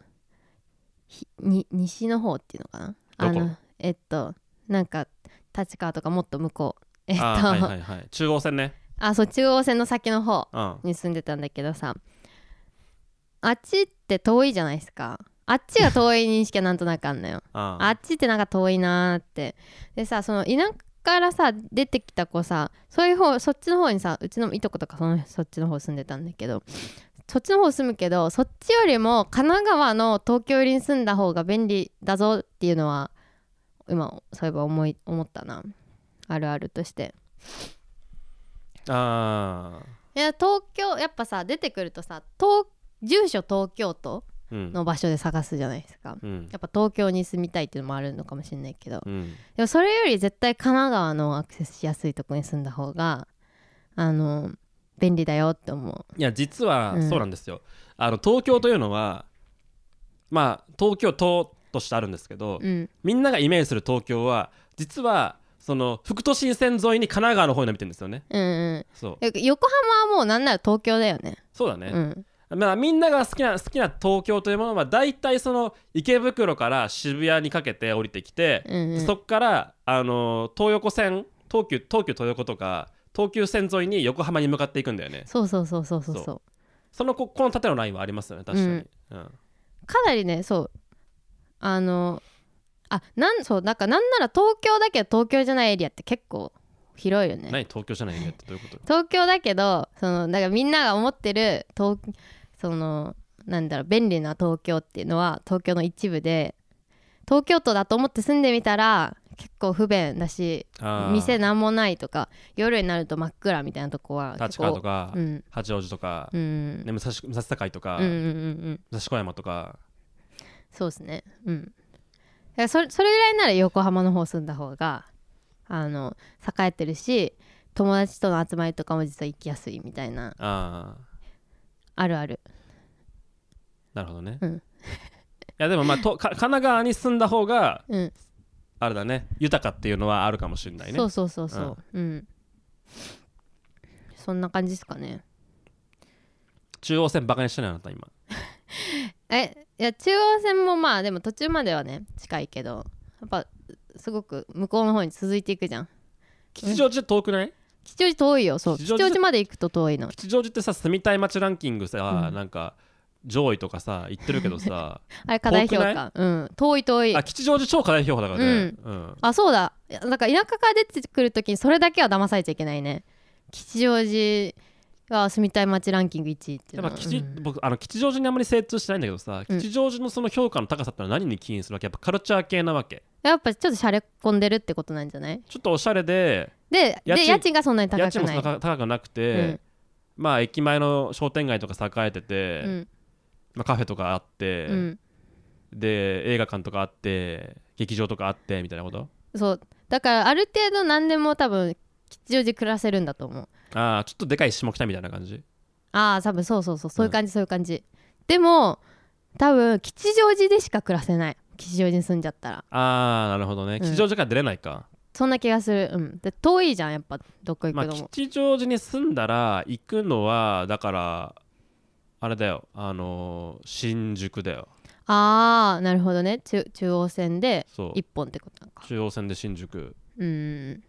ひに西の方っていうのかなあどのこえっとなんか立川とかもっと向こうえっとあーはいはいはい中央線ねあそう中央線の先の方うんに住んでたんだけどさあっちって遠いじゃないですかあっちが遠い認識はなんとなくあんのよああっちってなんか遠いなーってでさその田舎からさ出てきた子さそういう方そっちの方にさうちのいとことかそのそっちの方住んでたんだけどそっちの方住むけどそっちよりも神奈川の東京寄りに住んだ方が便利だぞっていうのは今そういえば思い思ったなあるあるとしてあいや東京やっぱさ出てくるとさ東住所東京都うんの場所で探すじゃないですかうんやっぱ東京に住みたいっていうのもあるのかもしれないけどうんでもそれより絶対神奈川のアクセスしやすいとこに住んだ方があの便利だよって思ういや実はうんそうなんですよ、あの東京というのはまあ東京都としてあるんですけど、うんみんながイメージする東京は実はその副都心線沿いに神奈川の方に伸びてるんですよねうんうんそうえ横浜はもうなんなら東京だよねそうだね、うんまあ、みんなが好きな好きな東京というものは大体その池袋から渋谷にかけて降りてきて、うんうんそこから、あのー東横線東急東急東横とか東急線沿いに横浜に向かっていくんだよねそうそうそうそうそうそうそそのここの縦のラインはありますよね確かに、うんかなりねそうあのあなんそうなんかなんなら東京だけど東京じゃないエリアって結構広いよね何東京じゃないんだってどういうこと東京だけどそのだからみんなが思ってる東そのなんだろう便利な東京っていうのは東京の一部で東京都だと思って住んでみたら結構不便だしあー店なんもないとか夜になると真っ暗みたいなとこは結立川と構か、うん八王子とか、うんね、武蔵武蔵境とか、うんうんうんうん武蔵小山とかそうですねうんだからそれそれぐらいなら横浜の方住んだ方があの栄えてるし友達との集まりとかも実は行きやすいみたいなあああるあるなるほどね、うんいやでもまあとか神奈川に住んだ方がうん、あれだね豊かっていうのはあるかもしれないねそうそうそうそううん、そんな感じですかね中央線バカにしてないあなた今えいや中央線もまあでも途中まではね近いけどやっぱすごく向こうの方に続いていくじゃん吉祥寺って遠くない、吉祥寺遠いよそう吉吉祥祥寺寺まで行くと遠いの吉祥寺ってさ住みたい街ランキングさ、うんなんか上位とかさ言ってるけど さあれ課題遠く評ない価うん遠い遠いあ吉祥寺超課題評価だからね、うんあそうだいやなんか田舎から出てくるときにそれだけは騙されちゃいけないね吉祥寺は住みたい街ランキング1位っていやうっのぱは吉、うん僕あの吉祥寺にあんまり精通してないんだけどさうん吉祥寺のその評価の高さってのは何に起因するわけやっぱカルチャー系なわけやっぱちょっとしゃれ込んでるってことなんじゃないちょっとおしゃれでで家賃で家賃がそんなに家高賃くもなそいんな高高くなくて、まあ駅前の商店街とか栄えてて、うんまあ、カフェとかあって、うんで映画館とかあって劇場とかあってみたいなことそうだからある程度何でも多分吉祥寺暮らせるんだと思うああちょっとでかい下北みたいな感じああ多分そうそうそうそういう感じ、そういう感じでも多分吉祥寺でしか暮らせない吉祥寺に住んじゃったらああなるほどねうん吉祥寺から出れないか、そんな気がするうんで遠いじゃんやっぱどこ行まあくのも、吉祥寺に住んだら行くのはだからあれだよあのー新宿だよああなるほどね中中央線でそう一本ってことなのか中央線で新宿うん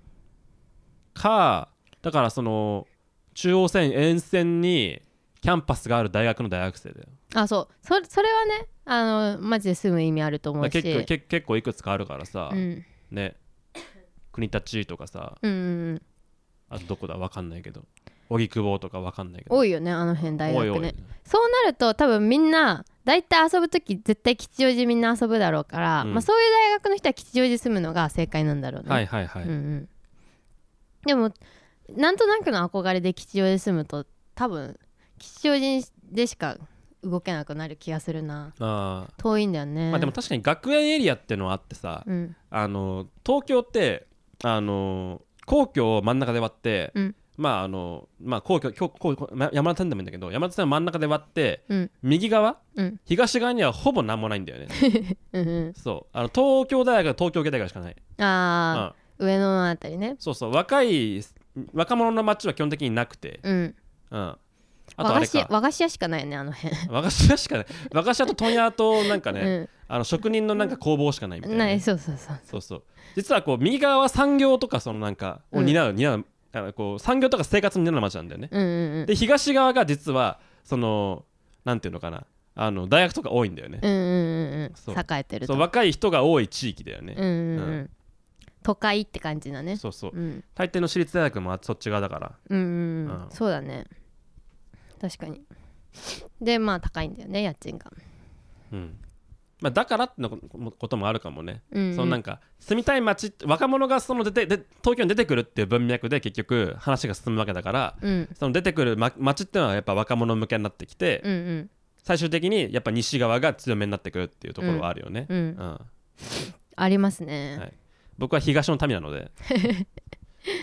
かだからその中央線沿線にキャンパスがある大学の大学生だよあそうそそれはねあのマジで住む意味あると思だうからし結構け結構いくつかあるからさ、うんね国立とかさうんうんうんあとどこだわかんないけど荻窪とかわかんないけど多いよねあの辺大学ねおいおいそうなると多分みんな大体遊ぶ時絶対吉祥寺みんな遊ぶだろうから、うんまあ、そういう大学の人は吉祥寺住むのが正解なんだろうね、はいはいはい、うんうん、でもなんとなくの憧れで吉祥寺住むと多分吉祥寺でしか動けなくなる気がするなあー遠いんだよねまあでも確かに学園エリアってのはあってさ、うんあの東京ってあの皇居を真ん中で割って、うんまああのまあ皇居皇皇皇ま山手線でもいいんだけど山手線を真ん中で割ってうん右側うん東側にはほぼ何もないんだよね うんうそうあの東京大学東京芸大学しかない、んあうんあ上野のあたりねそうそう若い若者の街は基本的になくて、うんうん、あ和とあ菓れ子か和菓子屋しかないよねあの辺、和菓子屋しかない和菓子屋と問屋となんかね、あの職人のなんか工房しかないみ うたいんななね、いそうそうそうそうそう実はこう右側は産業とかそのなんかをうん担う、担うあのこう産業とか生活を担う街なんだよね、うんうんで東側が実はそのなんていうのかなあの大学とか多いんだよねうんう、んうんうそうん栄えてるとそう若い人が多い地域だよねうん、うんうんう都会って感じだねそうそううん大抵の私立大学もあそっち側だからうんうんうんうんそうだね確かにでまあ高いんだよね家賃が、うんまあだからってのここともあるかもね、うんうんそのなんか住みたい街って若者がその出てで東京に出てくるっていう文脈で結局話が進むわけだからうん、その出てくる、ま、街っていうのはやっぱ若者向けになってきて、うんうん最終的にやっぱ西側が強めになってくるっていうところはあるよね、ううんん、ありますね、はい僕は東の民なの で、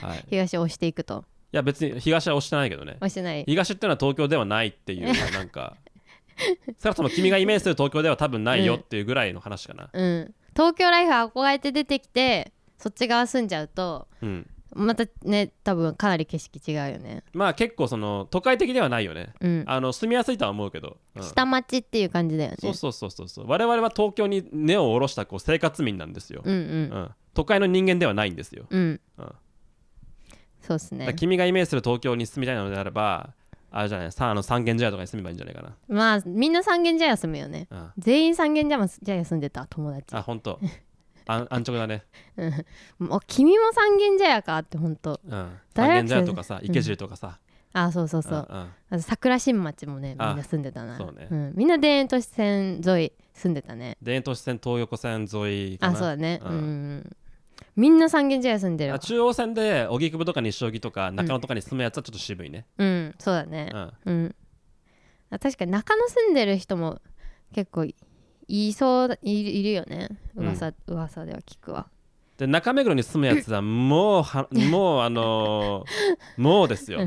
はい、い東を押していくとや別に東は押してないけどね押してない東っていうのは東京ではないっていうなんかそもそも君がイメージする東京では多分ないよっていうぐらいの話かな、うん東京ライフ憧れて出てきてそっち側住んじゃうとうん、またね多分かなり景色違うよねまあ結構その都会的ではないよねうんあの住みやすいとは思うけど、うん下町っていう感じだよねそうそうそうそうそう我々は東京に根を下ろしたこう生活民なんですよ、うんうん都会の人間ではないんですよ、うんうんうんだかそうっすらね君がイメージする東京に住みたいのであればあれじゃないさあの三軒茶屋とかに住めばいいんじゃないかな、まあみんな三軒茶屋住むよねうん、全員三軒茶屋住んでた友達あ本当あん安直だね、もう君も三軒茶屋かってほんとうん、三大軒学生茶屋とかさ池尻とかさ、あそうそうそう、うんうんあと桜新町もねみんあな住んでたなそうねん、みんな田園都市線沿い住んでたね田園都市線東横線沿いかあなそうだねううんん、みんな三軒茶屋住んでるあわ中央線で荻窪とか西荻とか中野とかに住むやつはちょっと渋いね、うんそうだねうん、うん、あ確かに中野住んでる人も結構いいそうだいるいるよねうん噂,、噂では聞くわで中目黒に住むやつはもうはもうあのーもうですよ、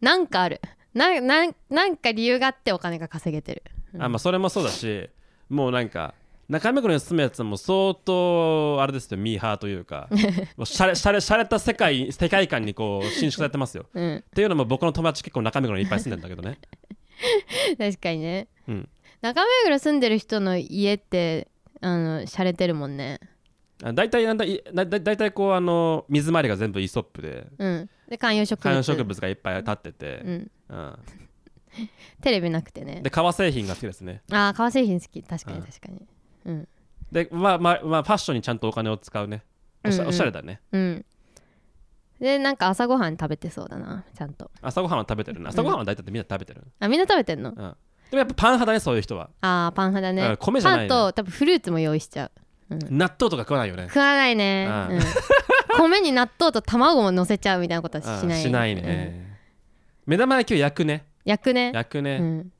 なんかあるななんなんか理由があってお金が稼げてるあまあそれもそうだしもうなんか中目黒に住むやつも相当あれですよミーハーという かもうしゃれしゃれしゃれた世界世界観にこう伸縮されてますよっうんていうのも僕の友達結構中目黒にいっぱい住んでるんだけどね、確かにねうん、中目黒住んでる人の家ってあの洒落てるもんねあ大体なんだいだだ大体こうあの水回りが全部イソップでうんで観葉植物観葉植物がいっぱい立っててう、ん、うん、テレビなくてねで革製品が好きですねああ革製品好き確かうんに確かにうんでまあまあ、まあ、ファッションにちゃんとお金を使うねおしゃ,、うんうんおしゃれだねうんでなんか朝ごはん食べてそうだなちゃんと朝ごはんは食べてるな朝ごはんは大体みんな食べてる、あみんな食べてんのうん、でもやっぱパン派だねそういう人はあーパン派だうんね米じゃないねパンと多分フルーツも用意しちゃう納豆とか食わないよね食わないね、あーうん米に納豆と卵も乗せちゃうみたいなことはあしないしないうんね、目玉焼きを焼くね焼くね焼くね、うん、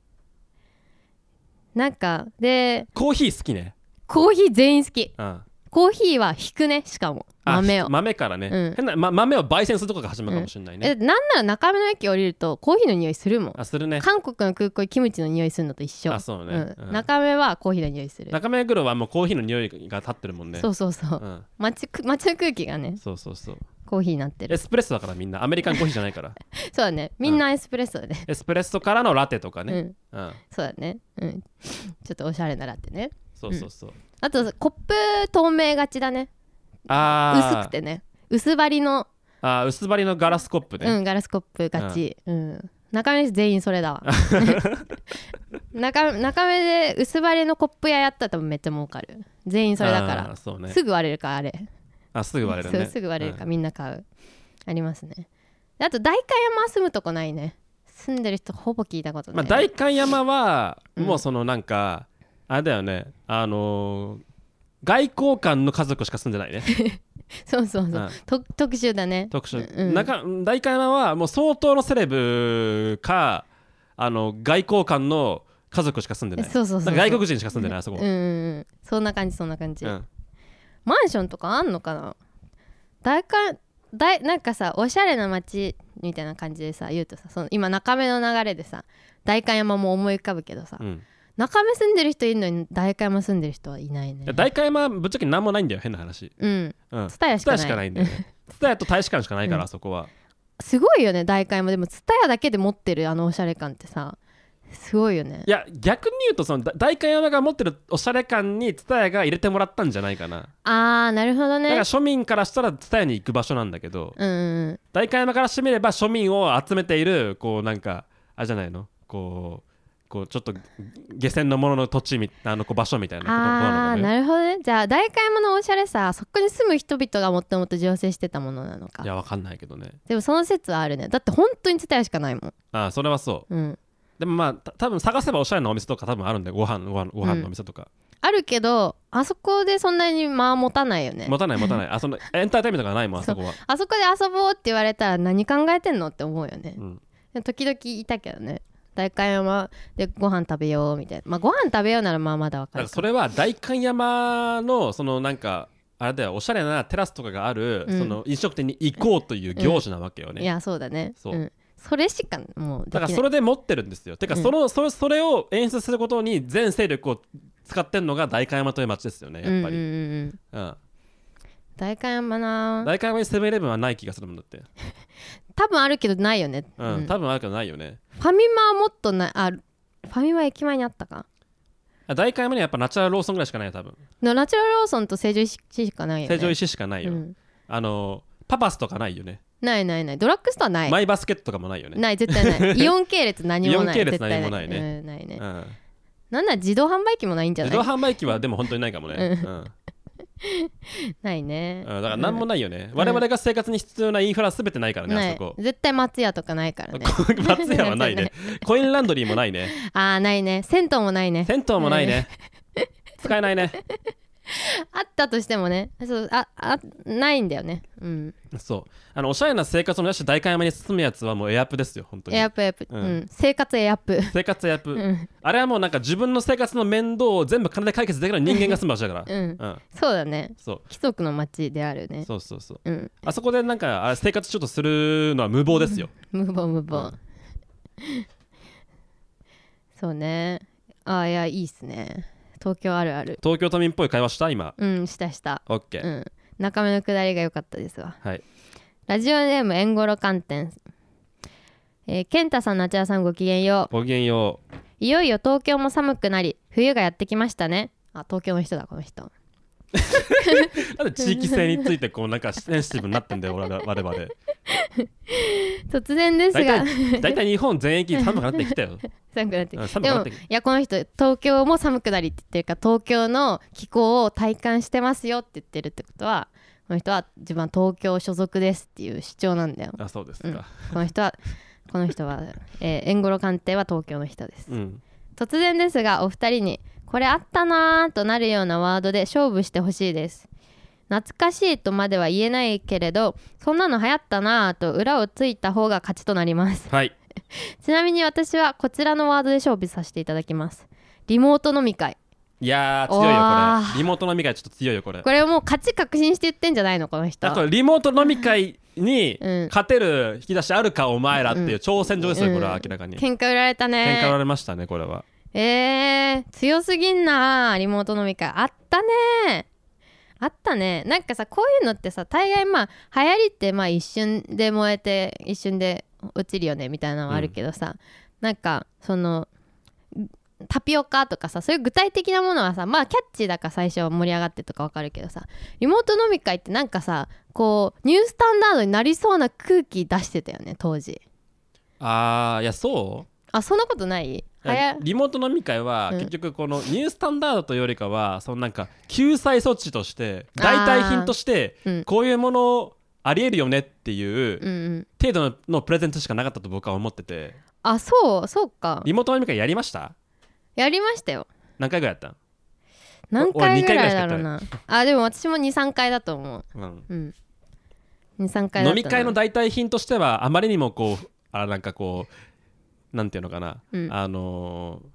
なんかでコーヒー好きね、コーヒー全員好きうん、あコーヒーは引くねしかも豆を、豆からね、うん変な、ま、豆を焙煎するとこが始まるかもしれないね、えなんなら中目の駅降りるとコーヒーの匂いするもんあするね韓国の空港にキムチの匂いするのと一緒あそうね、ううんん中目はコーヒーの匂いする、中目黒はもうコーヒーの匂いが立ってるもんねそうそうそううん、街く街の空気がねそうそうそうコーヒーになってるエスプレッソだからみんなアメリカンコーヒーじゃない からそうだねみんなエスプレッソだね、エスプレッソからのラテとかうね、んうんそうだねうんちょっとおしゃれなラテねそうそうそう、あとコップ透明がちだねあー薄くてね薄張りの、あー薄張りのガラスコップね、うん、ガラスコップがち、うん、中目全員それだ わ中中目で薄張りのコップ屋やったら多分めっちゃ儲かる全員それだかあーら、そうねすぐ割れるからあれあすぐ割れるそねうすぐ割れるから、うんみんな買うありますねであと代官山は住むとこないね住んでる人ほぼ聞いたことまなあ、い、代官山はうんもうそのなんか、あれだよねあのー外交官の家族しか住んで ないね、そうそうそう、うんと特集だね特殊、うん中代官山はもう相当のセレブかあの外交官の家族しか住んでないそうそうそうそうだから外国人しか住んでないあそこ、うんうんうんそんな感じそんな感じ、うんマンションとかあんのかな大か大なんかさおしゃれな街みたいな感じでさ言うとさその今中目の流れでさ代官山も思い浮かぶけどさ、うん中目住んでる人いるのに代官山住んでる人はいないねいや代官山はぶっちゃけ何もないんだよ変な話うんうん蔦屋しかないしかないんだよね蔦屋と大使館しかないから、うんあそこはすごいよね代官山でも蔦屋だけで持ってるあのおしゃれ感ってさすごいよねいや逆に言うとそのだ代官山が持ってるおしゃれ感に蔦屋が入れてもらったんじゃないかなあーなるほどだかねら庶民からしたら蔦屋に行く場所なんだけどうんうんうん代官山からしてみれば庶民を集めているこうなんかあれじゃないのこうこうちょっと下船のものの土地みあのこう場所みたいなことあなのかーねなるほどねじゃあ代官山のおしゃれさそこに住む人々がもともと醸成してたものなのかいやわかんないけどねでもその説はあるねだって本当に伝えしかないもんあーそれはそうんうでもまあた多分探せばおしゃれなお店とか多分あるんでご飯ご飯ご飯のお店とか、あるけどあそこでそんなに間持たないよね持たない持たないあそのエンターテインメントがないもんあそこはあそこで遊ぼうって言われたら何考えてんのって思うよねう、ん、でも時々いたけどね代官山でご飯食べようみたいなまあご飯食べようならまあまだわかなんるかそれは代官山のそのなんかあれだよおしゃれなテラスとかがある、うんその飲食店に行こうという行事なわけよね、いやそうだね、そうんそれしかもうできだなからいそれで持ってるんですよてかうんその、それそれを演出することに全勢力を使ってるのが代官山という町ですよねやっぱうんり、うんうんうんうん代官山な代官山にセブンイレブンはない気がするもんだって、多分あるけどないよね、うんうんフ多分あるけどないよねァミマはもっとないあファミマ駅前にあったかあ代官山にはやっぱナチュラルローソンぐらいしかないよ多分のナチュラルローソンと成城石井しかないよね成城石井しかないよ、うんあのパパスとかないよね、ないないないドラッグストアないマイバスケットとかもないよねない絶対 ないイオン系列何もないイオン系列絶対何もないねうんないね、うん、なんなら自動販売機もないんじゃ自な動い販売機はでも本当にないかもね、ううんないね、うんだから何もないよね、ん我々が生活に必要なインフラすべてないからね、なあそいこ絶対松屋とかないから ね松屋はない ねコインランドリーもないねああないね銭湯もないね銭湯もないね、使えないねあったとしてもねそうああないんだよねうん そうあのおしゃれな生活の出して代官山に住むやつはもうエアプですよ本当にエアップエアップ、ううんん生活エアップ、生活エアプ、うんあれはもうなんか自分の生活の面倒を全部金で解決できる人間が住む場所だか うらん、うん、そうだねそう貴族の街であるねそうそうそううんあそこでなんかあ生活ちょっとするのは無謀ですよ、無謀無謀、うそうねああいやいいっすね東京あるある東京都民っぽい会話した今うんしたしたオッケーうん中目の下りが良かったですわはいラジオネーム円五郎寒天えー、健太さん、なちゃさん、ごきげんよごきげんよう。いよいよ東京も寒くなり、冬がやってきましたね。あ、東京の人だ、こ の人。うなんで地域性についてこうなんかセンシティブになってんだよ俺ら我々突然です大が、体大体日本全域寒くなってきたよ寒くなってうん寒くでなっもていきたやこの人東京も寒くなりって言ってるから東京の気候を体感してますよって言ってるってことはこの人は自分は東京所属ですっていう主張なんだよあそうですうんかこの人はこの人は、えー、円五郎鑑定は東京の人ですうん突然ですがお二人にこれあったなーとなるようなワードで勝負してほしいです懐かしいとまでは言えないけれどそんなの流行ったなーと裏をついた方が勝ちとなります はいちなみに私はこちらのワードで勝負させていただきます。リモート飲み会。いやー強いよおこーれリモート飲み会ちょっと強いよこれこれもう勝ち確信して言ってんじゃないのこの人。だからリモート飲み会にうん勝てる引き出しあるかお前らっていう挑戦状ですようんこれは明らかに喧喧嘩売られた嘩売らね。れましたねこれはえー、強すぎんなリモート飲み会。あったねあったね。なんかさ、こういうのってさ、大概まあ、流行りってまあ一瞬で燃えて、一瞬で落ちるよねみたいなのはあるけどさ、なんか、その、タピオカとかさそういう具体的なものはさまあキャッチーだから最初は盛り上がってとかわかるけどさリモート飲み会ってなんかさこうニュースタンダードになりそうな空気出してたよね当時あーいやそうあそんなことないいや早リモート飲み会はうん結局このニュースタンダードというよりかはそのなんか救済措置として代替品としてうんこういうものありえるよねっていううんうん程度ののプレゼントしかなかったと僕は思っててあそうそうかリモート飲み会やりましたやりましたよ何回ぐらいやった何お俺回二ぐ回ぐららいいしかやってだろうななあでも私も23回だと思ううんうん23回だ飲とみ会の代替品としてはあまりにもこうあなんかこうなんていうのかな、うんあのー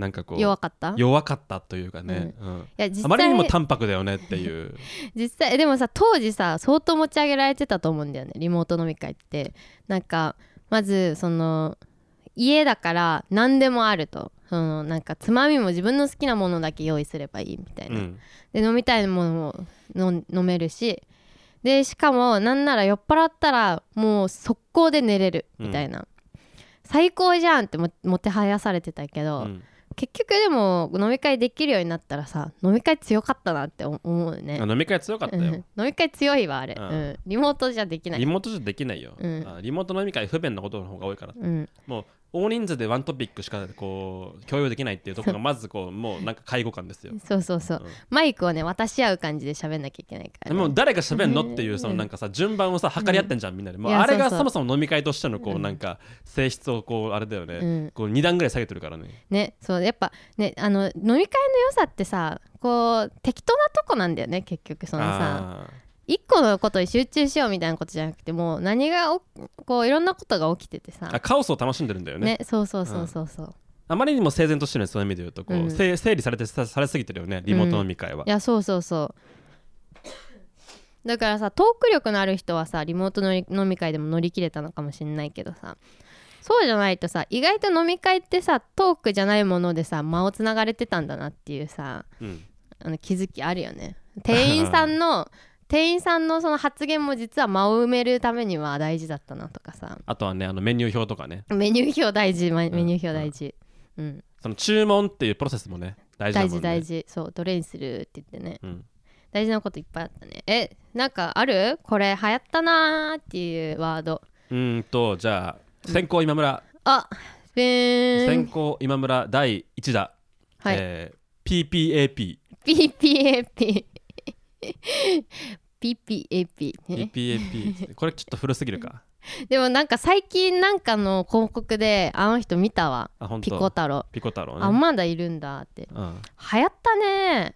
なんかこう弱かったい弱かったというかね、うんや実あまりにも際淡白だよねって いう実際でもさ当時さ相当持ち上げられてたと思うんだよねリモート飲み会ってなんかまずその家だから何でもあるとそのなんかつまみも自分の好きなものだけ用意すればいいみたいうな、んで飲みたいものも飲飲めるしでしかもなんなら酔っ払ったらもう速攻で寝れるみたいな、最高じゃんってももてはやされてたけど、うん結局でも飲み会できるようになったらさ飲み会強かったなって思うよねあ飲み会強かったうん よ、飲み会強いわあれ、ううんんリモートじゃできないリモートじゃできないよ、うんあリモート飲み会不便なことの方が多いからうん、もう大人数でワントピックしかこう共有できないっていうところがまずこうもうなんか介護感ですよそうそうそう、うんマイクをね渡し合う感じで喋んなきゃいけないからでね、も誰が喋んのっていううんそのなんかさ順番をさ測り合ってんじゃんみんなでもういやあれがそうそうそもそも飲み会としてのこううんなんか性質をこうあれだようねん、こう2段ぐらい下げてるからねねそうやっぱねあの飲み会の良さってさこう適当なとこなんだよね結局そのさあ一個のことに集中しようみたいなことじゃなくてもう何がおこういろんなことが起きててさあカオスを楽しんでるんだよねねそうそうそうそうそう、あまりにも整然としてるねそういう意味で言うとこう、うんせ整理されてさされすぎてるよねリモート飲み会は、いやそうそうそうだからさトーク力のある人はさリモートのり飲み会でも乗り切れたのかもしんないけどさそうじゃないとさ意外と飲み会ってさトークじゃないものでさ間をつながれてたんだなっていうさうんあの気づきあるよね店員さ んの店員さんのその発言も実は間を埋めるためには大事だったなとかさあとはねあのメニュー表とかねメニュー表大事まメニュー表大事うんその注文っていうプロセスもね大事だ大もんね事大事そうどれにするって言ってねうん、大事なこといっぱいあったねえなんかあるこれ流行ったなーっていうワードうーんとじゃあ先行今村、あブー先ン行今村第1打、はい、えー PPAP PPAP PPAP ね PPAP これちょっと古すぎるかでもなんか最近なんかの広告であの人見たわあ本当ピコ太郎ピコ太郎あねまだいるんだってうん流行ったね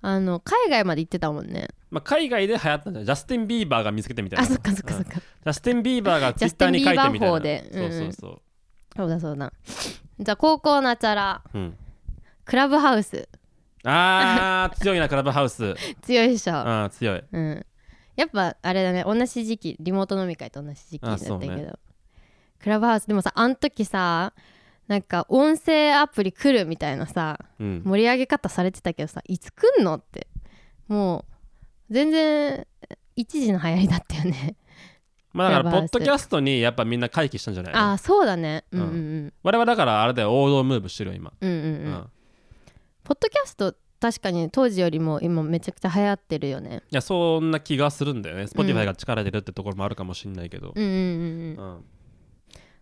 あの海外まで行ってたもんねまあ、海外で流行ったんじゃないジャスティン・ビーバーが見つけてみたいあなそジっかそっかそっかャスティン・ビーバーがツジイャッステターィンに書いてみたいビーバー法なでうんうんそうそうそそうだそうだじゃあ高校なチャラう、うん、クラブハウスあー強いなクラブハウ ス強いでしょあー強いうん、やっぱあれだね同じ時期リモート飲み会と同じ時期だあったけど、そうねクラブハウスでもさあの時さなんか音声アプリ来るみたいなさうん盛り上げ方されてたけどさいつ来んのってもう全然一時の流行りだったよねまあだかクらラブハポウスッドキャストにやっぱみんな回帰したんじゃないあのあそうだねうんうん我々だからあれだよ王道ムーブしてるよ今、うんうんうんううんんいポッドキャスト確かに当時よりも今めちゃくちゃ流行ってるよねやそんな気がするんだよねうん Spotify が力出るってところもあるかもしれないけど、うんうんうんうんうん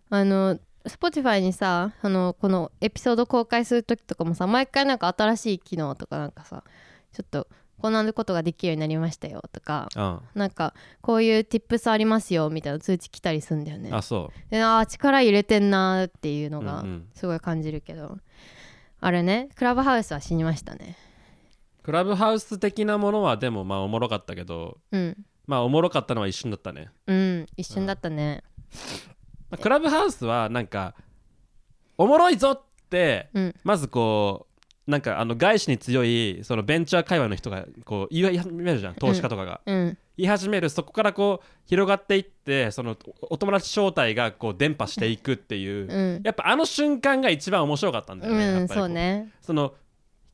あの Spotify にさあのこのエピソード公開する時とかもさ毎回なんか新しい機能とかなんかさちょっとこんなことができるようになりましたよとかうんなんかこういう tips ありますよみたいな通知来たりすんだよねあそうであー力入れてんなーっていうのがうんうんすごい感じるけど、あれねクラブハウスは死にましたねクラブハウス的なものはでもまあおもろかったけどうんまあおもろかったのは一瞬だったねうん一瞬だったねまあクラブハウスはなんかおもろいぞってうんまずこうなんかあの外資に強いそのベンチャー界隈の人がこう言い始めるじゃん投資家とかが、うん言い始めるそこからこう広がっていってそのおお友達招待がこう伝播していくっていう、うんやっぱあの瞬間が一番面白かったんだよね、うやっんぱりこそうねその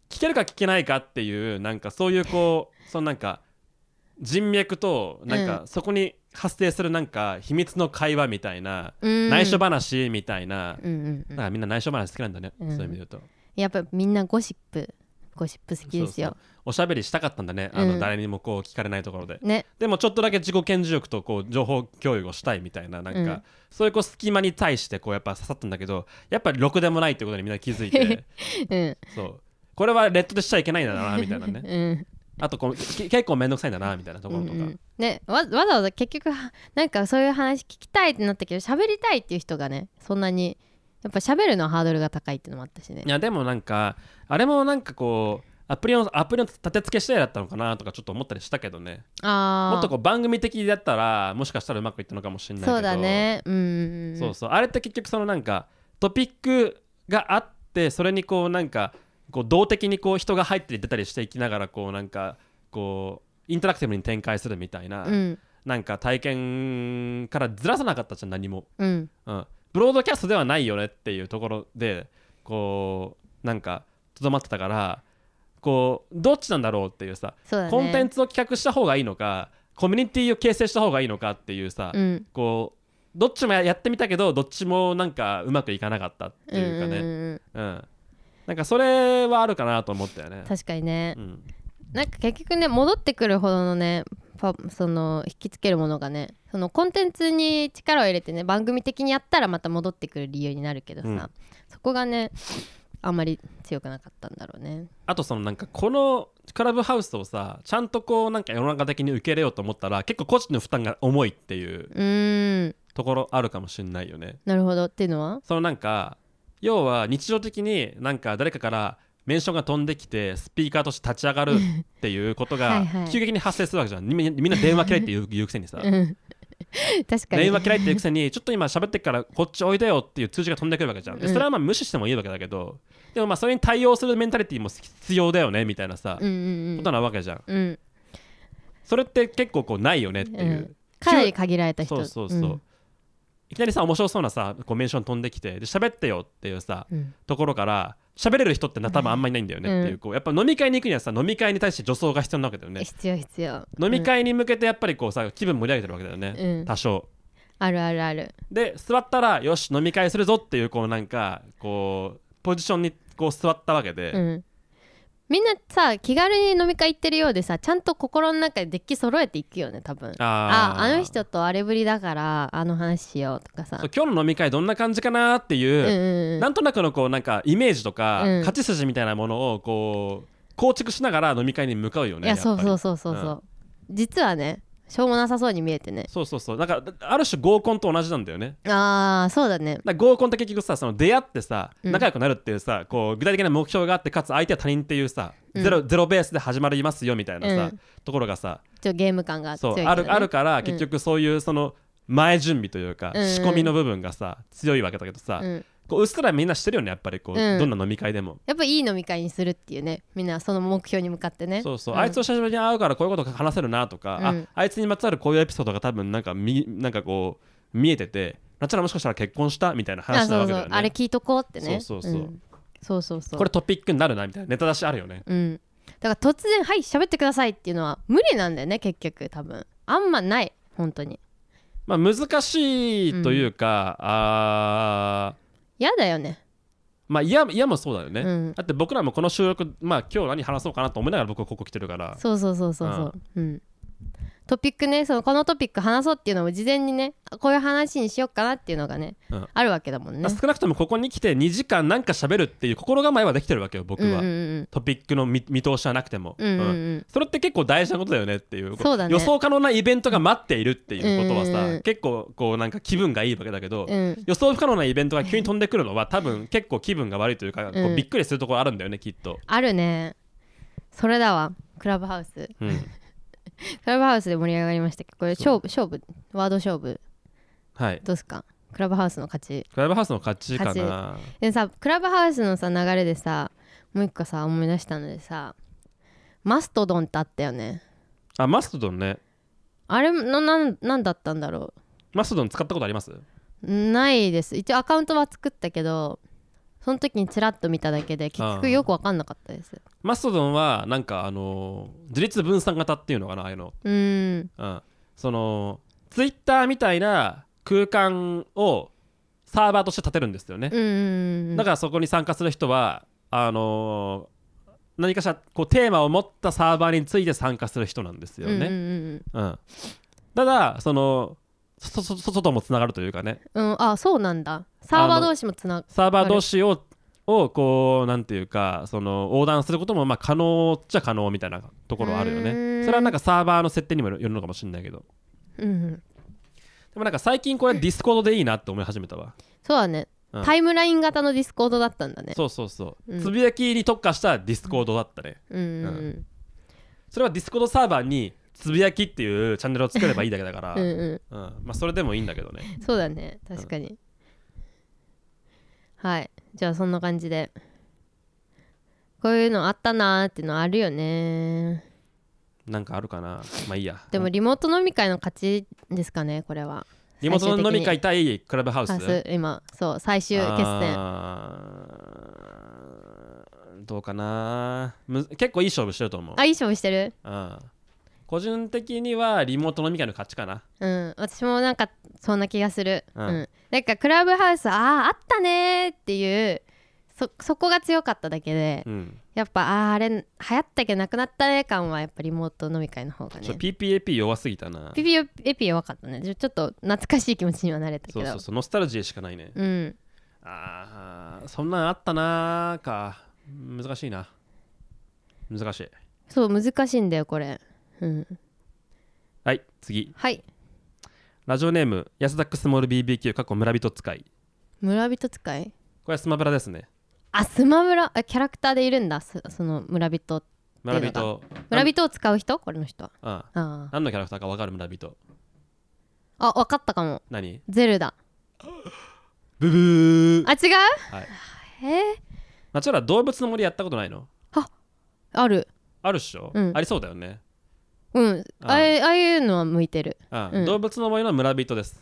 聞けるか聞けないかっていうなんかそういうこうそのなんか人脈となんうかそこに発生するなんか秘密の会話みたいな、うん内緒話みたいな、うんうんうんだからみんな内緒話好きなんだね、うんそういう意味で言うとやっぱみんなゴシップゴシップ好きですよそうおしゃべりしたかったんだねあの、うん誰にもこう聞かれないところでねでもちょっとだけ自己顕示欲とこう情報共有をしたいみたいななんか、うんそういうこう隙間に対してこうやっぱ刺さったんだけどやっぱりろくでもないってことにみんな気づい てうんそうこれはレッドでしちゃいけないんだなみたいなね うんあとこうけ結構面倒くさいんだなみたいなところとか、うんうんね、わわざわざ結局はなんかそういう話聞きたいってなったけど喋りたいっていう人がねそんなにやっぱ喋るのはハードルが高いっていうのもあったしねいやでもなんかあれもなんかこうアプリのアプリの立て付け次第だったのかなとかちょっと思ったりしたけどねあーもっとこう番組的だったらもしかしたらうまくいったのかもしれないけどそうだねうんうんんそうそうあれって結局そのなんかトピックがあってそれにこうなんかこう動的にこう人が入ったり出たりしていきながらこうなんかこうインタラクティブに展開するみたいな、うんなんか体験からずらさなかったじゃん何も、うんうん、ブロードキャストではないよねっていうところでこうなんかとどまってたからこうどっちなんだろうっていうさ、そうだねコンテンツを企画した方がいいのかコミュニティを形成した方がいいのかっていうさ、うんこうどっちもややってみたけどどっちもなんかうまくいかなかったっていうかんねんんうん、なんかそれはあるかなと思ったよね確かにねう、ん、なんか結局ね戻ってくるほどのねパその引きつけるものがねそのコンテンツに力を入れてね番組的にやったらまた戻ってくる理由になるけどさ、うんそこがねあんまり強くなかったんだろうねあとそのなんかこのクラブハウスをさちゃんとこうなんか世の中的に受け入れようと思ったら結構個人の負担が重いっていううーんところあるかもしれないよねなるほどっていうのはそのなんか要は日常的になんか誰かからメンションが飛んできてスピーカーとして立ち上がるっていうこと はがいはい急激に発生するわけじゃんみんなみんな電話嫌いって言う言うくせにさうん 確かに電話嫌いって言うくせにちょっと今喋ってっからこっちおいでよっていう通知が飛んでくるわけじゃんでうんそれはまあ無視してもいいわけだけどでもまあそれに対応するメンタリティも必要だよねみたいなさうんうこんとなわけじゃんうんうんそれって結構こうないよねっていううんかなり限られた人そうそうそう、いきなりさ面白そうなさこうメンション飛んできてで喋ってよっていうさうんところから喋れる人ってな多分あんまりいないんだよねっていう,、うんこうやっぱ飲み会に行くにはさ飲み会に対して助走が必要なわけだようんね必要必要飲み会に向けてやっぱりこうさ気分盛り上げてるわけだよね、うん多少あるあるあるで座ったらよし飲み会するぞっていうこうなんかこうポジションにこう座ったわけで、うんみんなさ気軽に飲み会行ってるようでさちゃんと心の中でデッキ揃えていくよね多分ああーあの人とあれぶりだからあの話しようとかさそう今日の飲み会どんな感じかなっていう、うんうんなんとなくのこうなんかイメージとか、うん勝ち筋みたいなものをこう構築しながら飲み会に向かうようねんいやっぱそりうそうそうそうそう実はねしょうもなさそうに見えてねそうそうそうなんかある種合コンと同じなんだよねああそうだねだから合コンって結局さその出会ってさうん仲良くなるっていうさ、こう具体的な目標があってかつ相手は他人っていうさ、うんゼロゼロベースで始まりますよみたいなさ、うんところがさちょっとゲーム感がそう強いけどねあるあるから結局そういうその前準備というか、うん仕込みの部分がさ強いわけだけどさ、うんこううっすらみんなしてるよねやっぱりこう、うんどんな飲み会でもやっぱいい飲み会にするっていうねみんなその目標に向かってねそうそう、んあいつと久しぶりに会うからこういうこと話せるなとか、うあんあいつにまつわるこういうエピソードが多分なんかみなんかこう見えててなっちゃらもしかしたら結婚したみたいなあ話なそわうけそだようねあれ聞いとこうってねそうそうそうんそうそうそうこれトピックになるなみたいなネタ出しあるよねうんだから突然「はい喋ってください」っていうのは無理なんだよね結局多分あんまない本当にまあ難しいというか、あー嫌だよねまあ嫌嫌もそうだよね、うんだって僕らもこの収録まあ今日何話そうかなと思いながら僕はここ来てるからそうそうそうそうそううんトピックねそのこのトピック話そうっていうのも事前にねあこういう話にしようかなっていうのがね、うんあるわけだもんねまあ少なくともここに来て2時間なんか喋るっていう心構えはできてるわけよ僕は、うんうんトピックの見見通しはなくても、うんうんうんううんんそれって結構大事なことだよねっていうそうだね予想可能なイベントが待っているっていうことはさ、うんうんうん結構こうなんか気分がいいわけだけど、うん予想不可能なイベントが急に飛んでくるのは多分結構気分が悪いというか、こううんびっくりするところあるんだよねきっと、あるねそれだわクラブハウスクうん、ラブハウスで盛り上がりましたけどこれそ勝負勝負ワード勝負はいどうすかクラブハウスの勝ちクラブハウスの勝ちかな勝でさクラブハウスのさ流れでさもう一個さ思い出したのでさマストドンってあったよねあマストドンねあれのなんなんだったんだろマストドン使ったことありますうないです一応アカウントは作ったけどその時にちらっと見ただけで結あー局よく分かんなかったですマストドンはなんかあのー自立分散型っていうのかなああいうの、うーんうん、そのツイッターみたいな空間をサーバーとして立てるんですよねうんう、んうんだからそこに参加する人はあのー何かしらこうテーマを持ったサーバーについて参加する人なんですようんね。うんうんただそのそそそ外もつながるというかねうん、うん、あそうなんだサーバー同士もつなサーバー同士ををこうなんていうかその横断することもまあ可能っちゃ可能みたいなところはあるようーね。んそれはなんかサーバーの設定にもよるのかもしれないけどうんうんでもなんか最近これディスコードでいいなって思い始めたわ。そうだね、うんタイムライン型のディスコードだったんだねそうそうそう、うんつぶやきに特化したディスコードだったね。うんうんそれはディスコードサーバーにつぶやきっていうチャンネルを作ればいいだけだから、うん、うんううんまあ、それでもいいんだけどねん、そうだね確かに、はいじゃあそんな感じでこういうのあったなーってのあるよねなんかあるかなまあいいやでもリモート飲み会の勝ちですかねこれはリモートの飲み会対クラブハウスハウス今そう最終決戦あーどうかなむず結構いい勝負してると思うあいい勝負してるうん、個人的にはリモート飲み会の勝ちかなうん私もなんかそんな気がする、ううんんなんかクラブハウスあああったねーっていうそそこが強かっただけでうん、やっぱあーあれ流行ったけどなくなったね感はやっぱリモート飲み会の方がちょね PPAP 弱すぎたなピピエピエピ弱かったねちょちょっと懐かしい気持ちにはなれたけそどうそうそうノスタルジーしかないね、うんあーそんなんあったなーか難しいな難しいそう難しいんだよこれうんはい次はいラジオネーム安田ックスモール BBQ 過去村人使い村人使いこれはスマブラですねあスマブラあキャラクターでいるんだすその村人村人村人を使う人これの人はあああー何のキャラクターか分かる村人あ分かったかも何ゼルダブブーあ違う、はいえーナチュラ動物の森やったことないのあるあるっしょ、うんありそうだよねうんあああいああいうのは向いてるああうん動物の森の村人です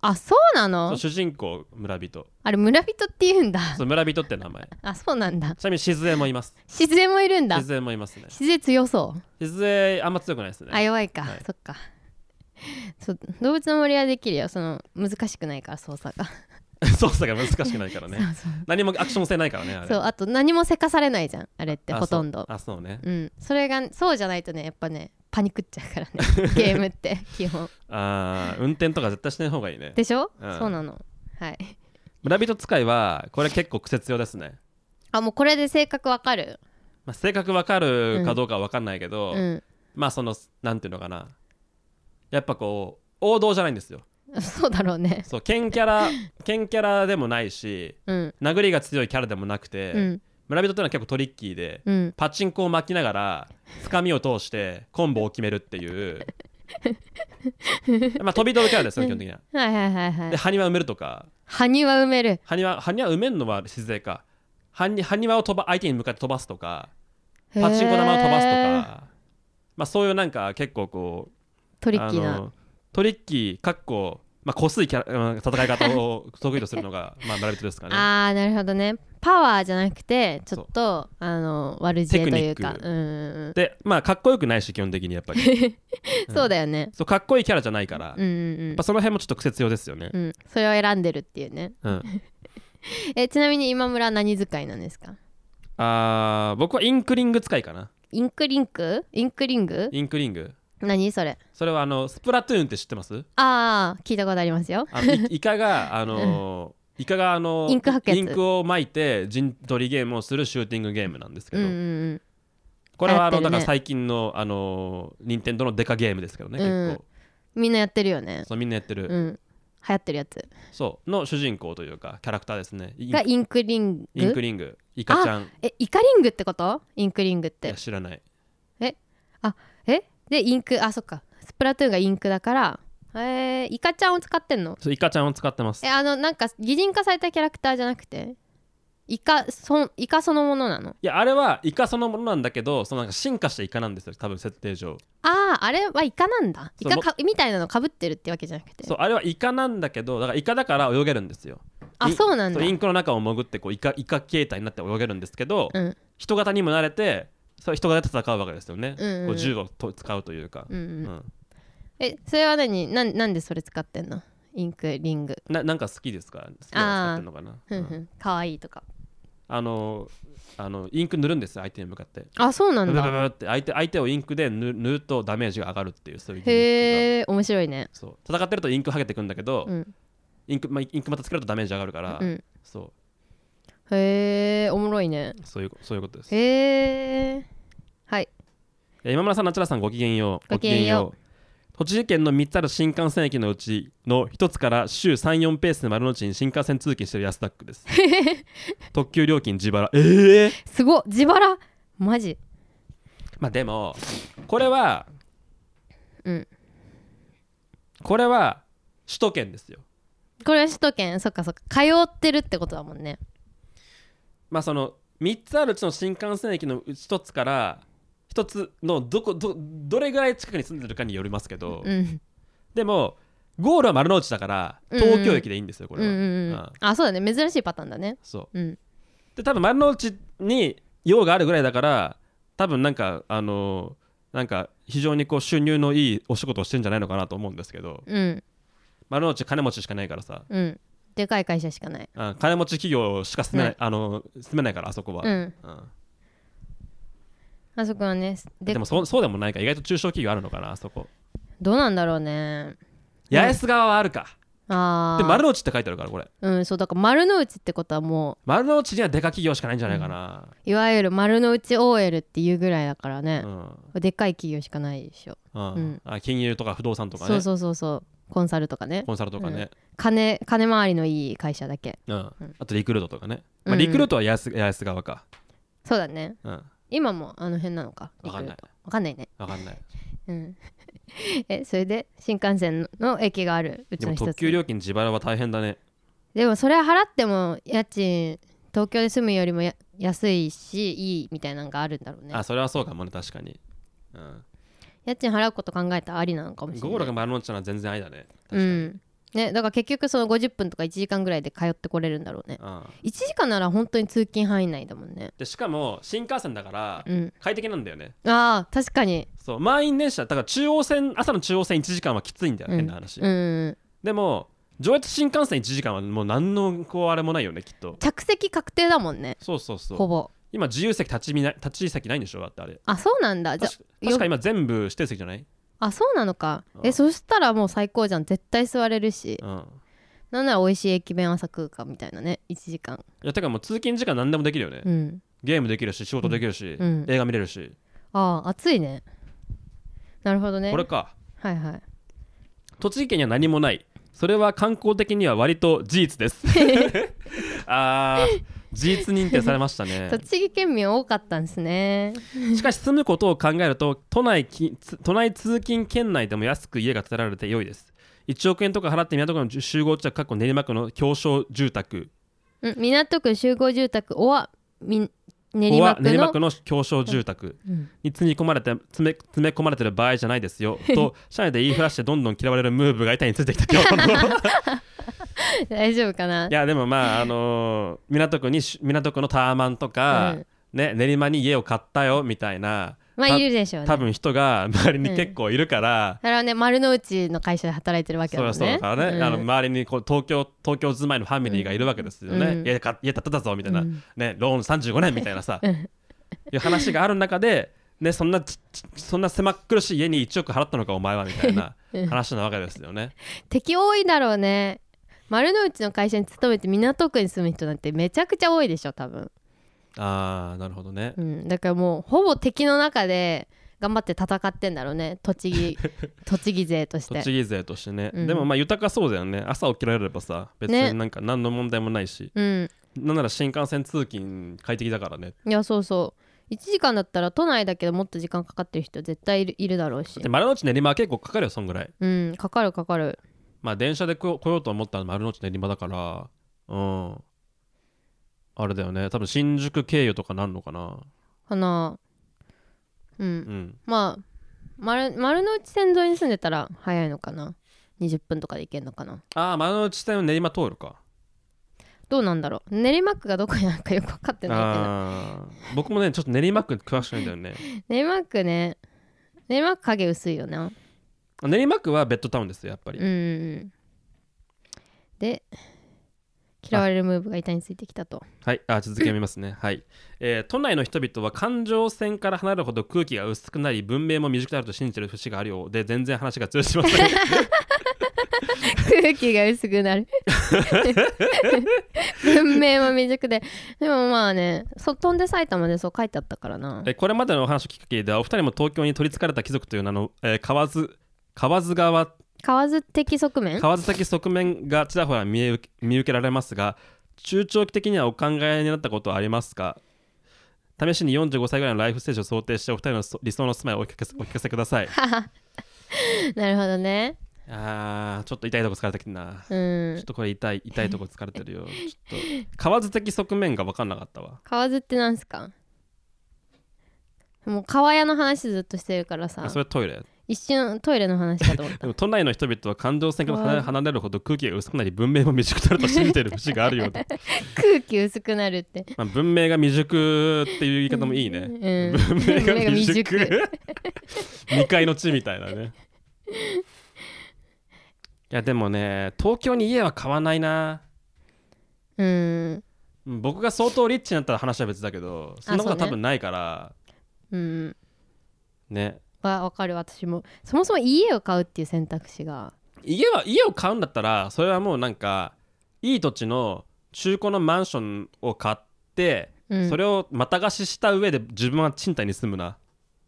あそうなそのう主人公村人あれ村人って言うんだそう村人って名前あそうなんだちなみに静もいます自然もいるんだ静江もいますね自然強そう静江あんま強くないですねあ弱いか、はいそっかそう動物の森はできるよその難しくないから操作が、 操作が難しくないからね何もアクション性ないからねあれそうあと何もせかされないじゃんあれってあほとんどそうあそうねうんそれがそうじゃないとねやっぱねパニックっちゃ うからねゲームって基本ああ運転とか絶対しない方がいいねでしょ、うんそうなのはい村人使いはこれ結構癖強ですね、あもうこれで性格わかるまあ、性格わかるかどうかはわかんないけど、うんまあそのなんていうのかなやっぱこう王道じゃないんですよ そうだろうねそう剣キャ ラ剣キャラでもないしうん殴りが強いキャラでもなくて、うん村人ってのは結構トリッキーで、うんパチンコを巻きながら深みを通してコンボを決めるっていう まあ飛び道具キャラですよ基本的にははいはいはいはでい埴輪埋めるとか埴輪埋める埴輪埴輪埋めるのは自然か埴埴輪を飛ば相手に向かって飛ばすとかパチンコ玉を飛ばすとへーか、まあ、そういうなんか結構こうトリッキーなあのトリッキーかっこまあこすいキャラうん戦い方を 得意とするのがまあ村人ですかねあーなるほどねパワーじゃなくてちょっとあの悪知恵というかテクニックうんうんうんでまあかっこよくないし基本的にやっぱりうんそうだよねそうかっこいいキャラじゃないから、うんやっうんぱその辺もちょっと癖強ですよねう、んうんそれを選んでるっていうねうんえちなみに今村は何使いなんですかあー僕はインクリング使いかなインクリンクインクリングインクリング何それそれはあのスプラトゥーンって知ってますああ聞いたことありますよあのい イカがあのーイカがあのーインク吐くやつインクを撒いて陣取りゲームをするシューティングゲームなんですけうんど、うんうんこれはあ流行の、ってだるねから最近のあのー任天堂のデカゲームですけどね結構、みんなやってるよねそうみんなやってる、うん流行ってるやつそうの主人公というかキャラクターですねインがインクリンイングクリングイカちゃんえイカリングってことインクリングっいやて知らないえでインクあそっかスプラトゥーンがインクだからえー、イカちゃんを使ってんのそうイカちゃんを使ってますえあのなんか擬人化されたキャラクターじゃなくてイカそんイカそのものなのいやあれはイカそのものなんだけどそのなんか進化したイカなんですよ多分設定上あああれはイカなんだイそうカかみたいなのかぶってるってわけじゃなくてそうあれはイカなんだけどだからイカだから泳げるんですよあインそうなんだそうインクの中を潜ってこうイカイカ形態になって泳げるんですけど、うん人型にもなれてそう人型で戦うわけですよね、うんうんうんこう銃をと使うというか、うんううんえそれは何なんなんでそれ使ってんのインクリングななんか好きですか好きなの使ってんのかなふんうんふんかわいいとかあのあのインク塗るんですよ相手に向かってあそうなブんブブだブって相手相手をインクで塗塗るとダメージが上がるっていうそういうギミックがへえ面白いねそう戦ってるとインクはげてくんだけど、うんインクまあインクまたつけるとダメージ上がるから、うんそへえおもろいねうそういうそういうことですへえはいえー今村さん、なちらさん、ごきげんよう。ごきげんようごきげんう。栃木県の3つある新幹線駅のうちの1つから週3、4ペースで丸の内に新幹線通勤してる安田区 です。特急料金自腹。えーすごっ自腹マジまあでも、これは、うんこれは首都圏ですよ。これは首都圏そっかそっか通ってるってことだもんねまあその3つあるうちの新幹線駅のうち1つから1つのどこどどれぐらい近くに住んでるかによりますけど、うんでもゴールは丸の内だから東京駅でいいんですよ、こうんれうは。んううんんあそうだね珍しいパターンだねそううんで多分丸の内に用があるぐらいだから多分なんかあのーなんか非常にこう収入のいいお仕事をしてんじゃないのかなと思うんですけどうん丸の内金持ちしかないからさうんでかい会社しかないあ金持ち企業しか住めない、ねあのー住めないからあそこは、うんうんあそこはねででもそそうでもないか意外と中小企業あるのかなあそこどうなんだろうねうん八重洲側はあるか、ああで丸の内って書いてあるからこれうんそうだから丸の内ってことはも丸の内にはでか企業しかないんじゃないかな、ういわゆる丸の内 OL っていうぐらいだからうねん、でっかい企業しかないでしょうんうんあ金融とか不動産とかねそうそうそうそうコンサルとかねコンサルとかね、金金回りのいい会社だけうんうんあとリクルートとかね、うまんうあ、んリクルートは八重洲八重洲側か、そうだねうん、今もあの辺なのか分かんないわかんないね分かんないうん えそれで新幹線の駅があるうちでのも一特つ急料金自腹は大変だねでもそれ払っても家賃東京で住むよりもや安いしいいみたいなのがあるんだろうねあそれはそうかもね確かに、うん、家賃払うこと考えたらありなのかもしれゴーなルいが丸の内なら全然ありだね確かうに、んね、だから結局その50分とか1時間ぐらいで通ってこれるんだろうねうん1時間なら本当に通勤範囲内だもんねでしかも新幹線だからうん快適なんだよね、あー確かにそう満員電車だから中央線朝の中央線1時間はきついんだよ、うん変な話、うんでも上越新幹線1時間はもう何のこうあれもないよねきっと着席確定だもんねそうそうそほうぼ今自由席立ち見ない立ち席ないんでしょだってあれあそうなんだじゃ確か確か今全部指定席じゃない、あそうなのかうえんそしたらもう最高じゃん絶対座れるしうん、なんなら美味しい駅弁朝空間みたいなね1時間いやてかもう通勤時間何でもできるよね、うんゲームできるし仕事できるし、うんうん映画見れるし、ああ暑いねなるほどねこれかはいはい栃木県には何もないそれは観光的には割と事実です あー事実認定されました ね栃木県民多かったんですねしかし住むことを考えると都内き都内通勤圏内でも安く家が建てられて良いです1億円とか払って港区の集合地かっこ練馬区の狭小住宅うん港区集合住宅おわみ練ここ馬は区の練馬区の狭小住宅うんに積み込まれて詰め詰め込まれてる場合じゃないです よと社内で言いふらしてどんどん嫌われるムーブが板についてきた今日の い大丈夫かなやでもまああのー港区にし港区のタワマンとうかん、ね、練馬に家を買ったよみたいなまあいるでしょうね多分人が周りに結構いるから、だからね丸の内の会社で働いてるわけだもんねそうだそうだからね、うんあの周りにこう東京東京住まいのファミリーがいるわけですよね、うん家か家建てたぞみたいな、うんね、ローン35年みたいなさ、うんいう話がある中で、ね、そんなちちそんな狭っ苦しい家に1億払ったのかお前はみたいなうん話なわけですよね。敵多いだろうね丸の内の会社に勤めて港区に住む人なんてめちゃくちゃ多いでしょ多分、あーなるほどねう。ん、だからもうほぼ敵の中で頑張って戦ってんだろうね 栃木栃木勢として栃木勢としてね、うんでもまあ豊かそうだよね朝起きられればさ別ねになんか何の問題もないし、うんなんなら新幹線通勤快適だからねいやそうそう1時間だったら都内だけどもっと時間かかってる人絶対いるいるだろうしで丸の内練馬は結構かかるよそんぐらいうんかかるかかるまあ電車で来よ来ようと思ったら丸の内練馬だから、うん。あれだよね、多分新宿経由とかなんのかな。かなうん、うん。まあ丸丸の内線沿いに住んでたら早いのかな20分とかで行けるのかなああ、丸の内線練馬通るか。どうなんだろう練馬区がどこにあるかよく分かってないけどあー僕もね、ちょっと練馬区詳しくないんだよね。練馬区ね練馬区影薄いよな練馬区はベッドタウンですよ、やっぱうり。んうんで嫌われるムーブが板についてきたとはい、あ続き読みますね。はい、えー都内の人々は環状線から離れるほど空気が薄くなり、文明も未熟であると信じてる節があるようで、全然話が通じま せん。空気が薄くなる文明も未熟ででもまあねそ飛んで埼玉でそう書いてあったからなえこれまでのお話を聞く限りではお二人も東京に取りつかれた貴族という名の、えー河津河津川河津的側面川津的側面がちらほら見え受け見受けられますが中長期的にはお考えになったことはありますか試しに45歳ぐらいのライフステージを想定してお二人のそ理想の住まいをお聞かせお聞かせくださいなるほどねあーちょっと痛いとこ疲れてきてな、うちょんっとこれ痛い痛いとこ疲れてるよちょっと川津的側面が分かんなかったわ河津ってなんすかもう川屋の話ずっとしてるからさあそれトイレ一瞬トイレの話かと 思っでたも都内の人々は環状線から離うれわ離れるほど空気が薄くなり文明も未熟だと信じている節があるようだ、空気薄くなるってまあ、文明が未熟っていう言い方もいいね、う文ん明が文明が未未熟熟 未開の地みたいなねいやでもね東京に家は買わないなうんうん僕が相当リッチになったら話は別だけどそんなことはそうね多分ないからうんねわわかる私もそもそも家を買うっていう選択肢が家は家を買うんだったらそれはもうなんかいい土地の中古のマンションを買って、うんそれをまた貸しした上で自分は賃貸に住むな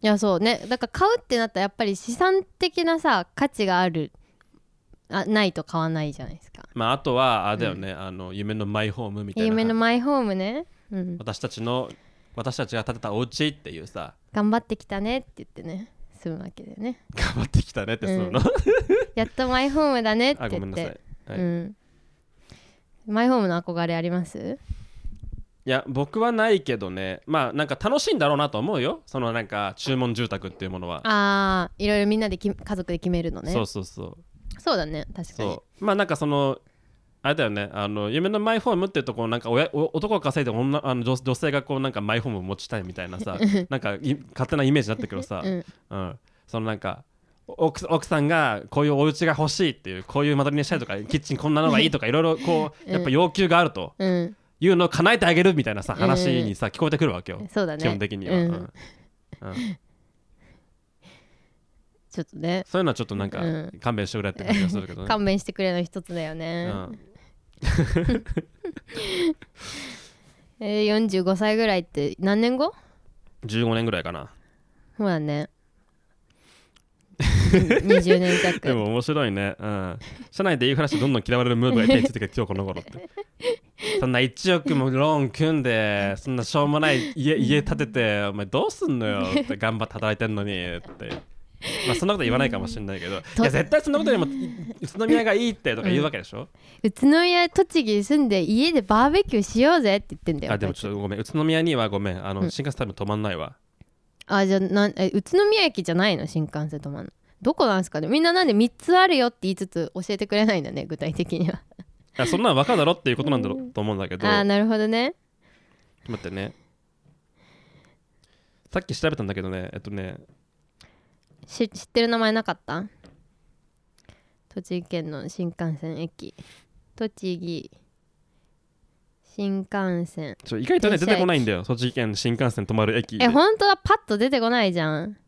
いやそうねだから買うってなったらやっぱり資産的なさ価値があるあないと買わないじゃないですかまあ、あとはあれだよね、あの夢のマイホームみたいな夢のマイホームね、うん、私たちの私たちが建てたお家っていうさ頑張ってきたねって言ってね住むわけだよね 頑張ってきたねってその、うんやっとマイホームだねってあご言めんなっさて、い、はいうん、マイホームの憧れありますいや僕はないけどねまあなんか楽しいんだろうなと思うよそのなんか注文住宅っていうものは、あーいろいろみんなでき家族で決めるのねそそううそうそうだね確かにそうまあなんかそのあれだよねあの夢のマイホームっていうところなんか親お男が稼いで女あの女女性がこうなんかマイホームを持ちたいみたいな さなんかい勝手なイメージになってくるさ、うんうん、そのなんかお奥奥さんがこういうお家が欲しいっていうこういう間取りにしたいと かキッチンこんなのがいいとかいろいろこうやっぱ要求があるとうんいうのを叶えてあげるみたいなさ話にさ聞こえてくるわけよ、そうだね基本的には、うんうんうんちょっとねそういうのはちょっとなんかうん勘弁してくれって感じがするけどね、勘弁してくれの一つだようね、ん、えー、45歳ぐらいって何年後15年ぐらいかなそうだね 20年で弱も面白いね、うん、社内で言い話どんどん嫌われるムーブが手についてくる今日この頃ってそんな1億もローン組んでそんなしょうもない家家建ててお前どうすんのよって頑張って働いてんのにって、まあ、そんなこと言わないかもしれないけどいや絶対そんなことよりもい宇都宮がいいってとか言うわけでしょ、宇都宮栃木に住んで家でバーベキューしようぜって言ってんだよあでもちょっとごめん宇都宮にはごめんあの、新幹線多分止まんないわあじゃあなんえ宇都宮駅じゃないの新幹線止まんのどこなんですかねみんななんで3つあるよって言いつつ教えてくれないんだね具体的にはいやそんなの分かるだろっていうことなんだろうと思うんだけ どあーなるほどねちょっと待ってねさっき調べたんだけどねえっとねし知ってる名前なかった栃木県の新幹線駅栃木新幹線ちょ意外とね出停車駅てこないんだよ栃木県新幹線止まる駅え本当だパッと出てこないじゃん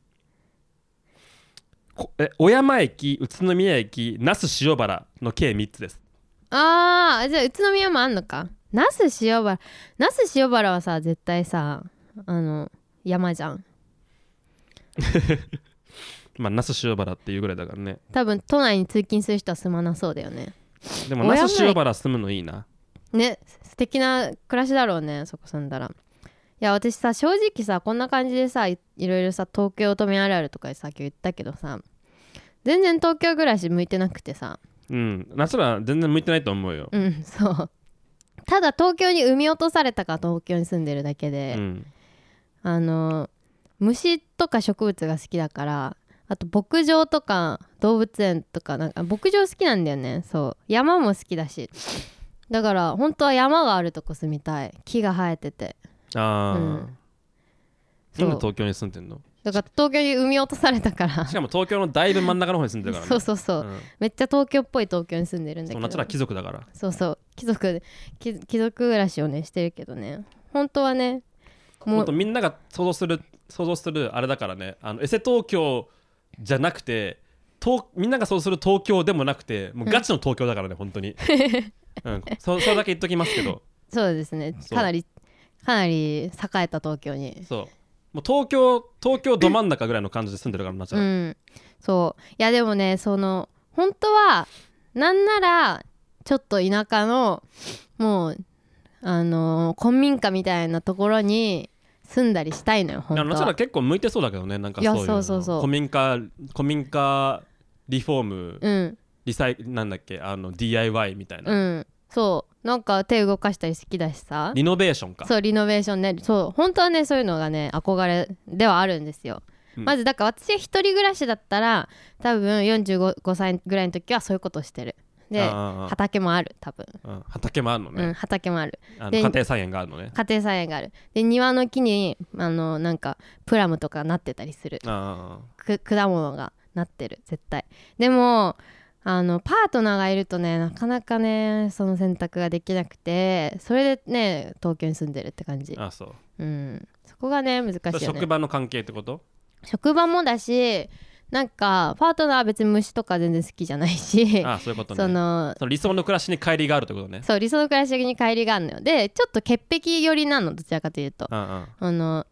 こえ小山駅宇都宮駅那須塩原の計3つですあーじゃあ宇都宮もあんのか那須塩原那須塩原はさ絶対さあの山じゃんまあ那須塩原っていうぐらいだからね多分都内に通勤する人は住まなそうだよねでも小那山駅須塩原住むのいいなね素敵な暮らしだろうねそこ住んだらいや私さ正直さこんな感じでさいいろいろさ東京乙女あるあるとかさっき言ったけどさ全然東京暮らし向いてなくてさうん那須は全然向いてないと思うようんそうただ東京に産み落とされたから東京に住んでるだけで、うんあの虫とか植物が好きだからあと牧場とか動物園とかなんか牧場好きなんだよねそう山も好きだしだから本当は山があるとこ住みたい木が生えててああ、うんそなうんで東京に住んでんのだから東京に産み落とされたからしかも東京のだいぶ真ん中の方に住んでるからね そうそうそう、うんめっちゃ東京っぽい東京に住んでるんだそけうどナチュラ貴族だからそうそう貴族貴貴族暮らしをねしてるけどね本当はねももっうとみんなが想像する想像するあれだからねあのエセ東京じゃなくて東みんなが想像する東京でもなくてもうガチの東京だからね、本 当に、うん、そそれだけ言っときますけどそうですねそうかなりかなり栄えた東京にそうもう東京東京ど真ん中ぐらいの感じで住んでるからなちゃうんんそういやでもねその本当はなんならちょっと田舎のもうあのー、古民家みたいなところに住んだりしたいのよ本な当ちゃはら結構向いてそうだけどねなんかそういういやそうそうそう古民家古民家リフォームうんリサイなんだっけあの DIY みたいうな、んそうなんか手動かしたり好きだしさリノベーションかそうリノベーションねそう本当はねそういうのがね憧れではあるんですよ、うんまずだから私が一人暮らしだったら多分45歳ぐらいの時はそういうことしてるであー畑もある多分、うん畑もあるのうん、ね、畑もあるあので家庭菜園があるのね家庭菜園があるで庭の木にあのなんかプラムとかなってたりするあく果物がなってる絶対でもあのパートナーがいるとねなかなかねその選択ができなくてそれでね東京に住んでるって感じー、あそううんそこがね難しいよね職場の関係ってこと職場もだしなんかパートナーは別に虫とか全然好きじゃないしああそういうことねそそのの理想の暮らしに乖離があるってことねそう理想の暮らしに帰りがあるのよでちょっと潔癖寄りなのどちらかというとうんうんあの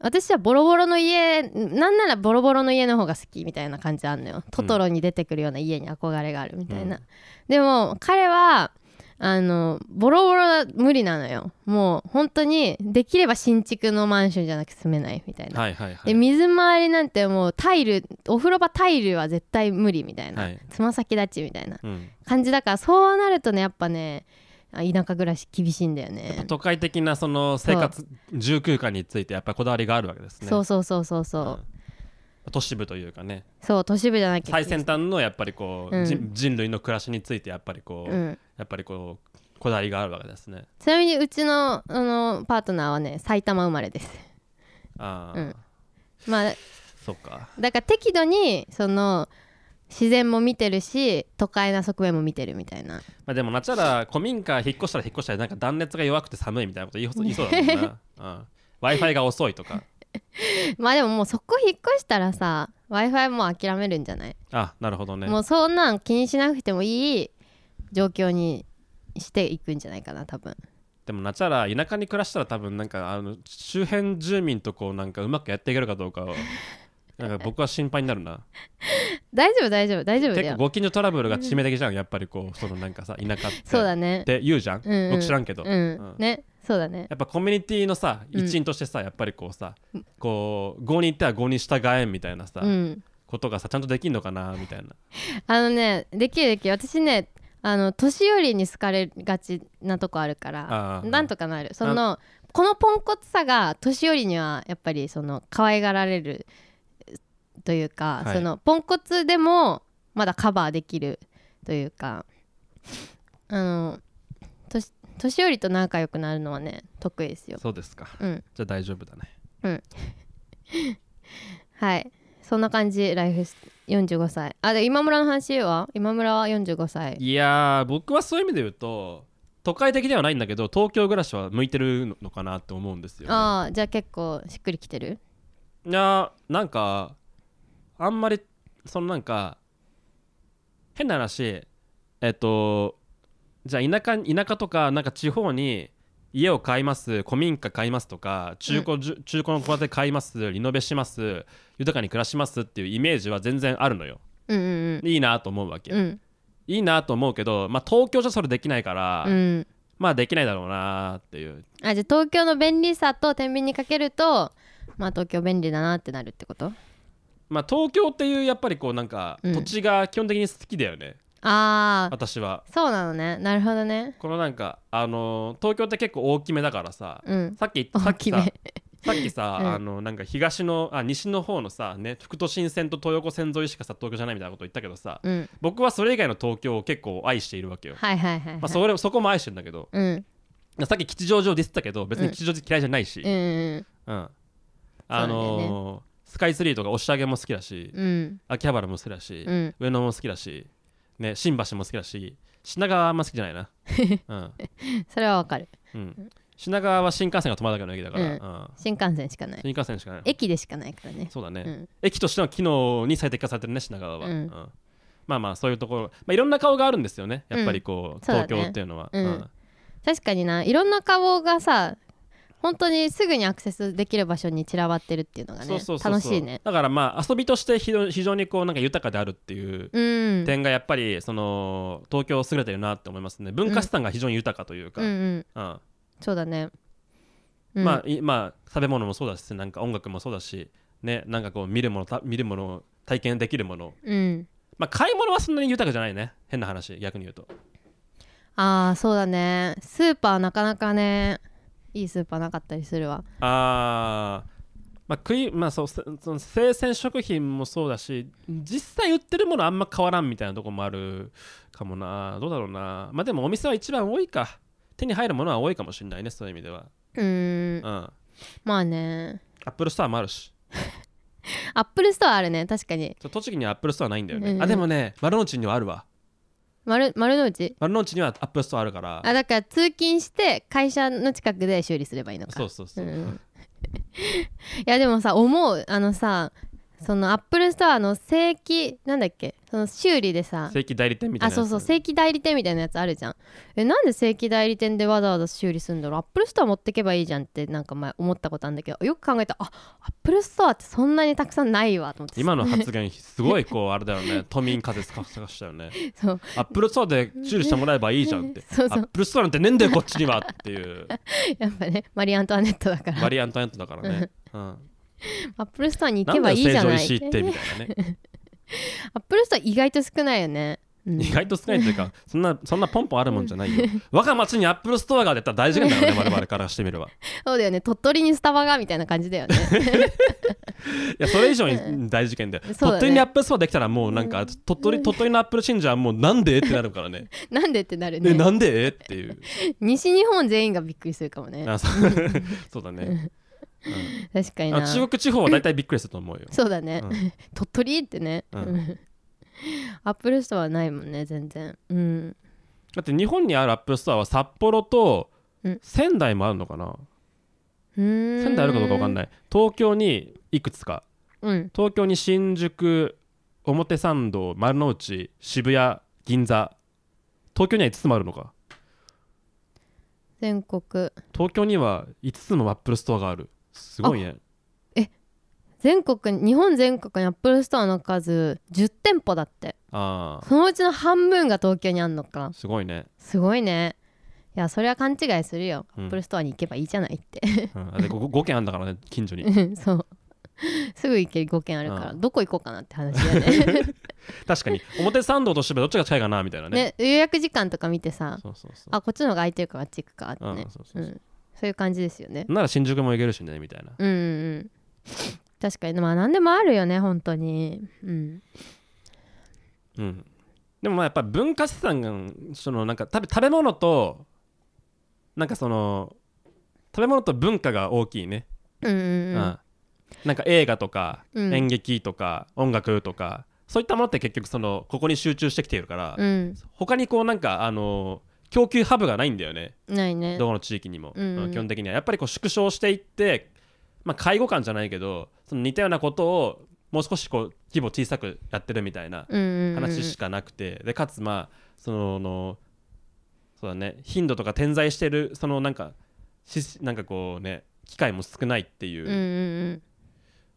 私はボロボロの家なんならボロボロの家の方が好きみたいな感じあんのよトトロに出てくるような家に憧れがあるみたいな、うんでも彼はあのボロボロは無理なのよもう本当にできれば新築のマンションじゃなく住めないみたいな、はいはいはでい水回りなんてもうタイルお風呂場タイルは絶対無理みたいな、はいつま先立ちみたいなうん感じだからそうなるとねやっぱねあ田舎暮らし厳しいんだよね都会的なその生活住空間についてやっぱりこだわりがあるわけですねそうそうそうそうそう、うん都市部というかねそう都市部じゃなきゃ最先端のやっぱりこう、うん人人類の暮らしについてやっぱりこう、うんやっぱりこうこだわりがあるわけですねちなみにうちのあのパートナーはね埼玉生まれですああ、うんまあそうかだから適度にその自然も見てるし都会な側面も見てるみたいなまあ、でもなっちゃら古民家引っ越したら引っ越したらなんか断熱が弱くて寒いみたいなこと言いそう言いそうだもんな、 うん、w i f i が遅いとかまあでももうそこ引っ越したらさ w i f i もう諦めるんじゃない、あなるほどねもうそんなん気にしなくてもいい状況にしていくんじゃないかな多分でもなっちゃら田舎に暮らしたら多分なんかあの周辺住民とこうなんかうまくやっていけるかどうか をなんか僕は心配になるな大丈夫大丈夫大丈夫だ結構よご近所トラブルが致命的じゃんやっぱりこうそのなんかさ田舎ってそうだねって言うじゃん、うんうん僕知らんけど、うん、うんねそうだねやっぱコミュニティのさうん一員としてさ、やっぱりこうさこう郷に行っては郷に従えんみたいなさ、うんことがさちゃんとできんのかなみたいなあのねできるできる私ねあの年寄りに好かれがちなとこあるからあーなんとかなるそのこのポンコツさが年寄りにはやっぱりその可愛がられるというか、はいそのポンコツでもまだカバーできるというかあの年年寄りと仲良くなるのはね得意ですよそうですかうんじゃあ大丈夫だねはいそんな感じライフス45歳あで今村の話は今村は45歳いやー僕はそういう意味で言うと都会的ではないんだけど東京暮らしは向いてるのかなって思うんですよ、ね、ああじゃあ結構しっくりきてるいやーなんかあんまりそのなんか変な話えっとじゃあ田舎田舎とかなんか地方に家を買います古民家買いますとか中古,、じゅ中古の戸建て買いますリノベします豊かに暮らしますっていうイメージは全然あるのようんうんいいなと思うわけ、うんうんいいなと思うけど、まあ、東京じゃそれできないから、うんまあできないだろうなーっていうあじゃあ東京の便利さと天秤にかけるとまあ東京便利だなってなるってことまあ東京っていうやっぱりこうなんかうん土地が基本的に好きだよね、ああ私はそうなのねなるほどねこのなんかあのー東京って結構大きめだからさ、うんさっきさ大っききさめさっきさ、うんあのなんか東のあ西の方のさね副都心線と東横線沿いしかさ東京じゃないみたいなこと言ったけどさうん僕はそれ以外の東京を結構愛しているわけよ、はいはいはい、はいまあ、それそこも愛してるんだけどうんさっき吉祥寺をディスったけど別うにん吉祥寺嫌いじゃないし、うんうんうんあのースカイツリーとか押上も好きだし、うん秋葉原も好きだし、うん上野も好きだし、ね、新橋も好きだし品川はあんま好きじゃない な、うん、それはわかるうん、品川は新幹線が止まらなきゃの駅だから、うんうん新幹線しかない新幹線しかない駅でしかないからねそうだね、うん駅としての機能に最適化されてるね品川は、うんまあまあそういうところ、まあ、いろんな顔があるんですよねやっぱりこう、そうだね東京っていうのは、うん確かにないろんな顔がさ本当にすぐにアクセスできる場所に散らばってるっていうのがそうねそうそうそう楽しいねだからまあ遊びとして非常非常にこうなんか豊かであるっていううん点がやっぱりその東京優れてるなって思いますね文化資産が非常に豊かというか、うんうんうんそうだね、うん、まあいまあ食べ物もそうだしなんか音楽もそうだしねなんかこう見るものた見るもの体験できるものうんまあ買い物はそんなに豊かじゃないね変な話逆に言うとああそうだねスーパーなかなかねいいスーパーなかったりするわあーまあ食いまあそうせその生鮮食品もそうだし実際売ってるものあんま変わらんみたいなとこもあるかもなどうだろうなまあでもお店は一番多いか手に入るものは多いかもしれないねそういう意味ではうーうんんアまあねップルストアもあるしアップルストアあるね確かにちょ栃木にはアップルストアないんだよね、うんあでもね丸の内にはあるわ丸丸の内丸の内にはアップルストアあるからあだから通勤して会社の近く で修理すればいいのかそうそうそう、うん、いやでもさ思うあのさそのアップルストアの正規なんだっけその修理でさ正規代理店みたいあなやつそうそう正規代理店みたいなやつあるじゃんえなんで正規代理店でわざわざ修理するんだろうアップルストア持ってけばいいじゃんってなんか前思ったことあるんだけどよく考えたらあアップルストアってそんなにたくさんないわと思って今の発言すごいこうあれだよね都民風探したよね そうアップルストアで修理してもらえばいいじゃんってそうそうアップルストアなんてねえんだよこっちにはっていうやっぱねマリー・アントワネットだからマリー・アントワネットだからね、うん、アップルストアに行なけんばだいいよじ成ゃ城ない石井ってみたいな ねアップルストア意外と少ないよね、うん意外と少ないというかそんなそんなポンポンあるもんじゃないよ我が町にアップルストアが出たら大事件だよ ね我々からしてみればそうだよね鳥取にスタバがみたいな感じだよね いやそれ以上に大事件だよそうだ鳥ね取にアップルストアできたらもうなんか鳥取鳥取のアップル信者はもうなんでってなるからねなんでってなるえねなんでっていう西日本全員がびっくりするかもねあそうそうだね、確うかにんなあ中国地方は大体びっくりすると思うよそうだね、う 鳥取ってね、うんうんアップルストアないもんね全然うんだって日本にあるアップルストアは札幌とうん仙台もあるのかな、仙仙台あるかどうか分かんいない東京にいくつかうん東京に新宿表参道丸の内渋谷銀座東京には5つもあるのか全国東京には5つもアップルストアがあるすごいね全国日本全国にアップルストアの数10店舗だってああそのうちの半分が東京にあんのかすごいね、すごいねいやそれは勘違いするよ、うんアップルストアに行けばいいじゃないって うん、あで 5, 軒あんだからね近所にうんそうすぐ行ける5軒あるから、うどこ行こうかなって話だ よね確かに表参道と渋谷どっちが近いかなみたいなねね予約時間とか見てさそうそうそうあこっちの方が空いてるからあっち行くかってうんねそうそうう、そうんそういう感じですよねなら新宿も行けるしねみたいなうんうんうん確かにまあ何でもあるよね本当にうんうんでもまあやっぱ文化資産がそのなんか食べ食べ物となんかその食べ物と文化が大きいねうんううんうんんなんか映画とかうん演劇とか音楽とかそういったものって結局そのここに集中してきているから、うん他にこうなんかあの供給ハブがないんだよねないねどこの地域にも、うんうん基本的にはやっぱりこう縮小していって、まあ、介護官じゃないけどその似たようなことをもう少しこう規模小さくやってるみたいなうんうんうん話しかなくて、でかつまあそののそうだね頻度とか点在してるそのなんかしなんかこうね機会も少ないっていううんうんうん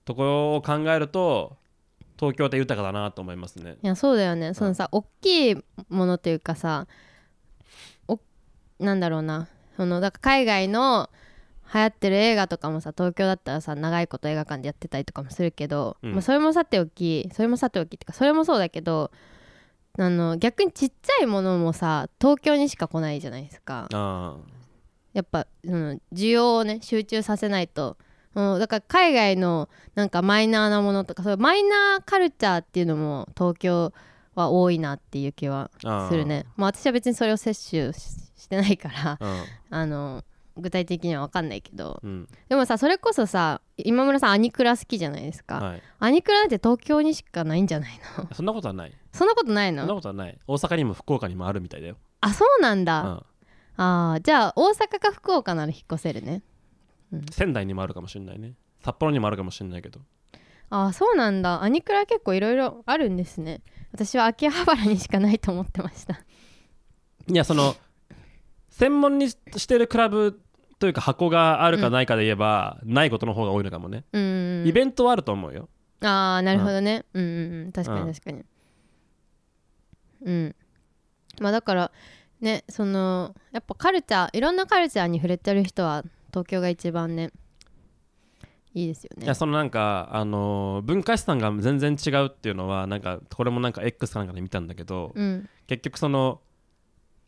ところを考えると東京って豊かだなと思いますね。いやそうだよねそのさ、大きいものというかさおなんだろうなそのだから海外の流行ってる映画とかもさ東京だったらさ長いこと映画館でやってたりとかもするけど、うんまあ、それもさておきそれもさておきってかそれもそうだけどあの逆にちっちゃいものもさ東京にしか来ないじゃないですかあやっぱ、うん、需要をね集中させないと、うん、だから海外のなんかマイナーなものとかそういうマイナーカルチャーっていうのも東京は多いなっていう気はーあーする。ねまあ私は別にそれを摂取ししてないから うんあの具体的には分かんないけどうんでもさそれこそさ今村さんアニクラ好きじゃないですか、はい、アニクラなんて東京にしかないんじゃないの そんなことはない。そんなことないそんなのことはない。大阪にも福岡にもあるみたいだよ。あそうなんうだ、ん、あーじゃあ大阪か福岡なら引っ越せるね仙台にもあるかもしれないね。札幌にもあるかもしれないけど。ああそうなんだアニクラ結構いろいろあるんですね私は秋葉原にしかないと思ってました いや、その、専門にしてるクラブというか箱があるかないかで言えば、ないことの方が多いのかもね。うんうんイベントはあると思うよ。うんああなるほどねうんうんうん確かうんに確かにうんまあだからねそのやっぱカルチャーいろんなカルチャーに触れてる人は東京が一番ねいいですよいねや、そのなんか、あのー文化資産が全然違うっていうのは、なんか、これもなんか X かなんかで見たんだけど、うん結局その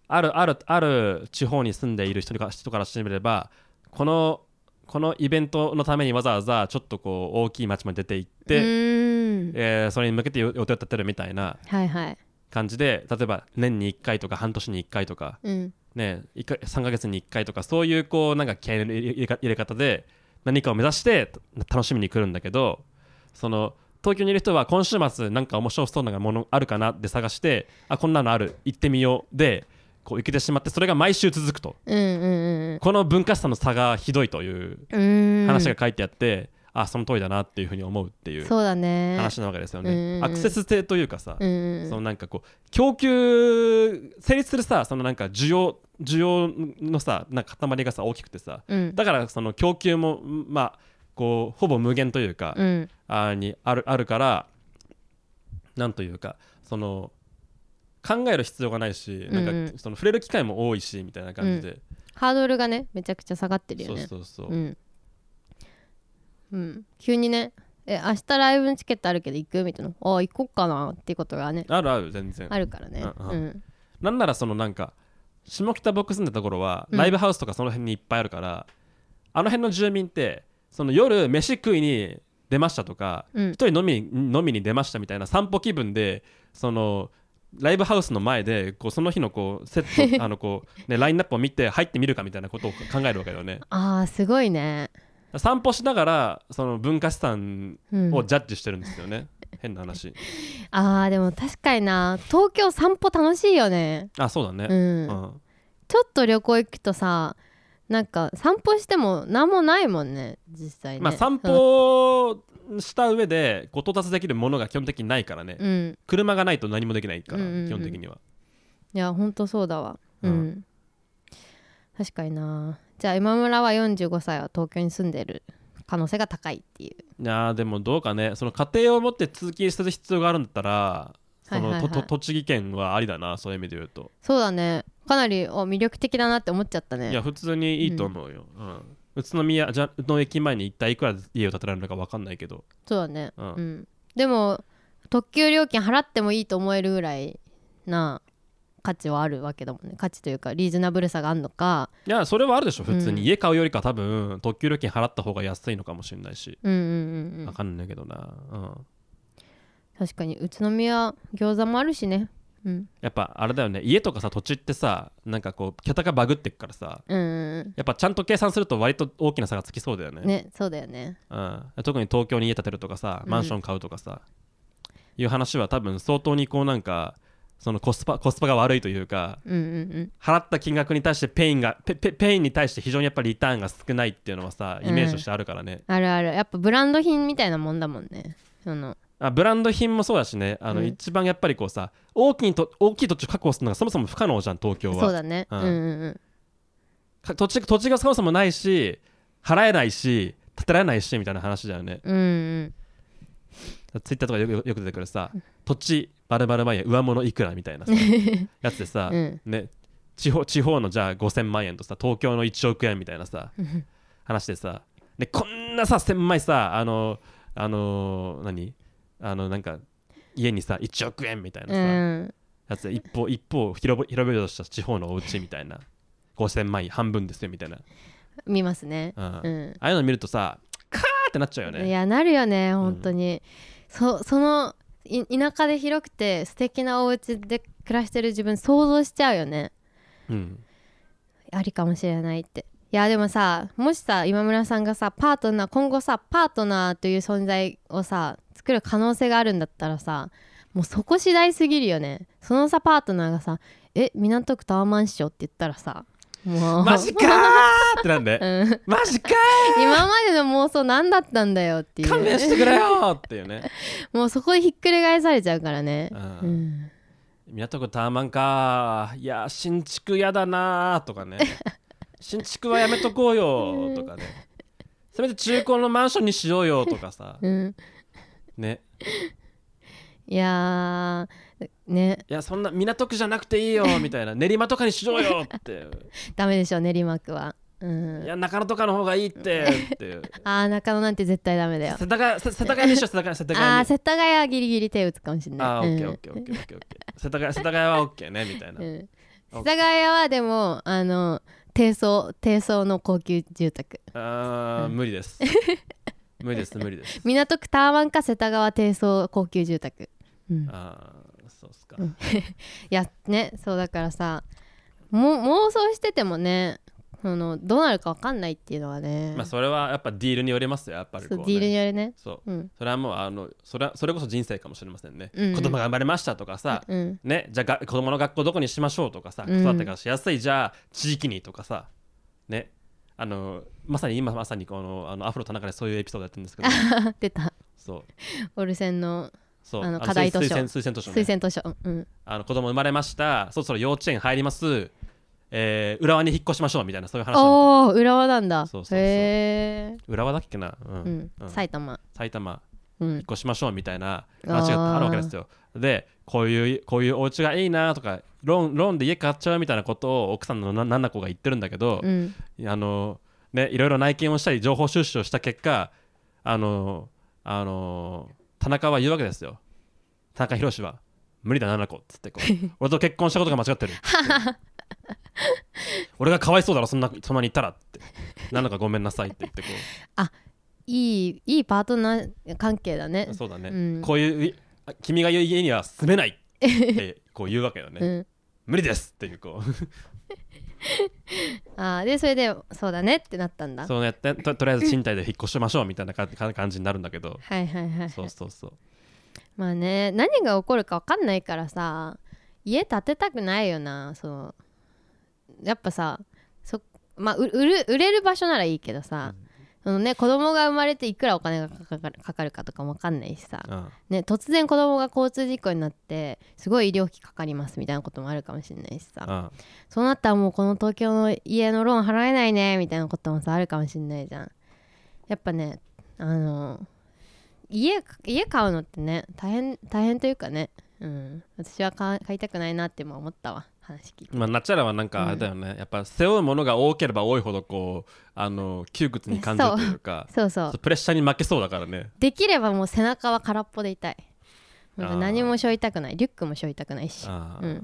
あるあるある地方に住んでいる人から人からしてみればこのこのイベントのためにわざわざちょっとこう大きい町まで出て行っうて、ーんえーそれに向けて予予定を立てるみたいなはいはい感じで例えば年に1回とか半年に1回とか,、うんね、1か3ヶ月に1回とかそういうこうなんか気合いの入れ入れ方で何かを目指してた楽しみに来るんだけどその東京にいる人は今週末なんか面白そうなものあるかなって探してあこんなのある行ってみようでこう行けてしまってそれが毎週続くとうんうんうんこの文化差の差がひどいといううーん話が書いてあって、あその通りだなっていうふうに思うっていうそうだね話なわけですようんうんうね。んアクセス性というかさ、うんうんそのなんかこう供給成立するさそのなんか需要需要のさなんか塊がさ大きくてさうんだからその供給もまあこうほぼ無限というか、うんあにあるあるからなんというかその考える必要がないし、うんうんなんかその触れる機会も多いしみたいな感じで、ハードルがねめちゃくちゃ下がってるよそうねそうそう、うん、うん、急にね「え明日ライブのチケットあるけど行く?」みたいな「ああ行こっかな」っていうことがねあるある全然あるからねうんううんなんならそのなんか下北僕住んでた頃はうんライブハウスとかその辺にいっぱいあるから、あの辺の住民ってその夜飯食いに出ましたとかうん一人飲みに飲みに出ましたみたいな散歩気分でそのライブハウスの前でこうその日のこうセッ トあのこう、ね、ラインナップを見て入ってみるかみたいなことを考えるわけだよねああすごいね散歩しながらその文化資産うんをジャッジしてるんですよね、変な話あーでも確かにな東京散歩楽しいよねあそうだねう、ん、うんちょっと旅行行くとさなんか散歩しても何もないもんね実際ねまあ散歩した上でこう到達できるものが基本的にないからね、うん車がないと何もできないから、うんうんうん基本的にはいやほんとそうだわう、うんん確かになじゃあ今村は45歳は東京に住んでる可能性が高いっていういやーでもどうかねその家庭を持って通勤する必要があるんだったらその、はいはいはいとと栃木県はありだなそういう意味で言うと、そうだねかなりお魅力的だなって思っちゃったいやね普通にいいと思うよ、うん宇都宮じゃの駅前に一体いくら家を建てられるのか分かんないけどそうだねうんうん、でも特急料金払ってもいいと思えるぐらいな価値はあるわけだもんね価値というかリーズナブルさがあるのかいやそれはあるでしょ普通に、うん家買うよりか多分特急料金払った方が安いのかもしれないし、うんうんうん分うんかんないけどな、うん、確かに宇都宮餃子もあるしねうんやっぱあれだよね家とかさ土地ってさなんかこう桁がバグってくからさうんうんやっぱちゃんと計算すると割と大きな差がつきそうだよねうんねそうだよねうん、特に東京に家建てるとかさうんマンション買うとかさ、いう話は多分相当にこうなんかそのコスパコスパが悪いというかうんうん払った金額に対してペインがペペペインに対して非常にやっぱりリターンが少ないっていうのはさイメージとしてあるからね、うんあるあるやっぱブランド品みたいなもんだもんねそのあブランド品もそうだしねあうのん一番やっぱりこうさ大きいと大きい土地を確保するのがそもそも不可能じゃん東京はそうだねううんんうんうんか土地土地がそもそもないし払えないし建てられないしみたいな話だよねうんうんツイッターとかよくよく出てくるさ土地バルバル万円上物いくらみたいなさやつでさ、うんね、地方地方のじゃあ5000万円とさ東京の1億円みたいなさうん話でさでこんなさ狭いさあのあの何あのなんか家にさ1億円みたいなうさ、んやつで一方一方広々広々とした地方のお家みたいな5000万円半分ですよみたいな、見ますねうんうんああいうの見るとさカーってなっちゃうよいね。やなるよね本当に、そそのい田舎で広くて素敵なお家で暮らしてる自分想像しちゃうよね うん、ありかもしれないっていやでもさもしさ今村さんがさパートナー今後さパートナーという存在をさ作る可能性があるんだったらさもうそこ次第すぎるよねそのさパートナーがさ「え港区タワーマンション」って言ったらさもうマジかーってなんで、うんマジか 今までの妄想何だったんだよっていー勘弁うしてくれよーっていうね、もうそこでひっくり返されちゃうからねう、うんん港区タワマンかーいやー新築やだなーとかね新築はやめとこうよーとかねせめて中古のマンションにしようよーとかさうん、ねいやーねいやそんな港区じゃなくていいよーみたいな練馬とかにしようよーってダメでしょ練馬区は、ういん、や中野とかの方がいいってっていうあー中野なんて絶対ダメだよ世田谷せ世田谷にしよう世田谷世田谷にあー世田谷はギリギリ手打つかもしれないあー、うオんッケーオッケーオッケーオッケーオッケー。 世田谷、世田谷はオッケーね、みたいな。うん世田谷はでもあの低層低層の高級住宅あー、無理です。無理です、無理 です。港区タワマンか世田川低層高級住宅、うん、いあー、そうっすか。やねそうだからさも妄想しててもねそのどうなるか分かんないっていうのはね,、まあ、それはやっぱディールによりますよ、やっぱりそこうう、ね。ディールによるねそう。うんそれはもう、あの、それは、それこそ人生かもしれませんね。うんうん子供が生まれましたとかさ。うんね、じゃあが子供の学校どこにしましょうとかさう子ん育てがしやすいじゃあ地域にとかさねあのまさに今まさにこのあのアフロ田中でそういうエピソードやってるん ですけど出たそうオルセンのそうあの課題図書推薦推薦図書、ね、推薦図書、うん、あの子供生まれましたそろそろ幼稚園入ります、えー、浦和に引っ越しましょうみたいなそういう話なのおお浦和なんだそうそうそうへえ、浦和だっけな、うんうんうん埼玉埼玉うん引っ越しましょうみたいな話があるわけですよでこういうこういうお家がいいなとかローンローンで家買っちゃうみたいなことを奥さんのななんな子が言ってるんだけどう、んあのねいろいろ内見をしたり情報収集をした結果あのあの田中は言うわけですよ田中宏は無理だな七子っつってこ う俺と結婚したことが間違ってるっつって俺がかわいそうだろそんなそんなに言ったらって七子ごめんなさいって言ってこいいいいパートナー関係だね うそうだね、うんこういういあ君が言う家には住めないってこう言うわけよね、うん無理ですっていうこうあーでそれでそうだねってなったんだそうねととりあえず賃貸で引っ越しましょうみたいなかか感じになるんだけどはいはいはいそうそうそうまあね何が起こるか分かんないからさ家建てたくないよなそうやっぱさそまあう売る売れる場所ならいいけどさ、そのね子供が生まれていくらお金がかかるかかるかとかも分かんないしさ、うんね、突然子供が交通事故になってすごい医療費かかりますみたいなこともあるかもしれないしさ、うんそうなったらもうこの東京の家のローン払えないねみたいなこともさあるかもしんないじゃんやっぱねあの家家買うのってね大変大変というかねうん私は買買いたくないなっても思ったわ話聞いてまあ、ナチュラはなんかあれだよね、やっぱ背負うものが多ければ多いほどこうあの窮屈に感じるというかそうそそううプレッシャーに負けそうだからねできればもう背中は空っぽでいたいなんかあー何も背負いたくないリュックも背負いたくないしあー、う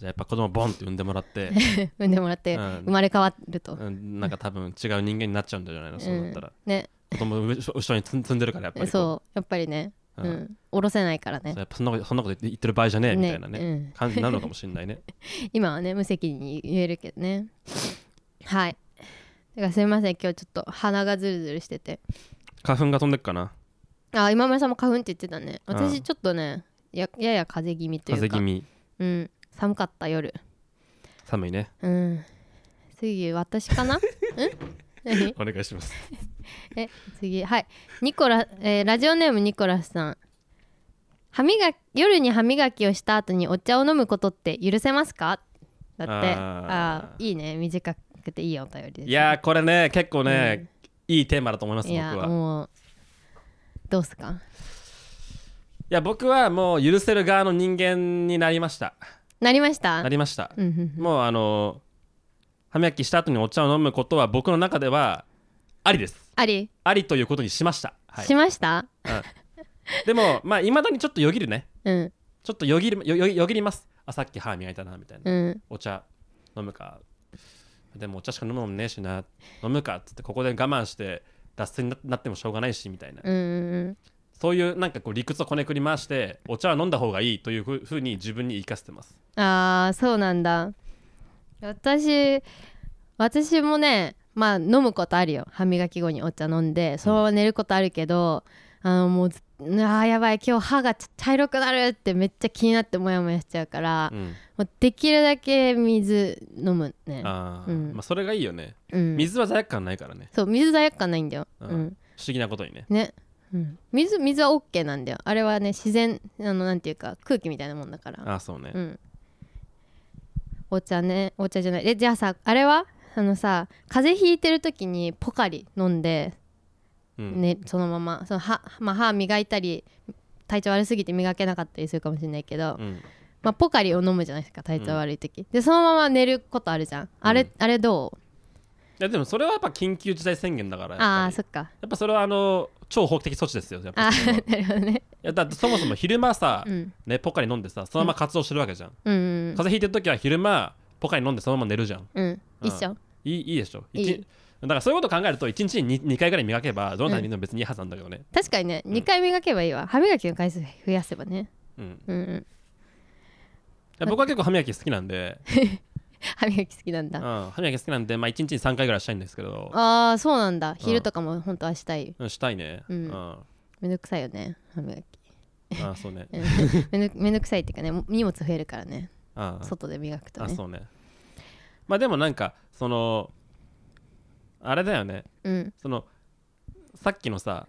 じゃあやっぱ子供ボンって産んでもらって、産んでもらってうん生まれ変わると、うん、なんか多分違う人間になっちゃうんじゃないのそうなったら、ね子供後後ろに積ん積んでるからやっぱりこそうやっぱりねう、うんん下ろせないからねそうやっぱそんなことそんなこと言ってる場合じゃねえみたいなねうん感じになるのかもしれないね今はね無責任に言えるけどねはいだからすみません今日ちょっと鼻がズルズルしてて花粉が飛んでっかなあ今村さんも花粉って言ってたねう私んちょっとねややや風邪気味という風か邪気味うん寒かった夜寒いねうん次 私かなん何お願いします次はいニコラ、えーラジオネームニコラスさん歯磨き夜に歯磨きをした後にお茶を飲むことって許せますかだってああーあーいいね短くていいお便りですねいやーこれね結構ね、いいテーマだと思いますい僕やはもうどうすかいや僕はもう許せる側の人間になりましたなりましたなりましたうんうんもうあの歯磨きした後にお茶を飲むことは僕の中ではありですあり、ありということにしました、はいし、ましたでもまあいまだにちょっとよぎるねうんちょっとよぎるよよよぎりますあさっき歯磨いたなみたいな、うんお茶飲むかでもお茶しか飲むもんねえしな飲むかっつってここで我慢して脱水にななってもしょうがないしみたいなうんうんそういうなんかこう理屈をこねくり回してお茶は飲んだ方がいいというふふうに自分に言い聞かせてますうんああそうなんだ私私もねまあ飲むことあるよ歯磨き後にお茶飲んでそのまま寝ることあるけど、あのもうずあーやばい今日歯がち茶色くなるってめっちゃ気になってモヤモヤしちゃうから、うんもうできるだけ水飲むねあーうんまあそれがいいよねうん、水は罪悪感ないからねそう水罪悪感ないんだよ、うんうん、不思議なことにねね、うん、水水は OK なんだよあれはね自然あのなんていうか空気みたいなもんだからああそうねうんお茶ねお茶じゃないえじゃあさあれはあのさ風邪ひいてる時にポカリ飲んで、うんねそのままその歯,、まあ、歯磨いたり体調悪すぎて磨けなかったりするかもしれないけど、うんまあ、ポカリを飲むじゃないですか体調悪い時、でそのまま寝ることあるじゃんあれ,、うんあれどういやでもそれはやっぱ緊急事態宣言だからやああっぱーそりっかやっぱそれはあの超法的措置ですよやっあぱそれはーなるほどいね、やだってそもそも昼間さうん、ねポカリ飲んでさそのまま活動してるわけじゃんうんうん風邪ひいてる時は昼間ポカリ飲んでそのまま寝るじゃんうん一緒いいいいでしょいい一だからそういうことを考えると1日に 2, 回ぐらい磨けばどんなにでも別にいいはずなんだけどね確かにね、うん2回磨けばいいわ歯磨きの回数増やせばねうんいうんうんや僕は結構歯磨き好きなんで、歯磨き好きなんうん、だ歯磨き好きなんで、まあ、1日に3回ぐらいしたいんですけどああそうなんだ昼とかも本当はしたいうんしたいねうんあめんどくさいよね歯磨きあそう ね うんめんどめんどくさいっていうかねも荷物増えるからねああ外で磨くとあねそうねまあでもなんかそのあれだよねうんそのさっきのさ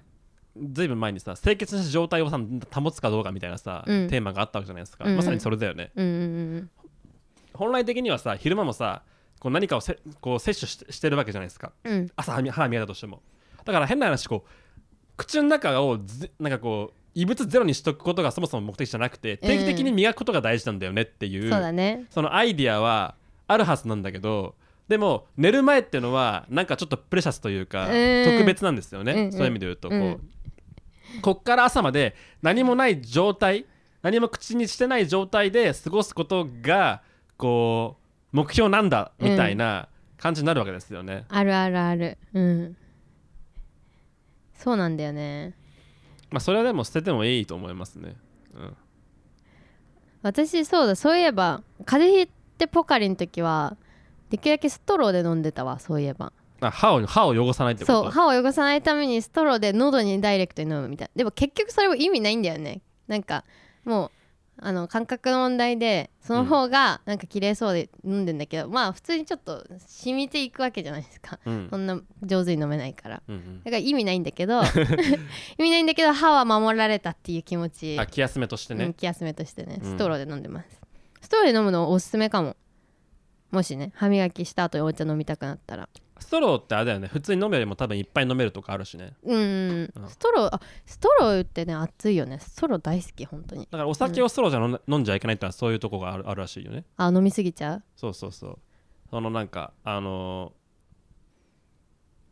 ずいぶん前にさ清潔な状態をさ保つかどうかみたいなさ、うんテーマがあったわけじゃないですか、うんうんまさにそれだよねうんうん本来的にはさ昼間もさこう何かをせこう摂取してしてるわけじゃないですかうんうん朝歯み歯磨いたとしてもだから変な話こう口の中をぜなんかこう異物ゼロにしとくことがそもそも目的じゃなくて定期的に磨くことが大事なんだよねっていう、そうだねそのアイディアはあるはずなんだけどでも寝る前っていうのはなんかちょっとプレシャスというか、うん特別なんですよね、うんうんそういう意味で言うとこう、うんこっから朝まで何もない状態何も口にしてない状態で過ごすことがこう目標なんだみたいな感じになるわけですよね、あるあるあるうんそうなんだよねまあそれはでも捨ててもいいと思いますね、うん、私そうだそういえば風邪ひいてポカリの時はできるだけストローで飲んでたわそういえばあ歯を歯を汚さないってこそうと歯を汚さないためにストローで喉にダイレクトに飲むみたいなでも結局それは意味ないんだよねなんかもうあの感覚の問題でその方がなんか綺麗そうで飲んでんだけど、まあ普通にちょっと染みていくわけじゃないですかうんうんそんな上手に飲めないからうんだから意味ないんだ けど意味ないんだけど歯は守られたっていう気持ちあ気休めとしてうんね、気休めとしてねうんストローで飲んでます、ストローで飲むのおすすめかももしね歯磨きした後にお茶飲みたくなったらストローってあれだよね普通に飲むよりも多分いっぱい飲めるとかあるしねうんうんうんストローあストローってね熱いよねストロー大好き本当にだからお酒をストローじゃ飲ん飲んじゃいけないってのはそういうとこがあるあるらしいよねあ飲みすぎちゃうそうそうそうそのなんかあの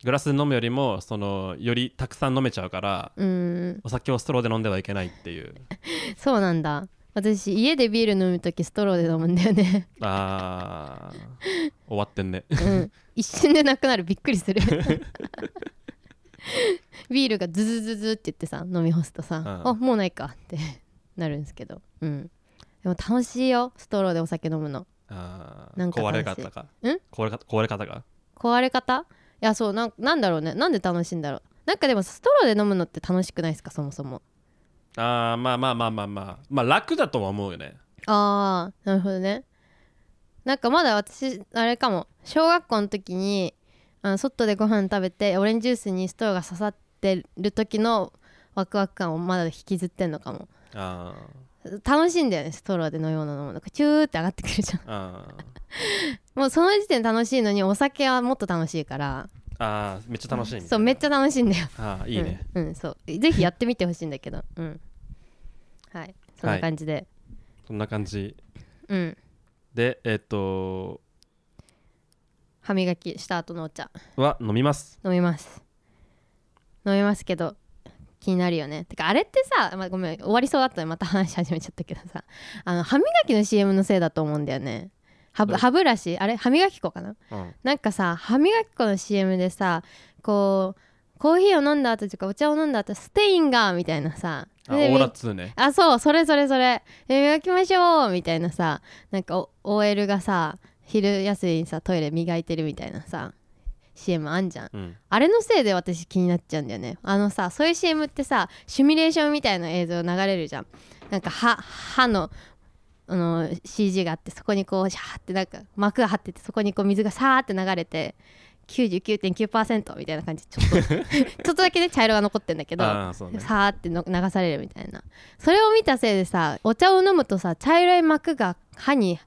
ーグラスで飲むよりもそのよりたくさん飲めちゃうからうんうんお酒をストローで飲んではいけないっていうそうなんだ私家でビール飲む時ストローで飲むんだよね あー終わってんねうん一瞬でなくなるびっくりす るビールがズズズズって言ってさ飲み干すとさ、んあもうないかってなるんですけどうんでも楽しいよストローでお酒飲むのあーなんか壊れ楽しい方かん壊れか壊れ方が壊れ方いやそうなんなんだろうねなんで楽しいんだろうなんかでもストローで飲むのって楽しくないですかそもそもあーまあまあまあまあまあまあ楽だとは思うよねああなるほどねなんかまだ私あれかも小学校の時にあの外でご飯食べてオレンジジュースにストローが刺さってる時のワクワク感をまだ引きずってんのかもあ楽しいんだよねストローで飲み物飲むのなんかチューって上がってくるじゃん ーあーもうその時点で楽しいのにお酒はもっと楽しいからあーめっちゃ楽しいみたいなそうめっちゃ楽しいんだよあーいいね、うん、うんそうぜひやってみてほしいんだけどうんはいそんな感じで、そんな感じうんでえっと歯磨きした後のお茶は飲みます飲みます飲みますけど気になるよねてかあれってさ、まあ、ごめん終わりそうだったねまた話し始めちゃったけどさあの歯磨きの CM のせいだと思うんだよね歯ぶどう歯ブラシあれ歯磨き粉かなうんなんかさ歯磨き粉の CM でさこうコーヒーを飲んだ後とかお茶を飲んだ後ステインがみたいなさあでオーラ2ねあそうそれそれそれえ磨きましょうみたいなさなんかお OL がさ昼休みにさトイレ磨いてるみたいなさ CM あんじゃんうんあれのせいで私気になっちゃうんだよねあのさそういう CM ってさシミュレーションみたいな映像流れるじゃんなんか歯歯のあの CG があってそこにこうシャーってなんか膜が張っててそこにこう水がさーって流れて99.9%みたいな感じちょ っとちょっとだけね茶色が残ってんだけどああそうねさーっての流されるみたいなそれを見たせいでさお茶を飲むとさ茶色い膜が歯に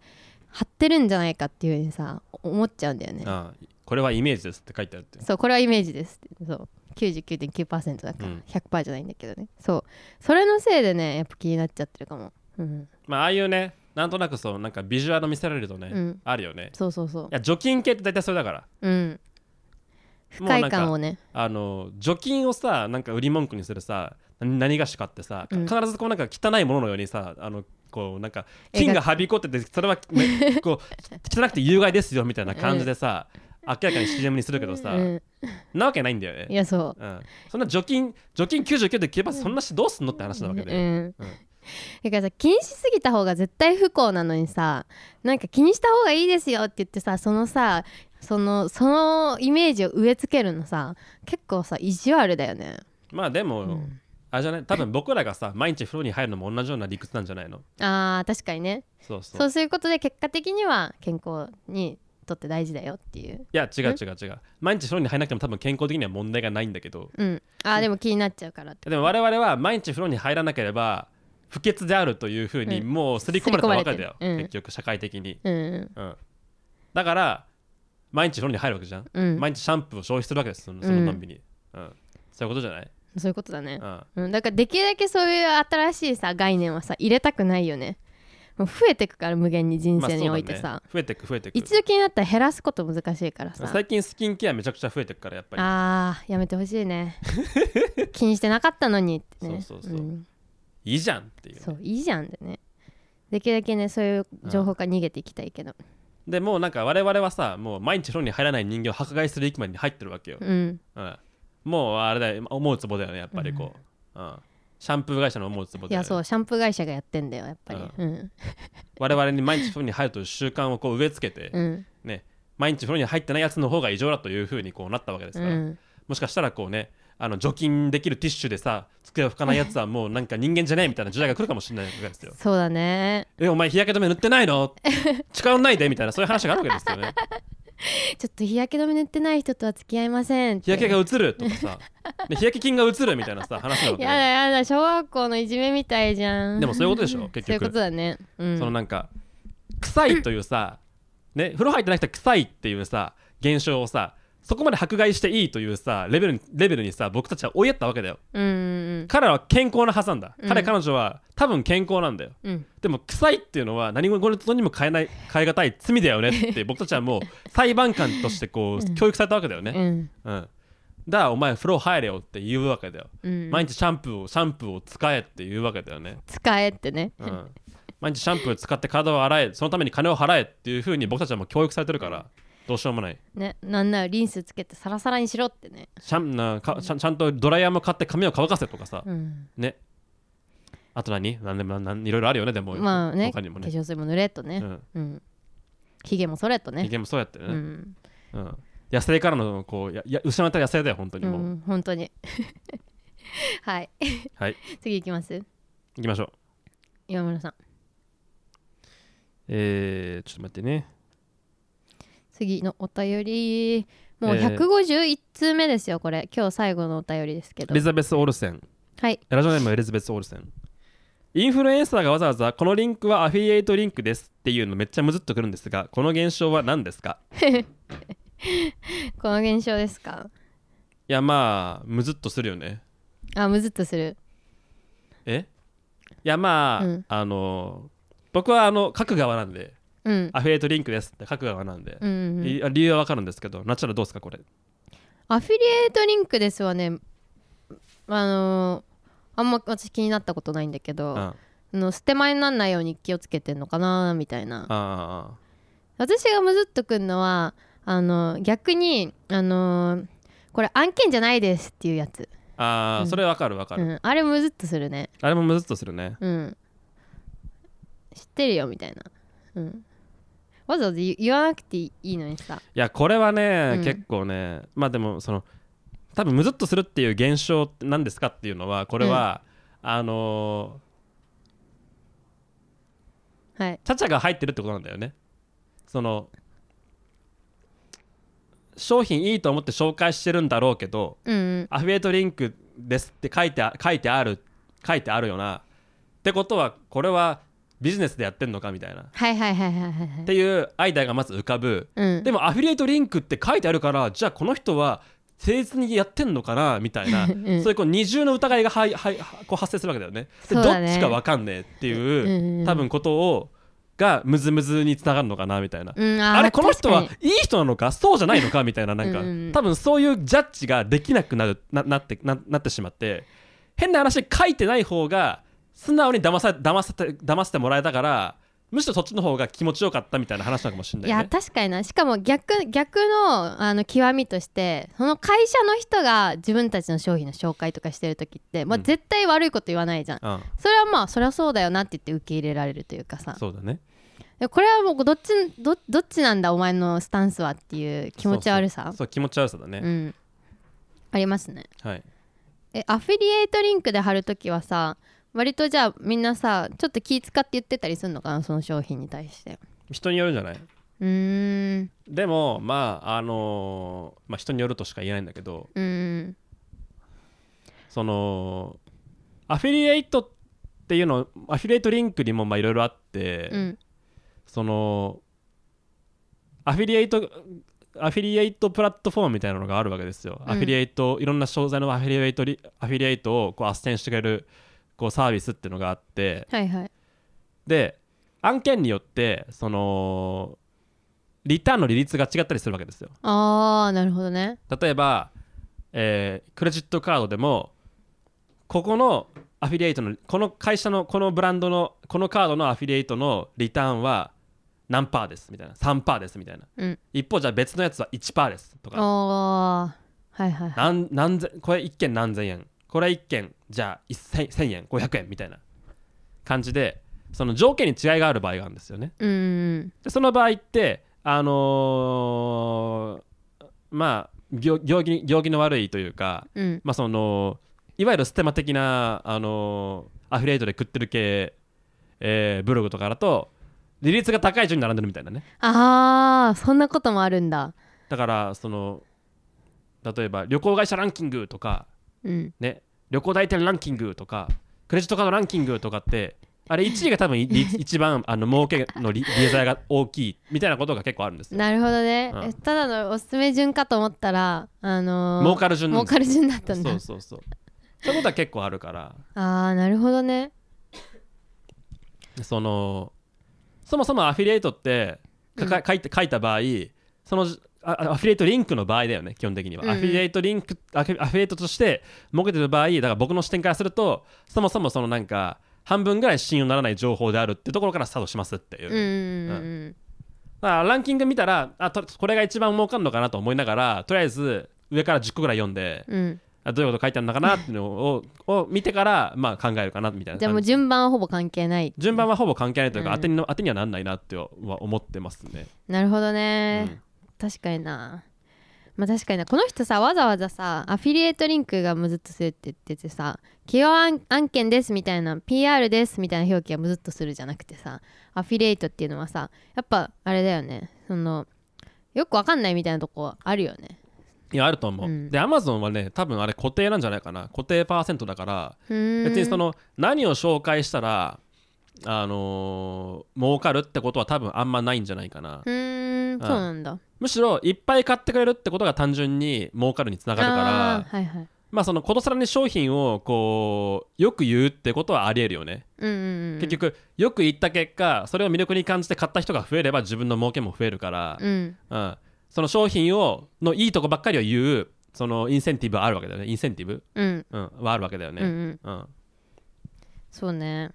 張ってるんじゃないかっていうふうにさ思っちゃうんだよねああこれはイメージですって書いてあるってそうこれはイメージですってそう99.9%だからうん100%じゃないんだけどね、そうそれのせいでねやっぱ気になっちゃってるかもうん、まあああいうねなんとなくそうなんかビジュアル見せられるとね、うんあるよねそうそうそういや除菌系って大体それだからうん不もうなんか快感をねあの除菌をさなんか売り文句にするさ何何がしかってさ、うん必ずこうなんか汚いもののようにさあのこうなんか絵が菌がはびこっててそれは、ねこう汚くて有害ですよみたいな感じでさ、明らかに CM にするけどさ、うん、なわけないんだよねいやそううん、そんな除菌除菌99で消えばそんなしどうすんのって話なわけうで、んだからさ気にしすぎた方が絶対不幸なのにさなんか気にした方がいいですよって言ってさそのさそのそのイメージを植え付けるのさ結構さ意地悪だよね、まあでも、うんあれじゃない多分僕らがさ毎日風呂に入るのも同じような理屈なんじゃないのあー確かにねそうそうそうすることで結果的には健康に人って大事だよっていういや違う違う違う毎日風呂に入らなくても多分健康的には問題がないんだけどうんあでも気になっちゃうからってでも我々は毎日風呂に入らなければ不潔であるというふうにうんもう刷り込まれたばかりだよ、刷り込まれてるうん結局社会的に、うんうんうん、だから毎日風呂に入るわけじゃん、うん毎日シャンプーを消費するわけですそのそのたんびに、うんそういうことじゃない、そういうことだねう、ん、うん、だからできるだけそういう新しいさ概念はさ入れたくないよねもう増えてくから無限に人生においてさ、まあそうだね増えてく増えてく一度気になったら減らすこと難しいからさ最近スキンケアめちゃくちゃ増えてくからやっぱりあーやめてほしいね気にしてなかったのにってねそうそうそうんいいじゃんっていう,、そういいじゃんでねできるだけねそういう情報から逃げていきたいけどでもうなんか我々はさもう毎日風呂に入らない人間を迫害する域までに入ってるわけよ、うんうん、もうあれだよ思うツボだよねやっぱりこう、うんシャンプー会社の思うツボいだよやねそうシャンプー会社がやってんだよやっぱりうん我々に毎日風呂に入るという習慣をこう植え付けて、うんね、毎日風呂に入ってないやつの方が異常だというふうにこうなったわけですうから、ん。もしかしたらこうねあの除菌できるティッシュでさ机を拭かないやつはもうなんか人間じゃないみたいな時代が来るかもしれないわけですよ そうだねえお前日焼け止め塗ってないの 近寄んないでみたいなそういう話があるわけですよね。ちょっと日焼け止め塗ってない人とは付き合いませんって日焼けが映るとかさで日焼け菌が映るみたいなさ話なわけやだでやだ小学校のいじめみたいじゃんでもそういうことでしょ結局そういうことだねうんそのなんか臭いというさ、ね、風呂入ってない人は臭いっていうさ現象をさそこまで迫害していいというさレベルにレベルにさ僕たちは追いやったわけだようんうん彼らは健康なはずなんだ、うん彼彼女は多分健康なんだようんでも臭いっていうのは何事にも変えない変え難い罪だよね って僕たちはもう裁判官としてこううん教育されたわけだようね、んうんだからお前風呂入れよって言うわけだよ、うん毎日シャンプーをシャンプーを使えって言うわけだよね、使えってねうん、毎日シャンプー使って体を洗えそのために金を払えっていうふうに僕たちはもう教育されてるからどうしようもないねなんならリンスつけてサラサラにしろってねシャンなかちゃんちゃんとドライヤーも買って髪を乾かせとかさ、うんねあと何何でも何いろいろあるよねでも、まあね他にも化ね粧水も濡れっとうねんうんひげもそれっと人ね間もそうやってね、うんうん野生からのこうやや失った野生だよ本当にうもう、ん本当に はいはい 次いきます行きましょう岩村さんえー、ちょっと待ってね次のお便りもうえー151通目ですよこれ今日最後のお便りですけどエリザベス・オールセンはいラジオネームエリザベス・オールセンインフルエンサーがわざわざこのリンクはアフィリエイトリンクですっていうのめっちゃむずっとくるんですがこの現象は何ですかこの現象ですかいやまあむずっとするよねあむずっとするえいやまあ、うんあの僕はあの書く側なんでうんアフィリエイトリンクですって書く側なんで、うんうんうんい理由はわかるんですけどナチュラルどうですかこれアフィリエイトリンクですはねあのーあんま私気になったことないんだけど、うんああの捨て前にならないように気をつけてんのかなみたいなあ私がむずっとくんのはあの逆にあのーこれ案件じゃないですっていうやつ、ああ、うんそれわかるわかうる、ん、あれむずっとするねあれもむずっとするねうん知ってるよみたいな、うん、わざわざ言言わなくていいのにさいやこれはね、うん結構ねまあでもその多分むずっとするっていう現象って何ですかっていうのはこれは、あのはいー、チャチャが入ってるってことなんだよねその商品いいと思って紹介してるんだろうけどうんうんアフィリエイトリンクですって書いてあ書いてある書いてあるよなってことはこれはビジネスでやってんのかみたいなっはいはいはいはいはいはいていうアイデアがまず浮かぶうんでもアフィリエイトリンクって書いてあるからじゃあこの人は誠実にやってんのかなみたいな、 んそういうこう二重の疑いがはいはいはこう発生するわけだよねでそうどだねっちか分かんねえってうんうんいううん多分ことをがムズムズにつながるのかなみたいな、うんーあれこの人は確かいい人なのかそうじゃないのかみたいななんかうんうん多分そういうジャッジができなくなるななってななってしまって変な話書いてない方が素直に騙さ騙さて騙せてもらえたからむしろそっちの方が気持ちよかったみたいな話なのかもしれにないいよやね。確かになしかも逆逆のあの極みとしてその会社の人が自分たちの商品の紹介とかしてる時って、まあ、うん絶対悪いこと言わないじゃん、うん、それはまあそりゃそうだよなって言って受け入れられるというかさそうだねでこれはもうどっちどどっちなんだお前のスタンスはっていう気持ち悪そさうそうそう気持ち悪さだね、うんありますねはいえアフィリエイトリンクで貼るときはさ割とじゃあみんなさちょっと気使って言ってたりするのかなその商品に対して人によるんじゃないうーんでもまああのーまあ、人によるとしか言えないんだけどうーんそのアフィリエイトっていうのアフィリエイトリンクにもまあいろいろあって、うんそのアフィリエイトアフィリエイトプラットフォームみたいなのがあるわけですよ、うんアフィリエイトいろんな商材のアフィリエイトリアフィリエイトをこう斡旋してくれるこうサービスっていうのがあってはいはいで案件によってそのリターンの利率が違ったりするわけですよああなるほどね例えば、えークレジットカードでもここのアフィリエイトのこの会社のこのブランドのこのカードのアフィリエイトのリターンは何パーですみたいな3パーですみたいなうん一方じゃあ別のやつは1パーですとかああはいはいはいなん何千これ1件何千円これ1件じゃあ1000 1000円500円みたいな感じでその条件に違いがある場合があるんですよねうんうんでその場合ってあのーまあ行行儀行儀の悪いというかうんまあ、そのいわゆるステマ的な、あのアフィリエイトで食ってる系、えーブログとかだと利率が高い順に並んでるみたいなねああそんなこともあるんだだからその例えば旅行会社ランキングとか、うんね、旅行代理店ランキングとかクレジットカードランキングとかってあれ1位が多分いり一番あの儲けの利利益が大きいみたいなことが結構あるんですよなるほどね、うんえただのおすすめ順かと思ったらあのー儲かる順なん儲ですよかる順だったんだそうそうそうそういうことは結構あるからああなるほどねそのそもそもアフィリエイトってかか書いて書いた場合そのああアフィリエイトリンクの場合だよね基本的には、うんうんアフィリエイトリンクアフィアフィリエイトとして設けてる場合だから僕の視点からするとそもそもそのなんか半分ぐらい信用ならない情報であるっていうところからスタートしますっていうう、んうんうんだからランキング見たらあとこれが一番儲かるのかなと思いながらとりあえず上から10個ぐらい読んでうん、うんあどういうこと書いてあるのかなっていうのををを見てから、まあ、考えるかなみたいなじゃあも感うじ順番はほぼ関係ない順番はほぼ関係ないというか、うん当てにの当てにはなんないなっては思ってますね。なるほどうねん、確かになまあ確かになこの人さわざわざさアフィリエイトリンクがムズっとするって言っててさ企業案案件ですみたいな PR ですみたいな表記がムズっとするじゃなくてさアフィリエイトっていうのはさやっぱあれだよねそのよくわかんないみたいなとこあるよねいやあると思う、うんで Amazon はね多分あれ固定なんじゃないかな固定パーセントだから別別にその何を紹介したらあのー儲かるってことは多分あんまないんじゃないかな、うーんそうなんだむしろいっぱい買ってくれるってことが単純に儲かるにつながるからあーはいはいまあそのことさらに商品をこうよく言うってことはありえるよね、うんうんうん結局よく言った結果それを魅力に感じて買った人が増えれば自分の儲けも増えるから、うんうん、その商品をのいいとこばっかりを言うそのインセンティブはあるわけだよねインセンティブ、うんうん、はあるわけだよね、うんうんうんそうね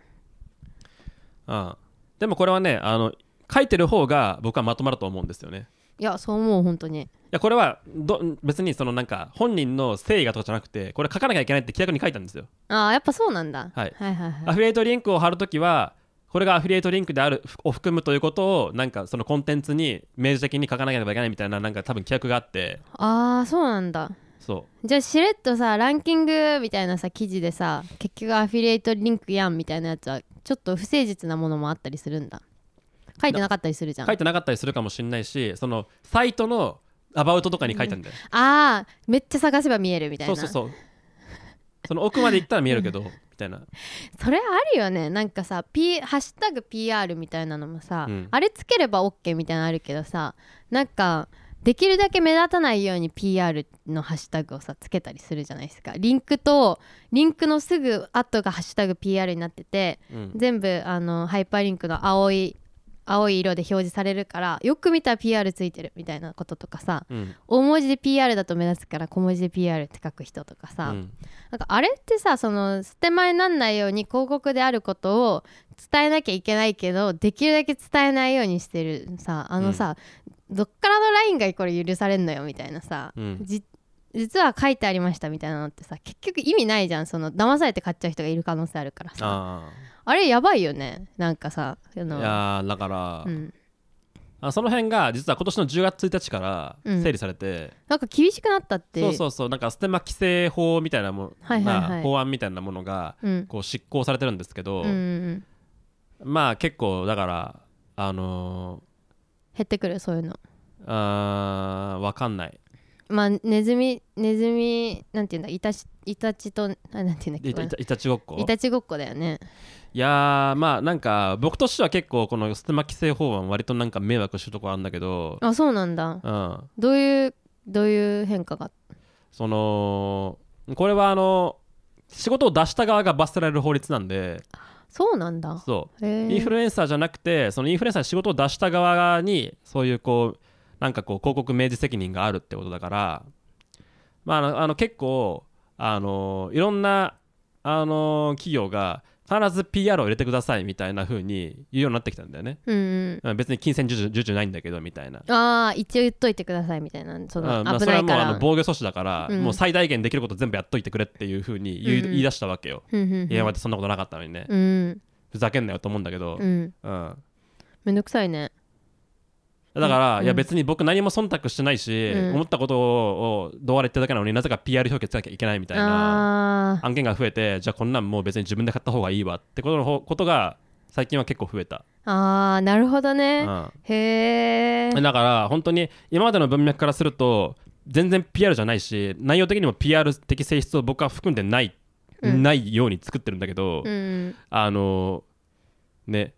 うんでもこれはねあの書いてる方が僕はまとまると思うんですよねいやそう思う本当にいやこれはど別にそのなんか本人の誠意がとかじゃなくてこれ書かなきゃいけないって規約に書いたんですよ、ああやっぱそうなんだ、はいはいはいはいアフィリエイトリンクを貼るときはこれがアフィリエイトリンクであるを含むということをなんかそのコンテンツに明示的に書かなければいけないみたいななんか多分規約があってああそうなんだそじゃあしれっとさランキングみたいなさ記事でさ結局アフィリエイトリンクやんみたいなやつはちょっと不誠実なものもあったりするんだ書いてなかったりするじゃ、うん書いてなかったりするかもしれないしそのサイトのアバウトとかに書いたんだよ、ああめっちゃ探せば見えるみたいそなうそうそうその奥まで行ったら見えるけどみたいなそれあるよねなんかさ、P「ハッシュタグ #PR」みたいなのもさ、うんあれつければ OK みたいなのあるけどさなんかできるだけ目立たないように PR のハッシュタグをさつけたりするじゃないですかリンクとリンクのすぐ後が「ハッシュタグ #PR」になっててうん全部あのハイパーリンクの青い青い色で表示されるからよく見たら PR ついてるみたいなこととかさうん大文字で PR だと目立つから小文字で PR って書く人とかさ、うんなんかあれってさその捨て前になんないように広告であることを伝えなきゃいけないけどできるだけ伝えないようにしてるさあのさ、どっからのラインがこれ許されんのよみたいなさ、うんじ実は書いてありましたみたいなのってさ結局意味ないじゃんその騙されて買っちゃう人がいる可能性あるからさああれやばいよねなんかさああのいやーだから、うん、あその辺が実は今年の10月1日からうん整理されて、なんか厳しくなったってそうそうそうなんかステマ規制法みたいなも、はいはいはいな法案みたいなものがうんこう執行されてるんですけど、うんうんまあ結構だからあの減ってくるそういうのあーわかんないまあネズミネズミなんていうんだイタチイタチとあなんていうんだっけいたこれいたいたちごっこイタチごっこだよねいやーまあなんか僕としては結構このステマ規制法案割となんか迷惑してるとこあるんだけどあそうなんだうんどういうどういう変化がそのこれはあの仕事を出した側が罰せられる法律なんでそうなんだそうへえインフルエンサーじゃなくてそのインフルエンサーに仕事を出した側にそういうこうなんかこう広告明示責任があるってことだから、まああの、あの結構あのいろんなあの企業が必ず PR を入れてくださいみたいな風に言うようになってきたんだよねうんうんうん別に金銭授受授受ないんだけどみたいな。ああ一応言っといてくださいみたいなそのうんまあ危それはないもうかあらの防御措置だから、うんもう最大限できること全部やっといてくれっていう風に言い,、うんうん言い出したわけよ。うんうんうんいや待ってそんなことなかったのにね、うんふざけんなよと思うんだけど、うんうん、めんどくさいねだから、うんいや別に僕何も忖度してないし、うん思ったことをどうあれ言ってるだけなのになぜか PR 表記つけなきゃいけないみたいなああ案件が増えてじゃあこんなんもう別に自分で買った方がいいわってことの方ことが最近は結構増えた、あーなるほどうねん、へえだから本当に今までの文脈からすると全然 PR じゃないし内容的にも PR 的性質を僕は含んでない、うんないように作ってるんだけど、うんあのね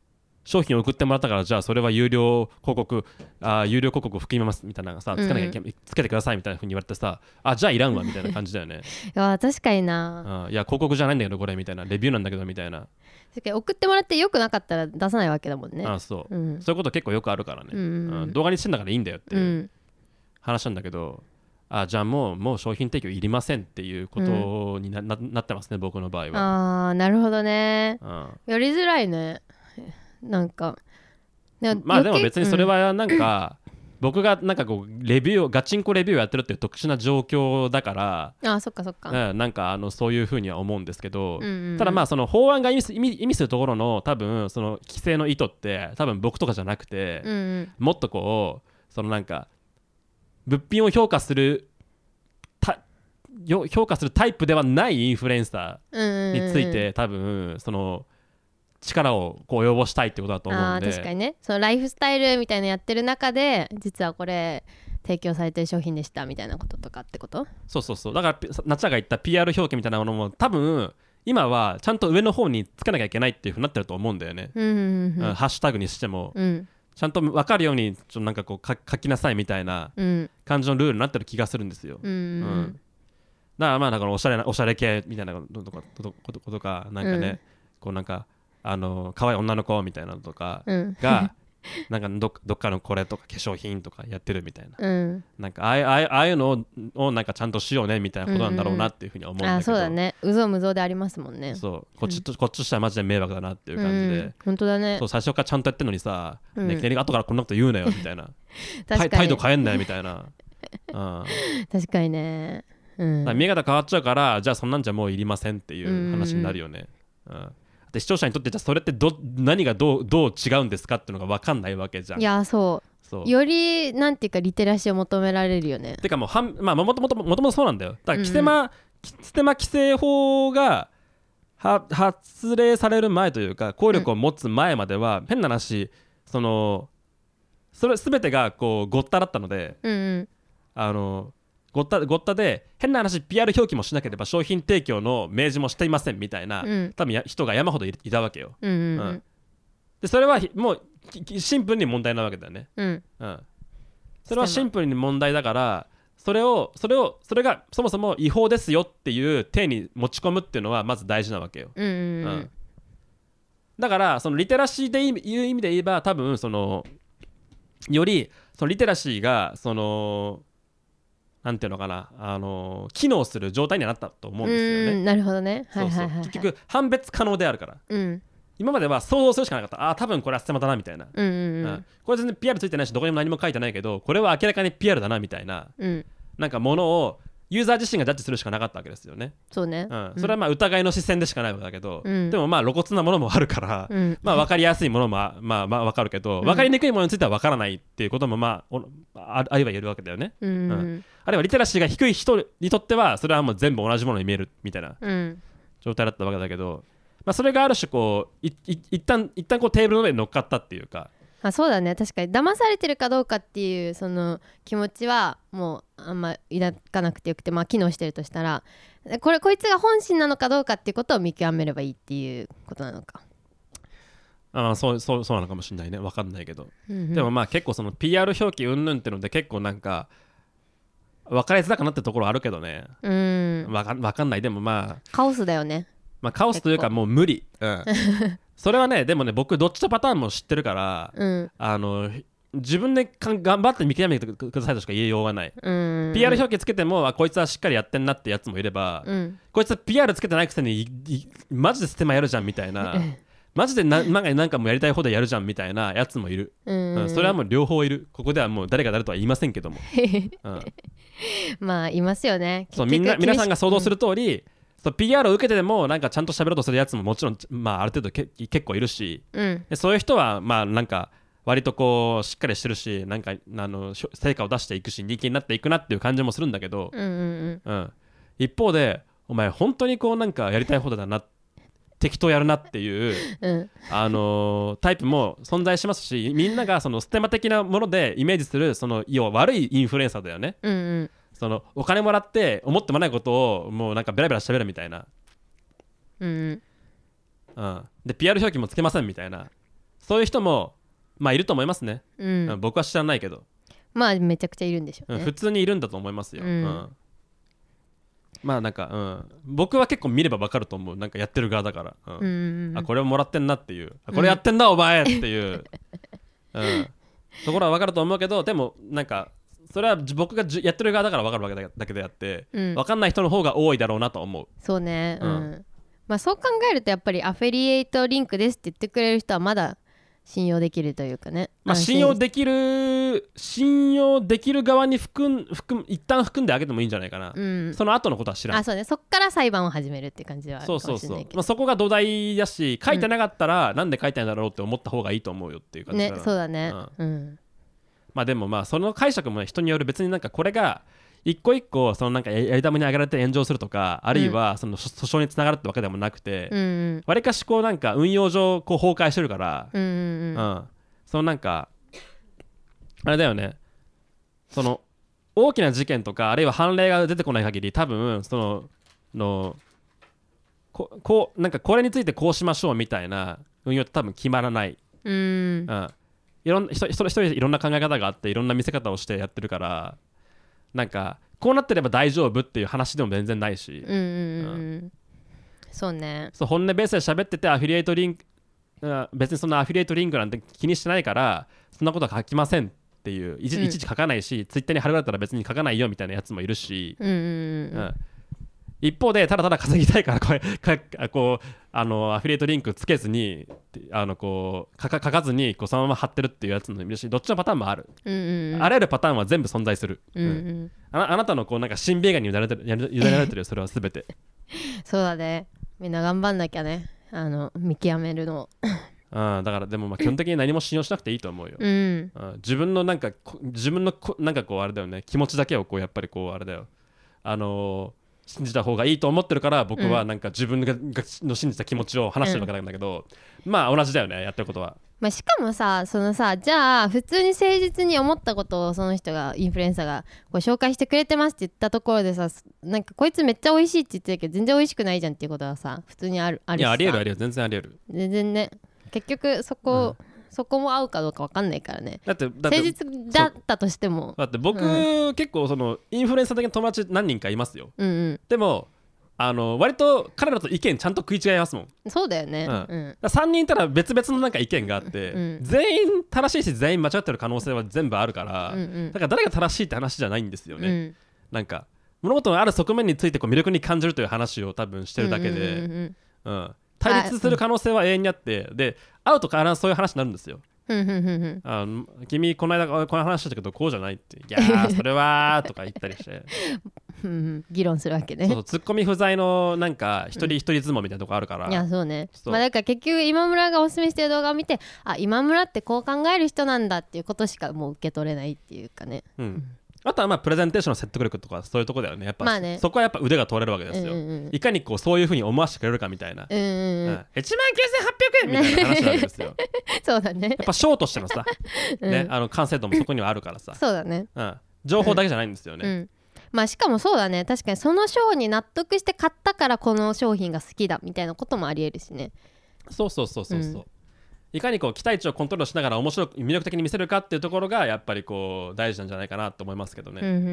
商品を送ってもらったからじゃあそれは有料広告あー有料広告含みますみたいなのがさつけなきゃいけ、つけてくださいみたいなふうに言われてさあじゃあいらんわみたいな感じだよね、いや確かになうん、いや広告じゃないんだけどこれみたいなレビューなんだけどみたいな、確かに送ってもらってよくなかったら出さないわけだもんねあそうう、んそういうこと結構よくあるからね、うんうんうん動画にしてんだからいいんだよってういうん話なんだけど、あじゃあもうもう商品提供いりませんっていうことにな,な、なってますね僕の場合は、ああなるほどねうん、やりづらいねなんかなんかまあでも余計別にそれはなんか、僕がなんかこうレビューをガチンコレビューをやってるっていう特殊な状況だから、うんあーそっかそっかうんなんかあのそういうふうには思うんですけど、うんうんただまあその法案が意味す意味意味するところの多分その規制の意図って多分僕とかじゃなくて、うんうんもっとこうそのなんか物品を評価するたよ評価するタイプではないインフルエンサうんーうんうんについて、多分その力をこう及ぼしたいってことだと思あうあんでー確かにねそのライフスタイルみたいなのやってる中で実はこれ提供されてる商品でしたみたいなこととかってことそうそうそうだからピなっちゃんが言った PR 表記みたいなものも多分今はちゃんと上の方につけなきゃいけないっていうふうになってると思うんだよね、うんうんうんハッシュタグにしても、うんちゃんと分かるようにちょっとなんかこう書書きなさいみたいなうん感じのルールになってる気がするんですよ、うんううんうんだからまあなんかおしゃれなおしゃれ系みたいなこととかことことことかなんかね、うんこうなんかあの可愛い女の子みたいなのと かうんが、なんかどっどっかのこれとか化粧品とかやってるみたいなうんなんかああいうああいうああいうのををなんかちゃんとしようねみたいなことなんだろうなっていうふうには思うんだあーけど、そうだねうぞうむぞうでありますもんねそうこっちと、こっちとしてはマジで迷惑だなっていう感じで、うん本当だねそう最初からちゃんとやってんのにさ、うんねいきなり後からこんなこと言うなよみたいな 確態か態度に変えんなよみたいな、うん、確かにねうだんから見え方変わっちゃうからじゃあそんなんじゃもういりませんっていう話になるよね、うん、で視聴者にとってじゃあそれってど何がどうどう違うんですかっていうのが分かんないわけじゃんいやそそううよりなんていうかリテラシーを求められるよねてかもうはん、まあ、もともともともとそうなんだよだから規制うマ、きステマ規制法がは発令される前というか効力を持つ前までは、変な話そのそれ全てがこうごっただったのでうんうんあのごったごったで変な話 PR 表記もしなければ商品提供の明示もしていませんみたいな、うん多分や人が山ほどいいたわけようんうんううんんでそれはひもうききシンプルに問題なわけだよねうんうん、それはシンプルに問題だからそれをそれをそれがそもそも違法ですよっていう体に持ち込むっていうのはまず大事なわけよ、うんうんううんんだからそのリテラシーでいいう意味で言えば多分そのよりそのリテラシーがそのなんていうのかなあの機能する状態にはなったと思うんですようねんなるほどねはそいうそはういはいはい結局判別可能であるからうん今までは想像するしかなかったああ多分これはステマだなみたいなうんううんんこれ全然 PR ついてないしどこにも何も書いてないけどこれは明らかに PR だなみたいなうんうんなんかものをユーザー自身がジャッジするしかなかったわけですよね、そうねうん、それはまあ疑いの視線でしかないわけだけど、うんでもまあ露骨なものもあるから、うんまあ分かりやすいものもあまあまあ分かるけどうん分かりにくいものについては分からないっていうこともまあおああるいは言えるわけだよねうんうんあるいはリテラシーが低い人にとってはそれはもう全部同じものに見えるみたいなうん状態だったわけだけど、まあ、それがある種こういい一旦一旦こうテーブルの上に乗っかったっていうかああそうだね確かに騙されてるかどうかっていうその気持ちはもうあんま抱かなくてよくてまあ機能してるとしたらこれこいつが本心なのかどうかっていうことを見極めればいいっていうことなのか、ああそうそうそうなのかもしれないね分かんないけど、うんうんでもまあ結構その PR 表記うんぬんってので結構なんか分かりづらくなってるところあるけどねうん分かん分かんないでもまあカオスだよねまあカオスというか結もう無理、うん それはねでもね僕どっちのパターンも知ってるからうんあの自分でかん頑張って見極めてくださいとしか言いようがない、うん PR 表記つけてもあこいつはしっかりやってんなってやつもいれば、うんこいつ PR つけてないくせにいいマジでステマやるじゃんみたいなマジでななんかなんかもうやりたい放題やるじゃんみたいなやつもいる、うん、うんそれはもう両方いるここではもう誰が誰とは言いませんけども、うん、まあいますよねそうみんな皆さんが想像する、る通り、そう PR を受けてでもなんかちゃんと喋ろうとするやつももちろん、まあ、ある程度け結構いるしうんでそういう人はまあなんか割とこうしっかりしてるしなんかあのしょ成果を出していくし人気になっていくなっていう感じもするんだけど、うんうんうん、一方でお前本当にこうなんかやりたいことだな適当やるなっていう、 うんうんあのータイプも存在しますしみんながそのステマ的なものでイメージするその要は悪いインフルエンサーだよねうんうんそのお金もらって思ってもないことをもうなんかベラベラ喋るみたいな、うんうん、で PR 表記もつけませんみたいなそういう人もまあいると思いますね、うん、うん僕は知らないけど、まあめちゃくちゃいるんでしょううんね、普通にいるんだと思いますよ、うんうんまあなんか、うん、僕は結構見ればわかると思うなんかやってる側だから、うんうんうんうんあこれをもらってんなっていうあこれやってんなお前って いう、うん、ところは分かると思うけどでもなんかそれはじ僕がじやってる側だから分かるわけだだけであって、うん分かんない人の方が多いだろうなと思うそうねう、うんんまあそう考えるとやっぱりアフェリエイトリンクですって言ってくれる人はまだ信用できるというかねまあ安信心用できる信用できる側に含ん含む一旦含んであげてもいいんじゃないかな、うんその後のことは知らあんそうねそっから裁判を始めるって感じはあるかそうそうもしれそうない、けまあ、どそこが土台だし書いてなかったら、なんで書いてんだろうって思った方がいいと思うよっていう感じねかなそうだねうんまあでもまあその解釈も人による別になんかこれが一個一個そのなんかややり玉に上げられて炎上するとかあるいはその訴訴訟につながるってわけでもなくてうんうんわり、かしこうなんか運用上こう崩壊してるから、うんうんうんうんそのなんかあれだよねその大きな事件とかあるいは判例が出てこない限り多分そののここうなんかこれについてこうしましょうみたいな運用って多分決まらないうんうん、いろん人人一人いろんな考え方があっていろんな見せ方をしてやってるからなんかこうなってれば大丈夫っていう話でも全然ないし、うんうんうんそうねそう本音ベースで喋っててアフィリエイトリンクうん別にそんなアフィリエイトリンクなんて気にしてないからそんなことは書きませんっていういち,、うんいちいち書かないしツイッターに貼られたら別に書かないよみたいなやつもいるし、うんうんううんん一方でただただ稼ぎたいからこれかこうあのアフィリエイトリンクつけずにあのこう書か書かずにこうそのまま貼ってるっていうやつもいるしどっちのパターンもある。うんうんあらゆるパターンは全部存在する、うんうんあなあなたのこうなんか新映画に委ねてる委ね委ねられてるよそれは全て、そうだねみんな頑張んなきゃねあの見極めるのをうん、だからでもまあ基本的に何も信用しなくていいと思うよ、うんうん自分のなんかこ自分のこなんかこうあれだよね気持ちだけをこうやっぱりこうあれだよあのー信じた方がいいと思ってるから僕はなんか自分ががの信じた気持ちを話してるわけなんだけど、まあ同じだよねやってることはまあ、しかもさそのさじゃあ普通に誠実に思ったことをその人がインフルエンサーがこう紹介してくれてますって言ったところでさなんかこいつめっちゃ美味しいって言ってるけど全然美味しくないじゃんっていうことはさ普通にあるあるいしやさありえるありえる全然ありえる全然ね結局そこ、そこも合うかどうか分かんないからねだってだって誠実だったとしてもだって僕、結構そのインフルエンサー的な友達何人かいますようんでもあの割と彼らと意見ちゃんと食い違いますもんうんそうだよねうんうん3人いたら別々のなんか意見があって、うん全員正しいし全員間違ってる可能性は全部あるから、うんうんだから誰が正しいって話じゃないんですよね、うんなんか物事のある側面についてこう魅力に感じるという話を多分してるだけで、うんうんうん対立する可能性は永遠にあってで会うと必ずそういう話になるんですようんうんうんうんうんあの君この間この話したけどこうじゃないっていや ーそれはーとか言ったりしてうんうん議論するわけねそうそうツッコミ不在のなんか一人一人相撲みたいなとこあるから、いやそうねそうまあだから結局今村がおすすめしてる動画を見てあ今村ってこう考える人なんだっていうことしかもう受け取れないっていうかねうん、あとはまあプレゼンテーションの説得力とかそういうとこだよねやっぱ、まあねそこはやっぱ腕が取れるわけですよ、うんうんうんいかにこうそういうふうに思わせてくれるかみたいな、うんうんううん1ん、万9800円みたいな話なわけですよやっそうだね。ぱ賞としてのさ、うんね、あの完成度もそこにはあるからさ、そうだね。うん、情報だけじゃないんですようね、ん。まあしかもそうだね確かにその賞に納得して買ったからこの商品が好きだみたいなこともありえるしねそうそうそうそうそう、うんいかにこう期待値をコントロールしながら面白く魅力的に見せるかっていうところがやっぱりこう大事なんじゃないかなと思いますけどうんね、うんうん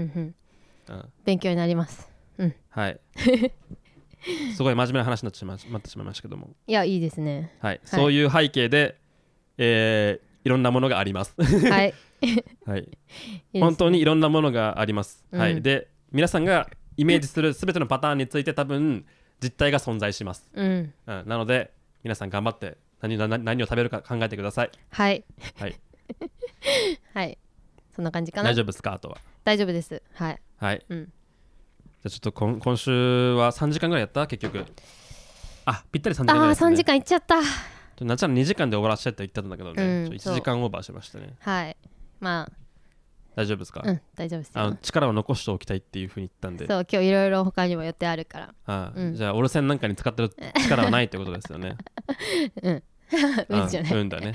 うん勉強になりますうんはいすごい真面目な話になってしまなってしまいましたけどもいやいいです ねはい、そういう背景で、えーいろんなものがあり ます。はいはい、いいです本当にいろんなものがあります。はうい、んで、皆さんがイメージするすべてのパターンについて、多分実態が存在します。うんうん、なので、皆さん頑張って何な何を食べるか考えてください。はいはい、 はいそんな感じかな大丈夫ですか、あとは。大丈夫ですはいはい、うんじゃあちょっと今今週は3時間ぐらいやった結局。あ、ぴったり3時間ぐあらいあです、ね。 3時。間いっちゃったなっちゃん2時間で終わらせてって言ってたんだけどうね、んちょっとそう1時間オーバーしましたね。はいま大丈夫ですか、あうん大丈夫ですあのよ力を残しておきたいっていうふうに言ったんでそう今日いろいろ他にも予定あるからああうんじゃあオルセンなんかに使ってる力はないってことですよ ね。うん じゃないうんだね。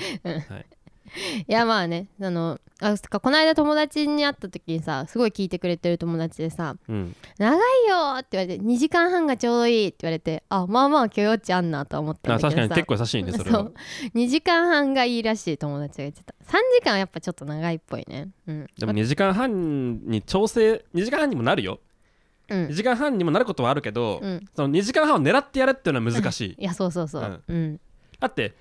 いやまあねあのあそっかこの間友達に会った時にさすごい聞いてくれてる友達でさ うん。 「長いよ!」って言われて「2時間半がちょうどいい」って言われてあまあまあ許容値あんなとは思ったあんだけ確どかさに結構優しいねそれそはう。2時間半がいいらしい友達が言ってた3時間はやっぱちょっと長いっぽいねうんでも2時間半に調整2時間半にもなるよ。う2ん時間半にもなることはあるけど、うんその2時間半を狙ってやるっていうのは難しい。いやそうそうそううんだって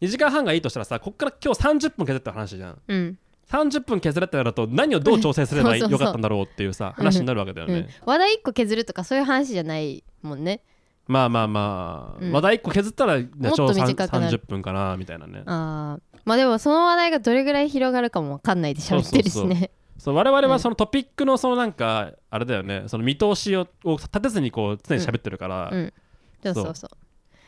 2時間半がいいとしたらさこっから今日30分削った話じゃん。うん、 30分削るってなると何をどう調整すればいい うんそうよそうそうかったんだろうっていうさ話になるわけだようんね。話題1個削るとかそういう話じゃないもんねまあまあまあ、うん話題1個削ったらちもっょうどと短くなる30分かなみたいなね。あーまあでもその話題がどれぐらい広がるかもわかんないで喋ってるしねそう我々うはんそのトピックのそのなんかあれだよねその見通しをを立てずにこう常に喋ってるから、うんそそううそうそうそう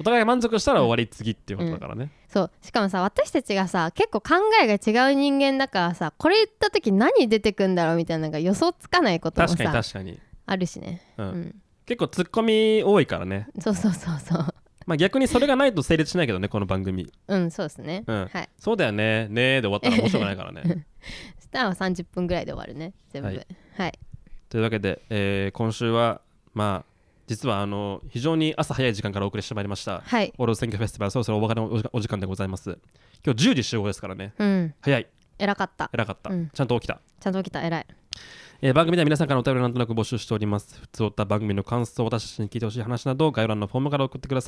お互いが満足したら終わり次っていうことだからね、そうしかもさ私たちがさ結構考えが違う人間だからさこれ言った時何出てくんだろうみたいなのが予想つかないことも確かにさ確かに、あるしね、うんうん、結構ツッコミ多いからね、そうそうそうそうまあ、逆にそれがないと成立しないけどねこの番組うんそうですね、うんはいそうだよねねーで終わったら面白くないからねそしたら30分ぐらいで終わるね全部ははいい、 というわけで、えー今週はまあ実はあの非常に朝早い時間からお送りしてまいりましたはい、オール選挙フェスティバルそろそろお別れのお時間お時間でございます今日10時集合ですからねうん早い偉かった偉かった、うんちゃんと起きたちゃんと起きた偉いえー番組では皆さんからのお便りをなんとなく募集しております。普通おった番組の感想、私たちに聞いてほしい話など、概要欄のフォームから送ってくでは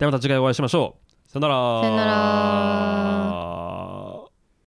また次回お会いしましょう。さよなら。さよなら